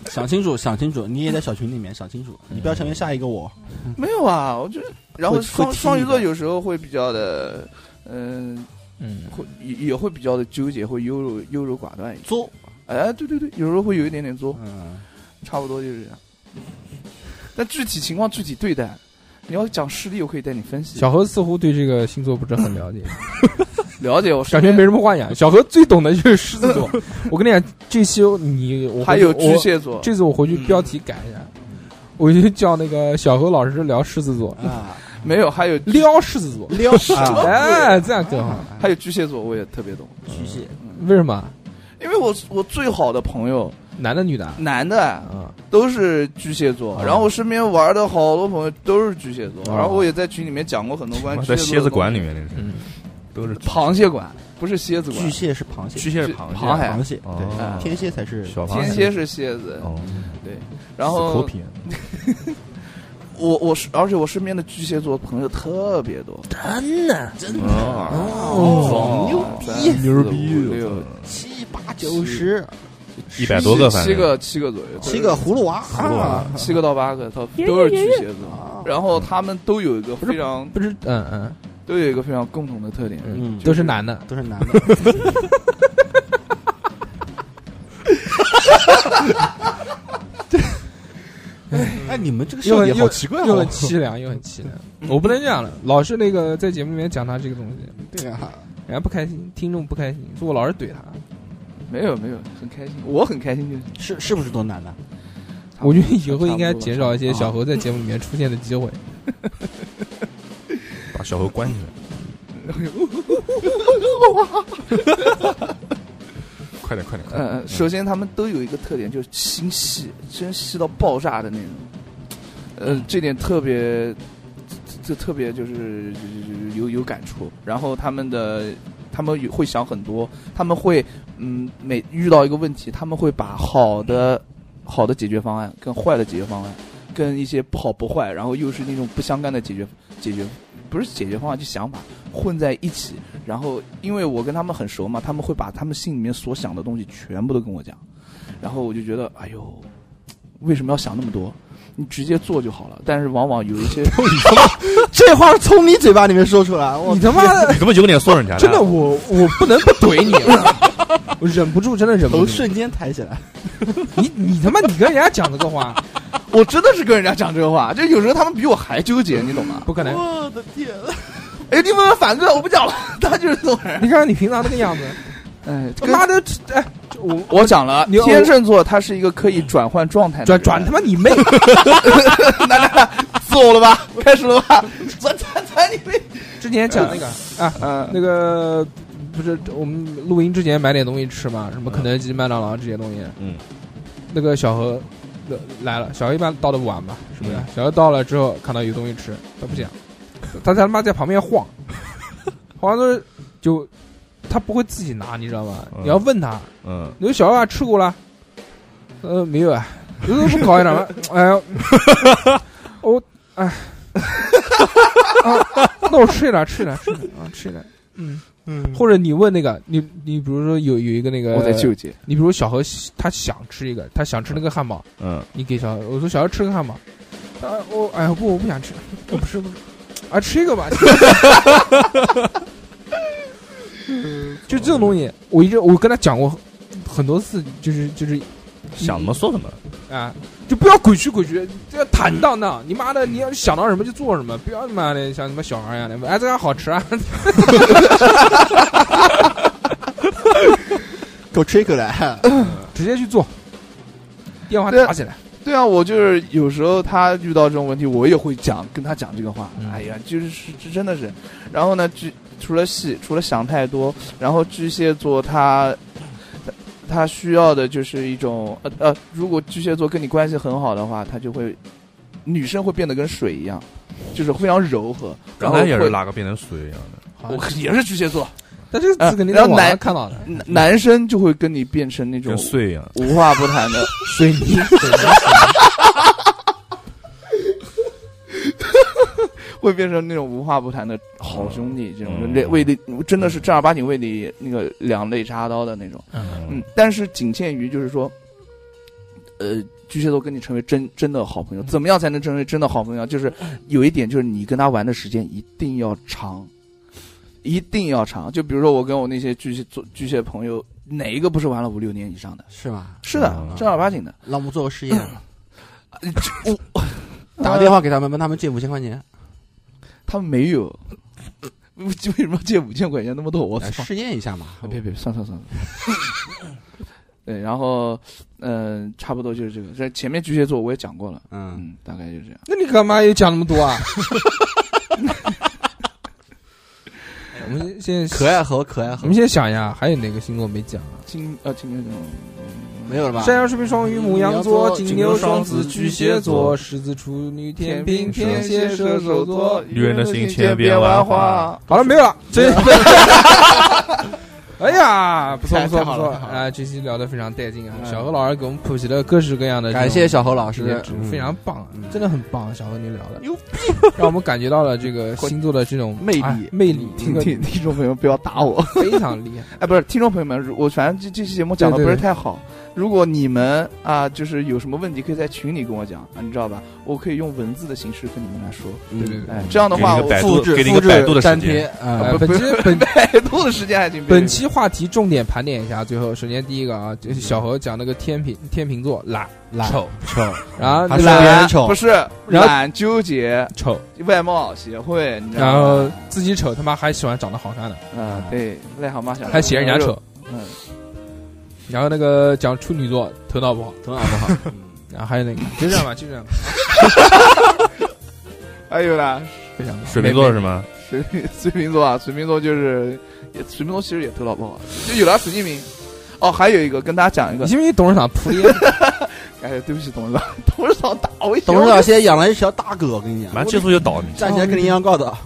C: 想清楚，想清楚，你也在小群里面想清楚，你不要成为下一个我。
E: 没有啊，我觉得，然后
C: 会
E: 双
C: 会踢
E: 双鱼
C: 你的
E: 座有时候会比较的，嗯、
B: 嗯，
E: 会也也会比较的纠结，会优柔优柔寡断一点。
C: 作，
E: 哎，对对对，有时候会有一点点作。
C: 嗯，
E: 差不多就是这样。但具体情况具体对待，你要讲事例，我可以带你分析。
B: 小何似乎对这个星座不是很了 解，
E: 了解我身
B: 感觉
E: 边
B: 没什么话讲。小何最懂的就是狮子 座，我跟你讲，这期你我回去
E: 还有
B: 我
E: 巨蟹座，
B: 这次我回去标题改一下，我就叫那个小何老师聊狮子座，
C: 啊，
E: 没有还有
B: 撩狮子座，
C: 撩啊，
B: 哎，这样更好。
E: 还有巨蟹座，我也特别懂。
C: 巨蟹，
E: 嗯，
B: 为什么？
E: 因为我我最好的朋友
B: 男的女的？
E: 男的
B: 啊，
E: 都是巨蟹座，
B: 哦
E: 然后我身边玩的好多朋友都是巨蟹座，
B: 哦
E: 然后我也在群里面讲过很多关于
D: 在
E: 巨
D: 蝎
E: 座
D: 子
E: 的
D: 馆
E: 东
D: 里
E: 西
D: 面那是，
B: 嗯，
D: 都是
E: 螃蟹馆不是蝎子馆
C: 巨，蟹是螃蟹，
D: 巨蟹是螃蟹，
E: 螃蟹
C: 螃蟹，
D: 哦
C: 对，天蝎才是
D: 小螃
E: 天蝎是蝎子，
D: 哦，
E: 然
D: 死抠
E: 后
D: 皮
E: 我我是而且我身边的巨蟹座朋友特别多，
F: 真的，
E: 哦
C: 牛逼
E: 牛六
C: 七八九十
D: 一百哎多个，反
E: 七
D: 正
E: 个七个左右，
C: 七个葫芦娃，啊葫
D: 芦娃
E: 七个到八个，他都是巨蟹座，然后他们都有一个非常
B: 不是，嗯嗯
E: 都有一个非常共同的特点，
B: 嗯
C: 嗯，
B: 都是男的。
C: 都是男的， 哎，你们这个
B: 又
C: 笑
B: 很
C: 点
B: 又
C: 好奇怪
B: 又
C: 哦
B: 很，凄凉，又很凄凉。我不能这样了，老是那个在节目里面讲他这个东西，
C: 对啊，
B: 人家不开心，听众不开心，说我老是怼他。
E: 没有没有，很开心，我很开心就是
C: 是不是都男的？
B: 我觉得以后应该减少一些
C: 差不多
B: 小猴在节目里面出现的机会。
D: 把小猴关起来， 快点快点嗯快点，
E: 呃，首先他们都有一个特点，就是心细，真细到爆炸的那种。呃，这点特别，这这特别就是就是有有感触。然后他们的他们有会想很多，他们会嗯，每遇到一个问题，他们会把好的好的解决方案跟坏的解决方案，跟一些不好不坏，然后又是那种不相干的解决解决。不是解决方案，就想法混在一起，然后因为我跟他们很熟嘛，他们会把他们心里面所想的东西全部都跟我讲，然后我就觉得，哎呦，为什么要想那么多？你直接做就好了。但是往往有一 些，
C: 这话是从你嘴巴里面说出来，我
B: 你他妈的
D: 你他妈有脸说人 家
B: 真的，我我不能不怼你， 我忍不住，真的忍不
C: 头
B: 住。
C: 瞬间抬起来，
B: 你你他妈你跟人家讲这个话，
E: 我真的是跟人家讲这个话，就有时候他们比我还纠结，你懂吗？
B: 不可能。
C: 我的天，啊
E: 哎，你问问反哥，我不讲了， 他就是这种人。
B: 你看看你平常那个样子，
E: 哎，
B: 他
E: 跟
B: 妈的，哎，我
E: 我讲了，
B: 你
E: 天秤座他是一个可以转换状态的
B: 转转
E: 人，
B: 他妈你妹！
E: 来来来，伺候了吧，开始了吧，转转转你妹，
B: 之前讲那个啊，
E: 嗯
B: 那个不是我们录音之前买点东西吃嘛，什么肯德基、麦当劳这些东西。
D: 嗯，
B: 那个小何呃来了，小何一般到的晚嘛，是不是？小何到了之后看到有东西吃，他不想，他在他妈在旁边 晃，晃完之后就他不会自己拿，你知道吗？
D: 嗯
B: 你要问他，
D: 嗯，
B: 你说小何啊吃过了？呃，没有啊，你怎么不烤一点吗？哎呦，我哎，啊，那我吃一点，吃一点，吃一点啊，吃一点。嗯嗯，或者你问那个，你你比如说有有一个那个，
E: 我在纠结，
B: 你比如小何喜他想吃一个，他想吃那个汉堡，
D: 嗯，
B: 你给小何，我说小何吃个汉堡，啊，我哎呀不，我不想吃，我不吃不吃，啊吃一个吧。 就这种东西，我一直我跟他讲过很多次，就是就是
D: 想什么说什么，
E: 嗯
B: 啊，就不要鬼去鬼去，这要坦荡荡。你妈的，你要想到什么就做什么，不要他妈的像什么小孩一样的。哎，这家好吃啊！
C: 给我吹口来，
B: 直接去做，电话打起来。
E: 对啊，我就是有时候他遇到这种问题，我也会讲跟他讲这个话。
B: 嗯
E: 哎呀，就是是这真的是，然后呢，巨除了细，除了想太多，然后巨蟹座他他他需要的就是一种呃呃，如果巨蟹座跟你关系很好的话，他就会女生会变得跟水一样，就是非常柔和，然
D: 刚
E: 后
D: 才也是
E: 会
D: 哪个变成水一样的，
B: 好
E: 我也是巨蟹座，
B: 但这个
E: 啊
B: 字肯定
E: 然
C: 呃
B: 在
E: 后
B: 网上
E: 男
B: 看到的。
E: 男男生就会跟你变成那种
D: 跟碎一样，
E: 无话不谈的。
B: 水泥，水泥
E: 会变成那种无话不谈的好兄弟，这种
D: 嗯
E: 类为你真的是正儿八经为你那个两肋插刀的那种。嗯
D: 嗯，，
E: 但是仅限于就是说，呃，巨蟹座跟你成为真真的好朋友，怎么样才能成为真的好朋友？啊就是有一点，就是你跟他玩的时间一定要长，一定要长。就比如说我跟我那些巨蟹座巨蟹朋友，哪一个不是玩了五六年以上的？
C: 是吧？
E: 是的，
D: 嗯
E: 正儿八经的。
C: 让我们做个实验，嗯
E: 我
C: 打个电话给他们，问他们借五千块钱，
E: 他们没有， 为什么要借五千块钱那么多？我
C: 来
E: 操！
C: 试验一下嘛。
E: 啊，别别，算算算了。 对，然后，嗯、差不多就是这个。这前面巨蟹座我也讲过了，
C: 嗯，
E: 嗯，大概就这样。
B: 那你干嘛又讲那么多啊？ 我们现在
C: 可爱猴，可爱
B: 我
C: 猴
B: 们，先想一下，还有哪个星座没讲啊？
E: 金呃金牛座，
C: 没有了吧？
B: 山羊、水瓶、双鱼、母羊
C: 母
B: 座、
C: 羊座
B: 金
C: 金
B: 牛、
C: 牛
B: 双
C: 双
B: 子、
C: 子
B: 巨
C: 巨
B: 蟹
C: 蟹
B: 座、
C: 座
B: 狮子、处女、天
E: 天
B: 秤、
E: 平、
B: 天
E: 天
B: 蝎、
E: 蝎、
B: 射
E: 射
B: 手
E: 手
B: 座
E: 座，。
D: 女人的心千
E: 变
D: 变万
E: 化
D: 化。
B: 好了，没有了，这。 哎呀，不错不错
C: 太
B: 不
C: 好了
B: 错
C: 太好了
B: 啊！这期聊得非常带劲啊！
C: 嗯
B: 小何老师给我们普及了各式各样的这种，
C: 感谢小侯老
B: 这些
C: 师
B: 知，识
C: 嗯
B: 非常棒啊，
C: 嗯
B: 真的很棒啊！小何你聊的
C: 牛
B: 逼，让我们感觉到了这个星座的这种
C: 魅力
B: 哎魅力，听
E: 听
B: 个
E: 听听众朋友们不要打我，
B: 非常厉害。
E: 哎，不是听众朋友们，如我反正这这期节目讲的
B: 对对
E: 不是
B: 对
E: 太好。如果你们啊，就是有什么问题，可以在群里跟我讲啊，你知道吧？我可以用文字的形式跟你们来说。
C: 嗯
B: 对对对
E: 哎，这样的
D: 给
E: 话，
D: 你个
E: 我
D: 百
C: 复
D: 度，
C: 制
D: 给你
C: 复
D: 个
C: 制
D: 百度的时
C: 粘
D: 间
C: 贴，。
B: 哎
C: 啊，
B: 本期本
E: 百度的时间还挺被
B: 本期话题重点盘点一下，最后首先第一个啊，就是小何讲那个天平天秤座懒
C: 懒
B: 丑，
C: 嗯丑，
B: 然后那
C: 还是
B: 个
C: 别人
E: 懒
C: 丑
E: 不，是
B: 然后
E: 懒纠结
B: 丑，
E: 外貌协会，
C: 嗯
E: 你知
B: 然
E: 道
B: 后
E: 吗？
B: 自己丑，他妈还喜欢长得好看的，
E: 嗯，对，癞蛤蟆想
B: 还嫌人家丑，，
E: 嗯，
B: 然后那个讲处女座头脑不好，
C: 头脑不 好，嗯
B: 然后还有那个 就这样吧，就这样吧，
E: 还有哎啦，
B: 就这样吧。
D: 水瓶座
B: 没
D: 是吗？
E: 水瓶水瓶座啊，水瓶座就是也水瓶座其实也头脑不好，啊就有了神经病。哦，还有一个跟大家讲一
B: 没
E: 个
B: 你，信不信董事长铺垫？
E: 哎，对不起，董事长，董事长打我一拳
C: 董事长，现在养了一条大狗，我跟你讲，
D: 马上结束就倒你。
C: 站起来跟你一样高的，啊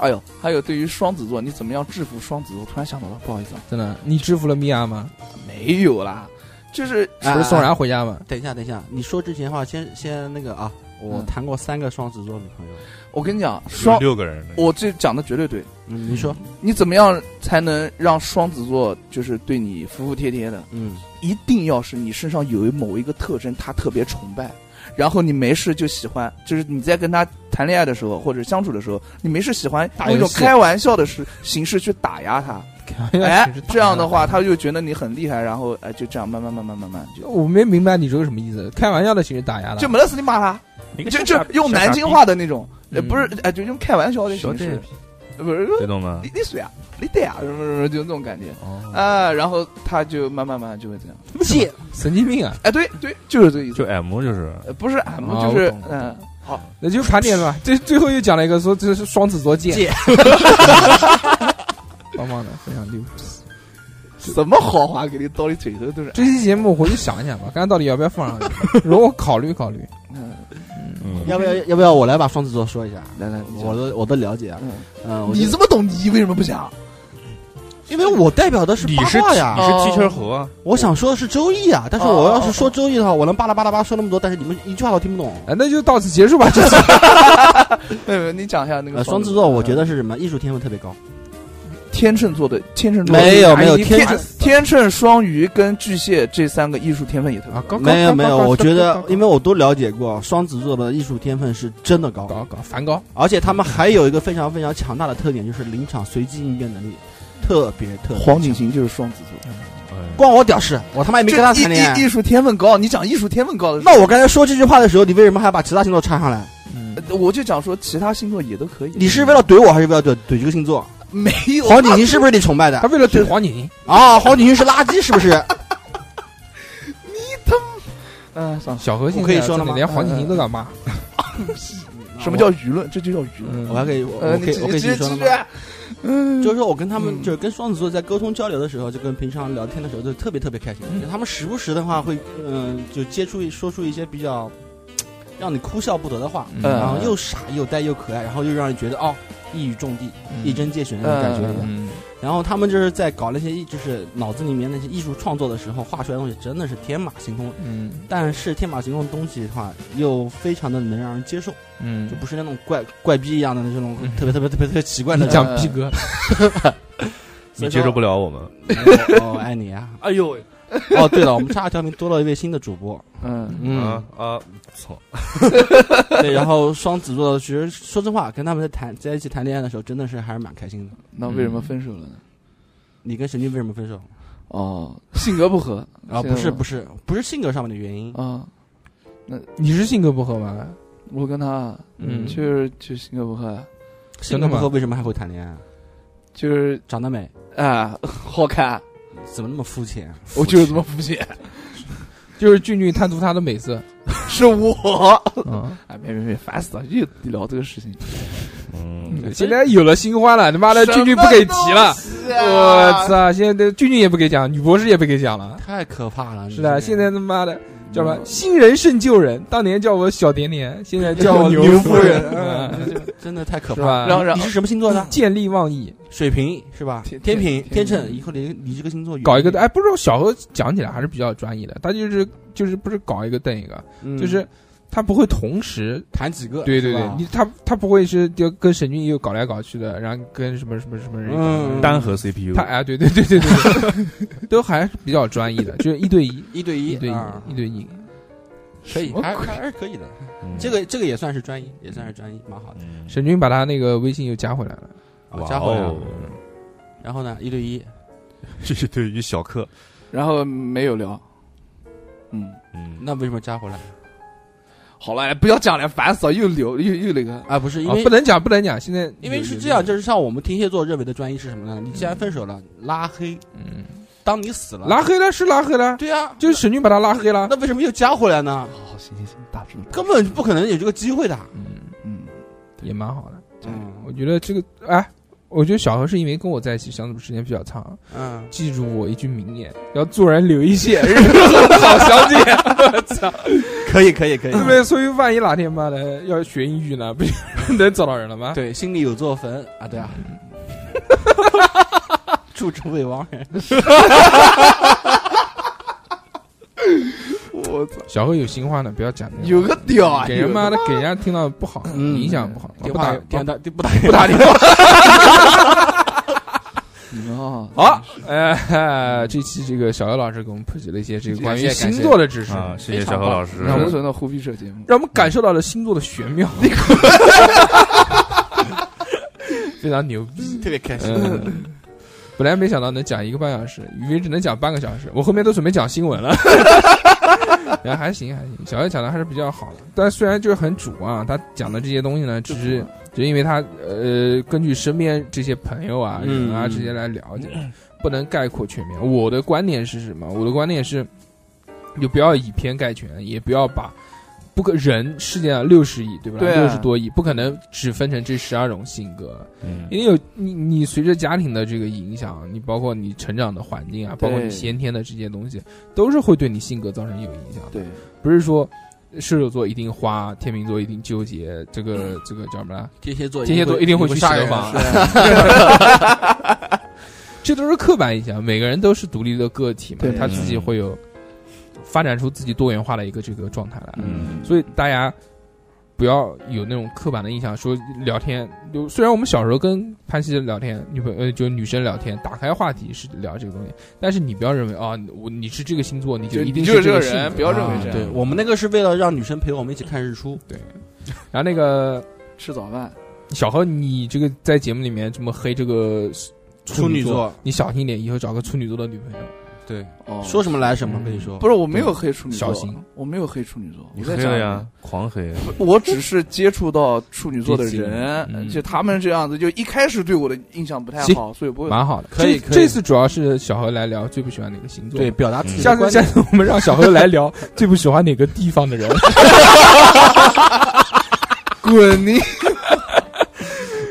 E: 哎呦，还有对于双子座，你怎么样制服双子座？突然想到了，不好意思啊，
B: 真的，你制服了米娅 吗？
E: 没有啦，就是
B: 不
C: 哎
B: 是送然回家吗？
C: 等一下，等一下，你说之前的话，先先那个啊，我
E: 嗯
C: 谈过三个双子座女朋友。
E: 我跟你讲，
D: 十
E: 双，
D: 六个人，
E: 我这讲的绝对对，
C: 嗯，你说，
E: 你怎么样才能让双子座就是对你服服帖帖的？
C: 嗯，
E: 一定要是你身上有某一个特征，他特别崇拜，然后你没事就喜欢，就是你在跟他谈恋爱的时候或者相处的时候，你没事喜欢
B: 打
E: 用一
B: 游
E: 种
B: 戏
E: 开玩笑的式形式去打压他， 哎，这样的话他就觉得你很厉害，然后哎就这样慢慢慢慢慢慢就
B: 我没明白你这个什么意思，开玩笑的形式打压了，
E: 就没得死你骂他，
D: 你
E: 就就用南京话的那种，呃
B: 嗯
E: 不是哎就用开玩笑的形式，不是
D: 这懂吗
E: 你？你谁啊，你对啊什么什么就那种感觉。
B: 哦，
E: 啊，然后他就慢慢慢慢就会这样。
B: 贱，神经病啊！
E: 哎，对对，就是这个意思
D: 就。M 就是
E: 呃不是 M，
B: 啊
E: 就是
B: 我懂了
E: 嗯，好，
B: 那就盘点吧。这最后又讲了一个说这是双子座贱
C: 贱，
B: 棒棒的，非常牛逼。
E: 什么豪华给你倒你嘴头都是。
B: 这期节目我回去想一想吧，看看到底要不要放上去， 容我考虑考虑。
E: 嗯，
D: 嗯，
C: 要不要要不要我来把双子座说一下？
E: 来来，你讲
C: 我的我的了解啊，
E: 嗯
C: 嗯，我
E: 你
C: 就
E: 这么懂，你为什么不讲？
C: 因为我代表的是
D: 你
C: 八
D: 是
C: 卦
D: 你
C: 呀，
D: 是踢
E: 哦
D: 球猴啊？
C: 我想说的是周易啊，但是我要是说周易的话，我能巴拉巴拉巴拉说那么多，但是你们一句话都听不懂。
B: 哎，那就到此结束吧。这期
E: 没有没有，你讲一下那
C: 呃，
E: 个
C: 双子座我觉
E: 得
C: 得是什么？艺术天赋特别高，
E: 天秤座的天秤座
C: 没有
E: 哎
C: 没有
E: 天
C: 天
E: 秤天秤、双鱼跟巨蟹这三个艺术天分也特别
B: 啊
E: 哦高。，
B: 搞搞
C: 没有没有，
B: 搞搞
C: 我觉
B: 搞
C: 得
B: 搞
C: 因为我都了解过，双子座的艺术天分是真的高，
B: 搞搞梵高，
C: 而且他们还有一个非常非常强大的特点，就是临场随机应变能力特别特别强。
E: 黄景行就是双子座，
D: 哎
C: 关我屌事！我他妈也没跟他
E: 这
C: 谈恋
E: 艺艺
C: 爱。
E: 艺术天分高，你讲艺术天分高的时候，
C: 那我刚才说这句话的时候，你为什么还把其他星座插上来？
B: 嗯，
E: 呃我就讲说其他星座也都可以。
C: 你是为了怼我，还是为了怼怼这个星 座？
E: 没有
C: 黄景行是不是你崇拜的
B: 他为了怼黄景行，
C: 啊？黄景行是垃圾是不是？
E: 嗯，算了，
B: 小何现在
C: 我可以说了吗
B: 真的
C: 嗯
B: 连黄景行都敢骂，
E: 什么叫舆论？这就叫舆论。
B: 嗯
C: 我还可以，我
E: 呃，
C: 我
E: 你
C: 可以，
E: 继
C: 我可
E: 续
C: 以
E: 继
C: 继续
E: 续
C: 说
E: 继
C: 了
E: 续
C: 吗。
E: 嗯，
C: 就是说我跟他们
E: 嗯，
C: 就是跟双子座在沟通交流的时候，就跟平常聊天的时候，就特别特别开心。就他们时不时的话会，嗯，就接触一说出一些比较让你哭笑不得的话，
B: 嗯
C: 然后
E: 嗯
C: 又傻又呆又可爱，然后又让人觉得哦，一语中的，一针见血那种感觉一样。
B: 嗯，
C: 然后他们就是在搞那些艺，就是脑子里面那些艺术创作的时候，画出来的东西真的是天马行空。
B: 嗯
C: 但是天马行空的东西的话，又非常的能让人接受，
B: 嗯
C: 就不是那种怪怪逼一样的那种
B: 嗯
C: 特别特别特别特别奇怪的
B: 你
C: 那种。
E: 嗯
B: 讲逼哥，
D: 你接受不了我们，
C: 了， 我爱你啊！
E: 哎呦，
C: 哦，对了，我们下一条名多了一位新的主播，
E: 嗯，
C: 嗯
D: 啊，啊，操！
C: 对，然后双子座其实说真话，跟他们在谈在一起谈恋爱的时候，真的是还是蛮开心的。
E: 那为什么分手了呢？
C: 你跟神经为什么分手？
E: 哦，性格不合
C: 啊，不是不
E: 是
C: 是不是性格上面的原
B: 哦
C: 因，
E: 啊，
B: 你是性格不合吗？
E: 我跟他
B: 嗯
E: 就是就性格不合，
C: 性
B: 真
C: 格
B: 的
C: 不
B: 吗
C: 合为什么还会谈恋爱？啊
E: 就是
C: 长得美，
E: 啊， 好看，
C: 怎么那么肤浅？
E: 我就是这么肤浅，
B: 就是俊俊贪图她的美 色，
E: 是我。
B: 嗯，
E: 哎，没没没，烦死了，又聊这个事情。
D: 嗯，
B: 嗯现在有了新欢了，他妈的俊俊不给提了，
E: 啊
B: 我操！现在都俊俊也不给讲，女博士也不给讲了，
C: 太可怕了。
B: 是的，现在他妈的叫什么
C: 嗯
B: 新人胜旧人，当年叫我小甜甜，现在叫我
C: 牛
B: 牛
C: 夫
B: 夫
C: 人
B: 人，
C: 嗯
B: 嗯
C: 真的太可
B: 是
C: 怕了。
B: 吧？
E: 然后然
C: 你
E: 后
C: 是什么星座的？
B: 见利忘义，
C: 水瓶是吧？
E: 天
C: 天平、
E: 天
C: 天
E: 秤
C: 秤，以后离离这个星座远
B: 搞一个
C: 点
B: 哎，不是小何讲起来还是比较专业的，他就是就是不是搞一个瞪一个，
C: 嗯
B: 就是他不会同时
C: 谈几个，
B: 对对对
C: 是，吧
B: 你他他不会是就跟沈俊又搞来搞去的，然后跟什么什么什么人，
C: 嗯
D: 单核 CPU，
B: 他哎对对对对对，对都还是比较专业的，就是一对一，
C: 一对
B: 一对一
C: 啊，
B: 一对一。
C: 可以
B: 什，么
C: 还
B: 鬼
C: 还是 可以的。
D: 嗯
C: 这个这个也算是专一，也算是专一，蛮好的。
D: 嗯
B: 沈俊把他那个微信又加回来了，
C: 啊
D: 哇
C: 加回来
D: 哦
C: 了，，然后呢，一对一，
D: 这是 对于小克，
E: 然后没有聊，嗯，
D: 嗯，
C: 那为什么加回来
E: 好了，不要讲了，烦死了，又留又又那个，
C: 啊？不是因
B: 啊
C: 为
B: 不能讲不能讲，现在
C: 因为是
B: 有
C: 这样，
B: 有
C: 就是像我们天蝎座认为的专一是什么呢？你既然分手了，拉黑，
B: 嗯
C: 当你死了，
B: 拉黑了是拉黑了，
C: 对啊，
B: 就是沈俊把他拉黑了
C: 那，为什么又加回来呢？
E: 好好行行行，打住，
C: 根本不可能有这个机会的。
B: 嗯
E: 嗯，
B: 也蛮好的，
C: 嗯
B: 我觉得这个哎。我觉得小何是因为跟我在一起相处时间比较长，
C: 嗯，
B: 记住我一句名言：要做人留一线，日后好相见。
C: 可以可以可以
B: 对不对？所以万一哪天妈的要学英语呢，不就能找到人了吗？
C: 对，心里有座坟啊，对啊。 祝成为亡人，
E: 我操，
B: 小何有新欢的，不要讲这个
E: 有个屌啊，
B: 给人妈
E: 有个
B: 的给人家听到不好，影响不好，
C: 电
B: 不
C: 话
B: 打
C: 也电
B: 不
C: 话不打
B: 不打电话。
E: 你们啊，
B: 好，呃，这期这个小何老师给我们普及了一些这个关于
C: 感谢
B: 星座的知识，
D: 啊，谢谢
C: 非
D: 小
C: 常
D: 何
C: 棒
D: 老师，
E: 纯纯的胡皮扯节目，
B: 让我们感受到了星座的玄妙， 非常牛逼。
C: 特别开
B: 嗯，本来没想到能讲一个半小时，以为只能讲半个小时，我后面都准备讲新闻了。 然后还行还行，小叶讲的还是比较好的，但虽然就是很主啊，他讲的这些东西呢，只是
E: 啊
B: 只是因为他呃根据身边这些朋友啊、
C: 嗯
B: 人啊这些来了解，不能概括全面。我的观点是什么？我的观点是，就不要以偏概全，也不要把。不可人世界上六十亿对吧？
E: 对啊
B: 六十多亿，不可能只分成这十二种性格。
D: 嗯
B: 因为有你，你随着家庭的这个影响，你包括你成长的环境啊，
E: 对
B: 包括你先天的这些东西，都是会对你性格造成有影响的。
E: 对，
B: 不是说射手座一定花，天秤座一定纠结，这
E: 嗯
B: 个这个叫什么来？
C: 天蝎座，
B: 天蝎座一定会去洗
C: 杀
B: 头
C: 人
B: 房，这都是刻板印象。每个人都是独立的个体嘛
E: 对，
B: 他自己会有发展出自己多元化的一个这个状态来。
D: 嗯
B: 所以大家不要有那种刻板的印象，说聊天就虽然我们小时候跟潘西聊天，女朋呃就女生聊天，打开话题是聊这个东西，但是你不要认为啊，我你是这个星座，你就
E: 就
B: 一定
E: 你就是
B: 这
E: 这个
B: 性
E: 人
B: 格
E: 不要认为
C: 啊
E: 这样
C: 对我们那个是为了让女生陪我们一起看日出，
B: 然后那个
E: 吃早饭，
B: 小何，你这个在节目里面这么黑这个
C: 处女
B: 座，
C: 座，
B: 你小心一点，以后找个处女座的女朋友。
C: 对，
E: 哦，
C: 说什么来什么，跟你说，
E: 不是我没有黑处女座，
B: 小心
E: 我没有黑处女座，
D: 你
E: 我
D: 黑
E: 在讲
D: 了呀，狂黑，
E: 我只是接触到处女座的人，呃
B: 嗯
E: 就他们这样子，就一开始对我的印象不太好，所以不会。
B: 蛮好的，
C: 可
B: 这
C: 以可以
B: 这次主要是小何来聊最不喜欢哪个星座，
C: 对，表达自己
B: 下
C: 的
B: 次
C: 观
B: 下
C: 点。
B: 次我们让小何来聊最不喜欢哪个地方的人。
E: 滚你！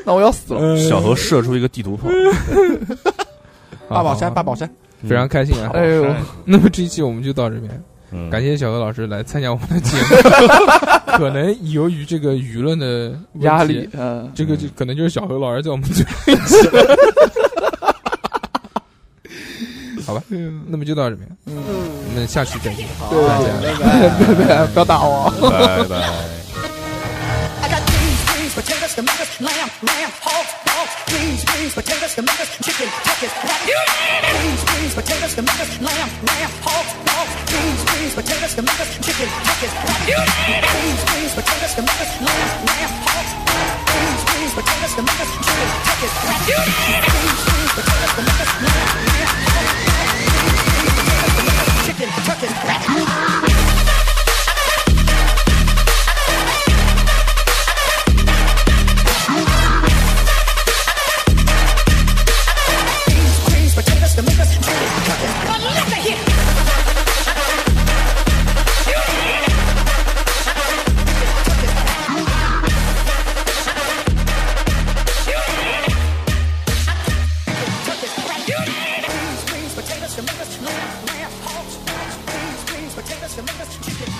E: 那我要死了。
D: 呃
B: 嗯
D: 小何射出一个地图炮，
B: 好
C: 八宝山，
B: 好
C: 八宝山，
B: 非常开心啊！
E: 哎呦，
B: 那么这一期我们就到这边，
D: 嗯
B: 感谢小何老师来参加我们的节目。可能由于这个舆论的问题
E: 压力，，嗯，
B: 这个就可能就是小何老师在我们最后一期。好吧，那么就到这边，嗯，我们下期再见，大家。
E: 不要打我。
D: 拜拜。
G: I got beans, beans, potatoes, tomatoes, lamb, lamb, hog, dog, beans, beans, potatoes, tomatoes, chicken, turkeys, rabbit. Beans, beans, potatoes, tomatoes, lamb, lamb, hog, dog, beans, beans, potatoes, tomatoes, chicken, turkeys, rabbit. Beans, beans, potatoes, tomatoes, lamb, lamb, hog, dog, beans, beans, potatoes, tomatoes, chicken, turkeys, rabbit. Beans, beans, potatoes, tomatoes, lamb, lamb, hog, dog, beans, beans, potatoes, tomatoes, chicken, turkeys, rabbit. Beans, potatoes, tomatoes, chicken, turkeys, rabbit. tomatoes, tomatoes, chicken,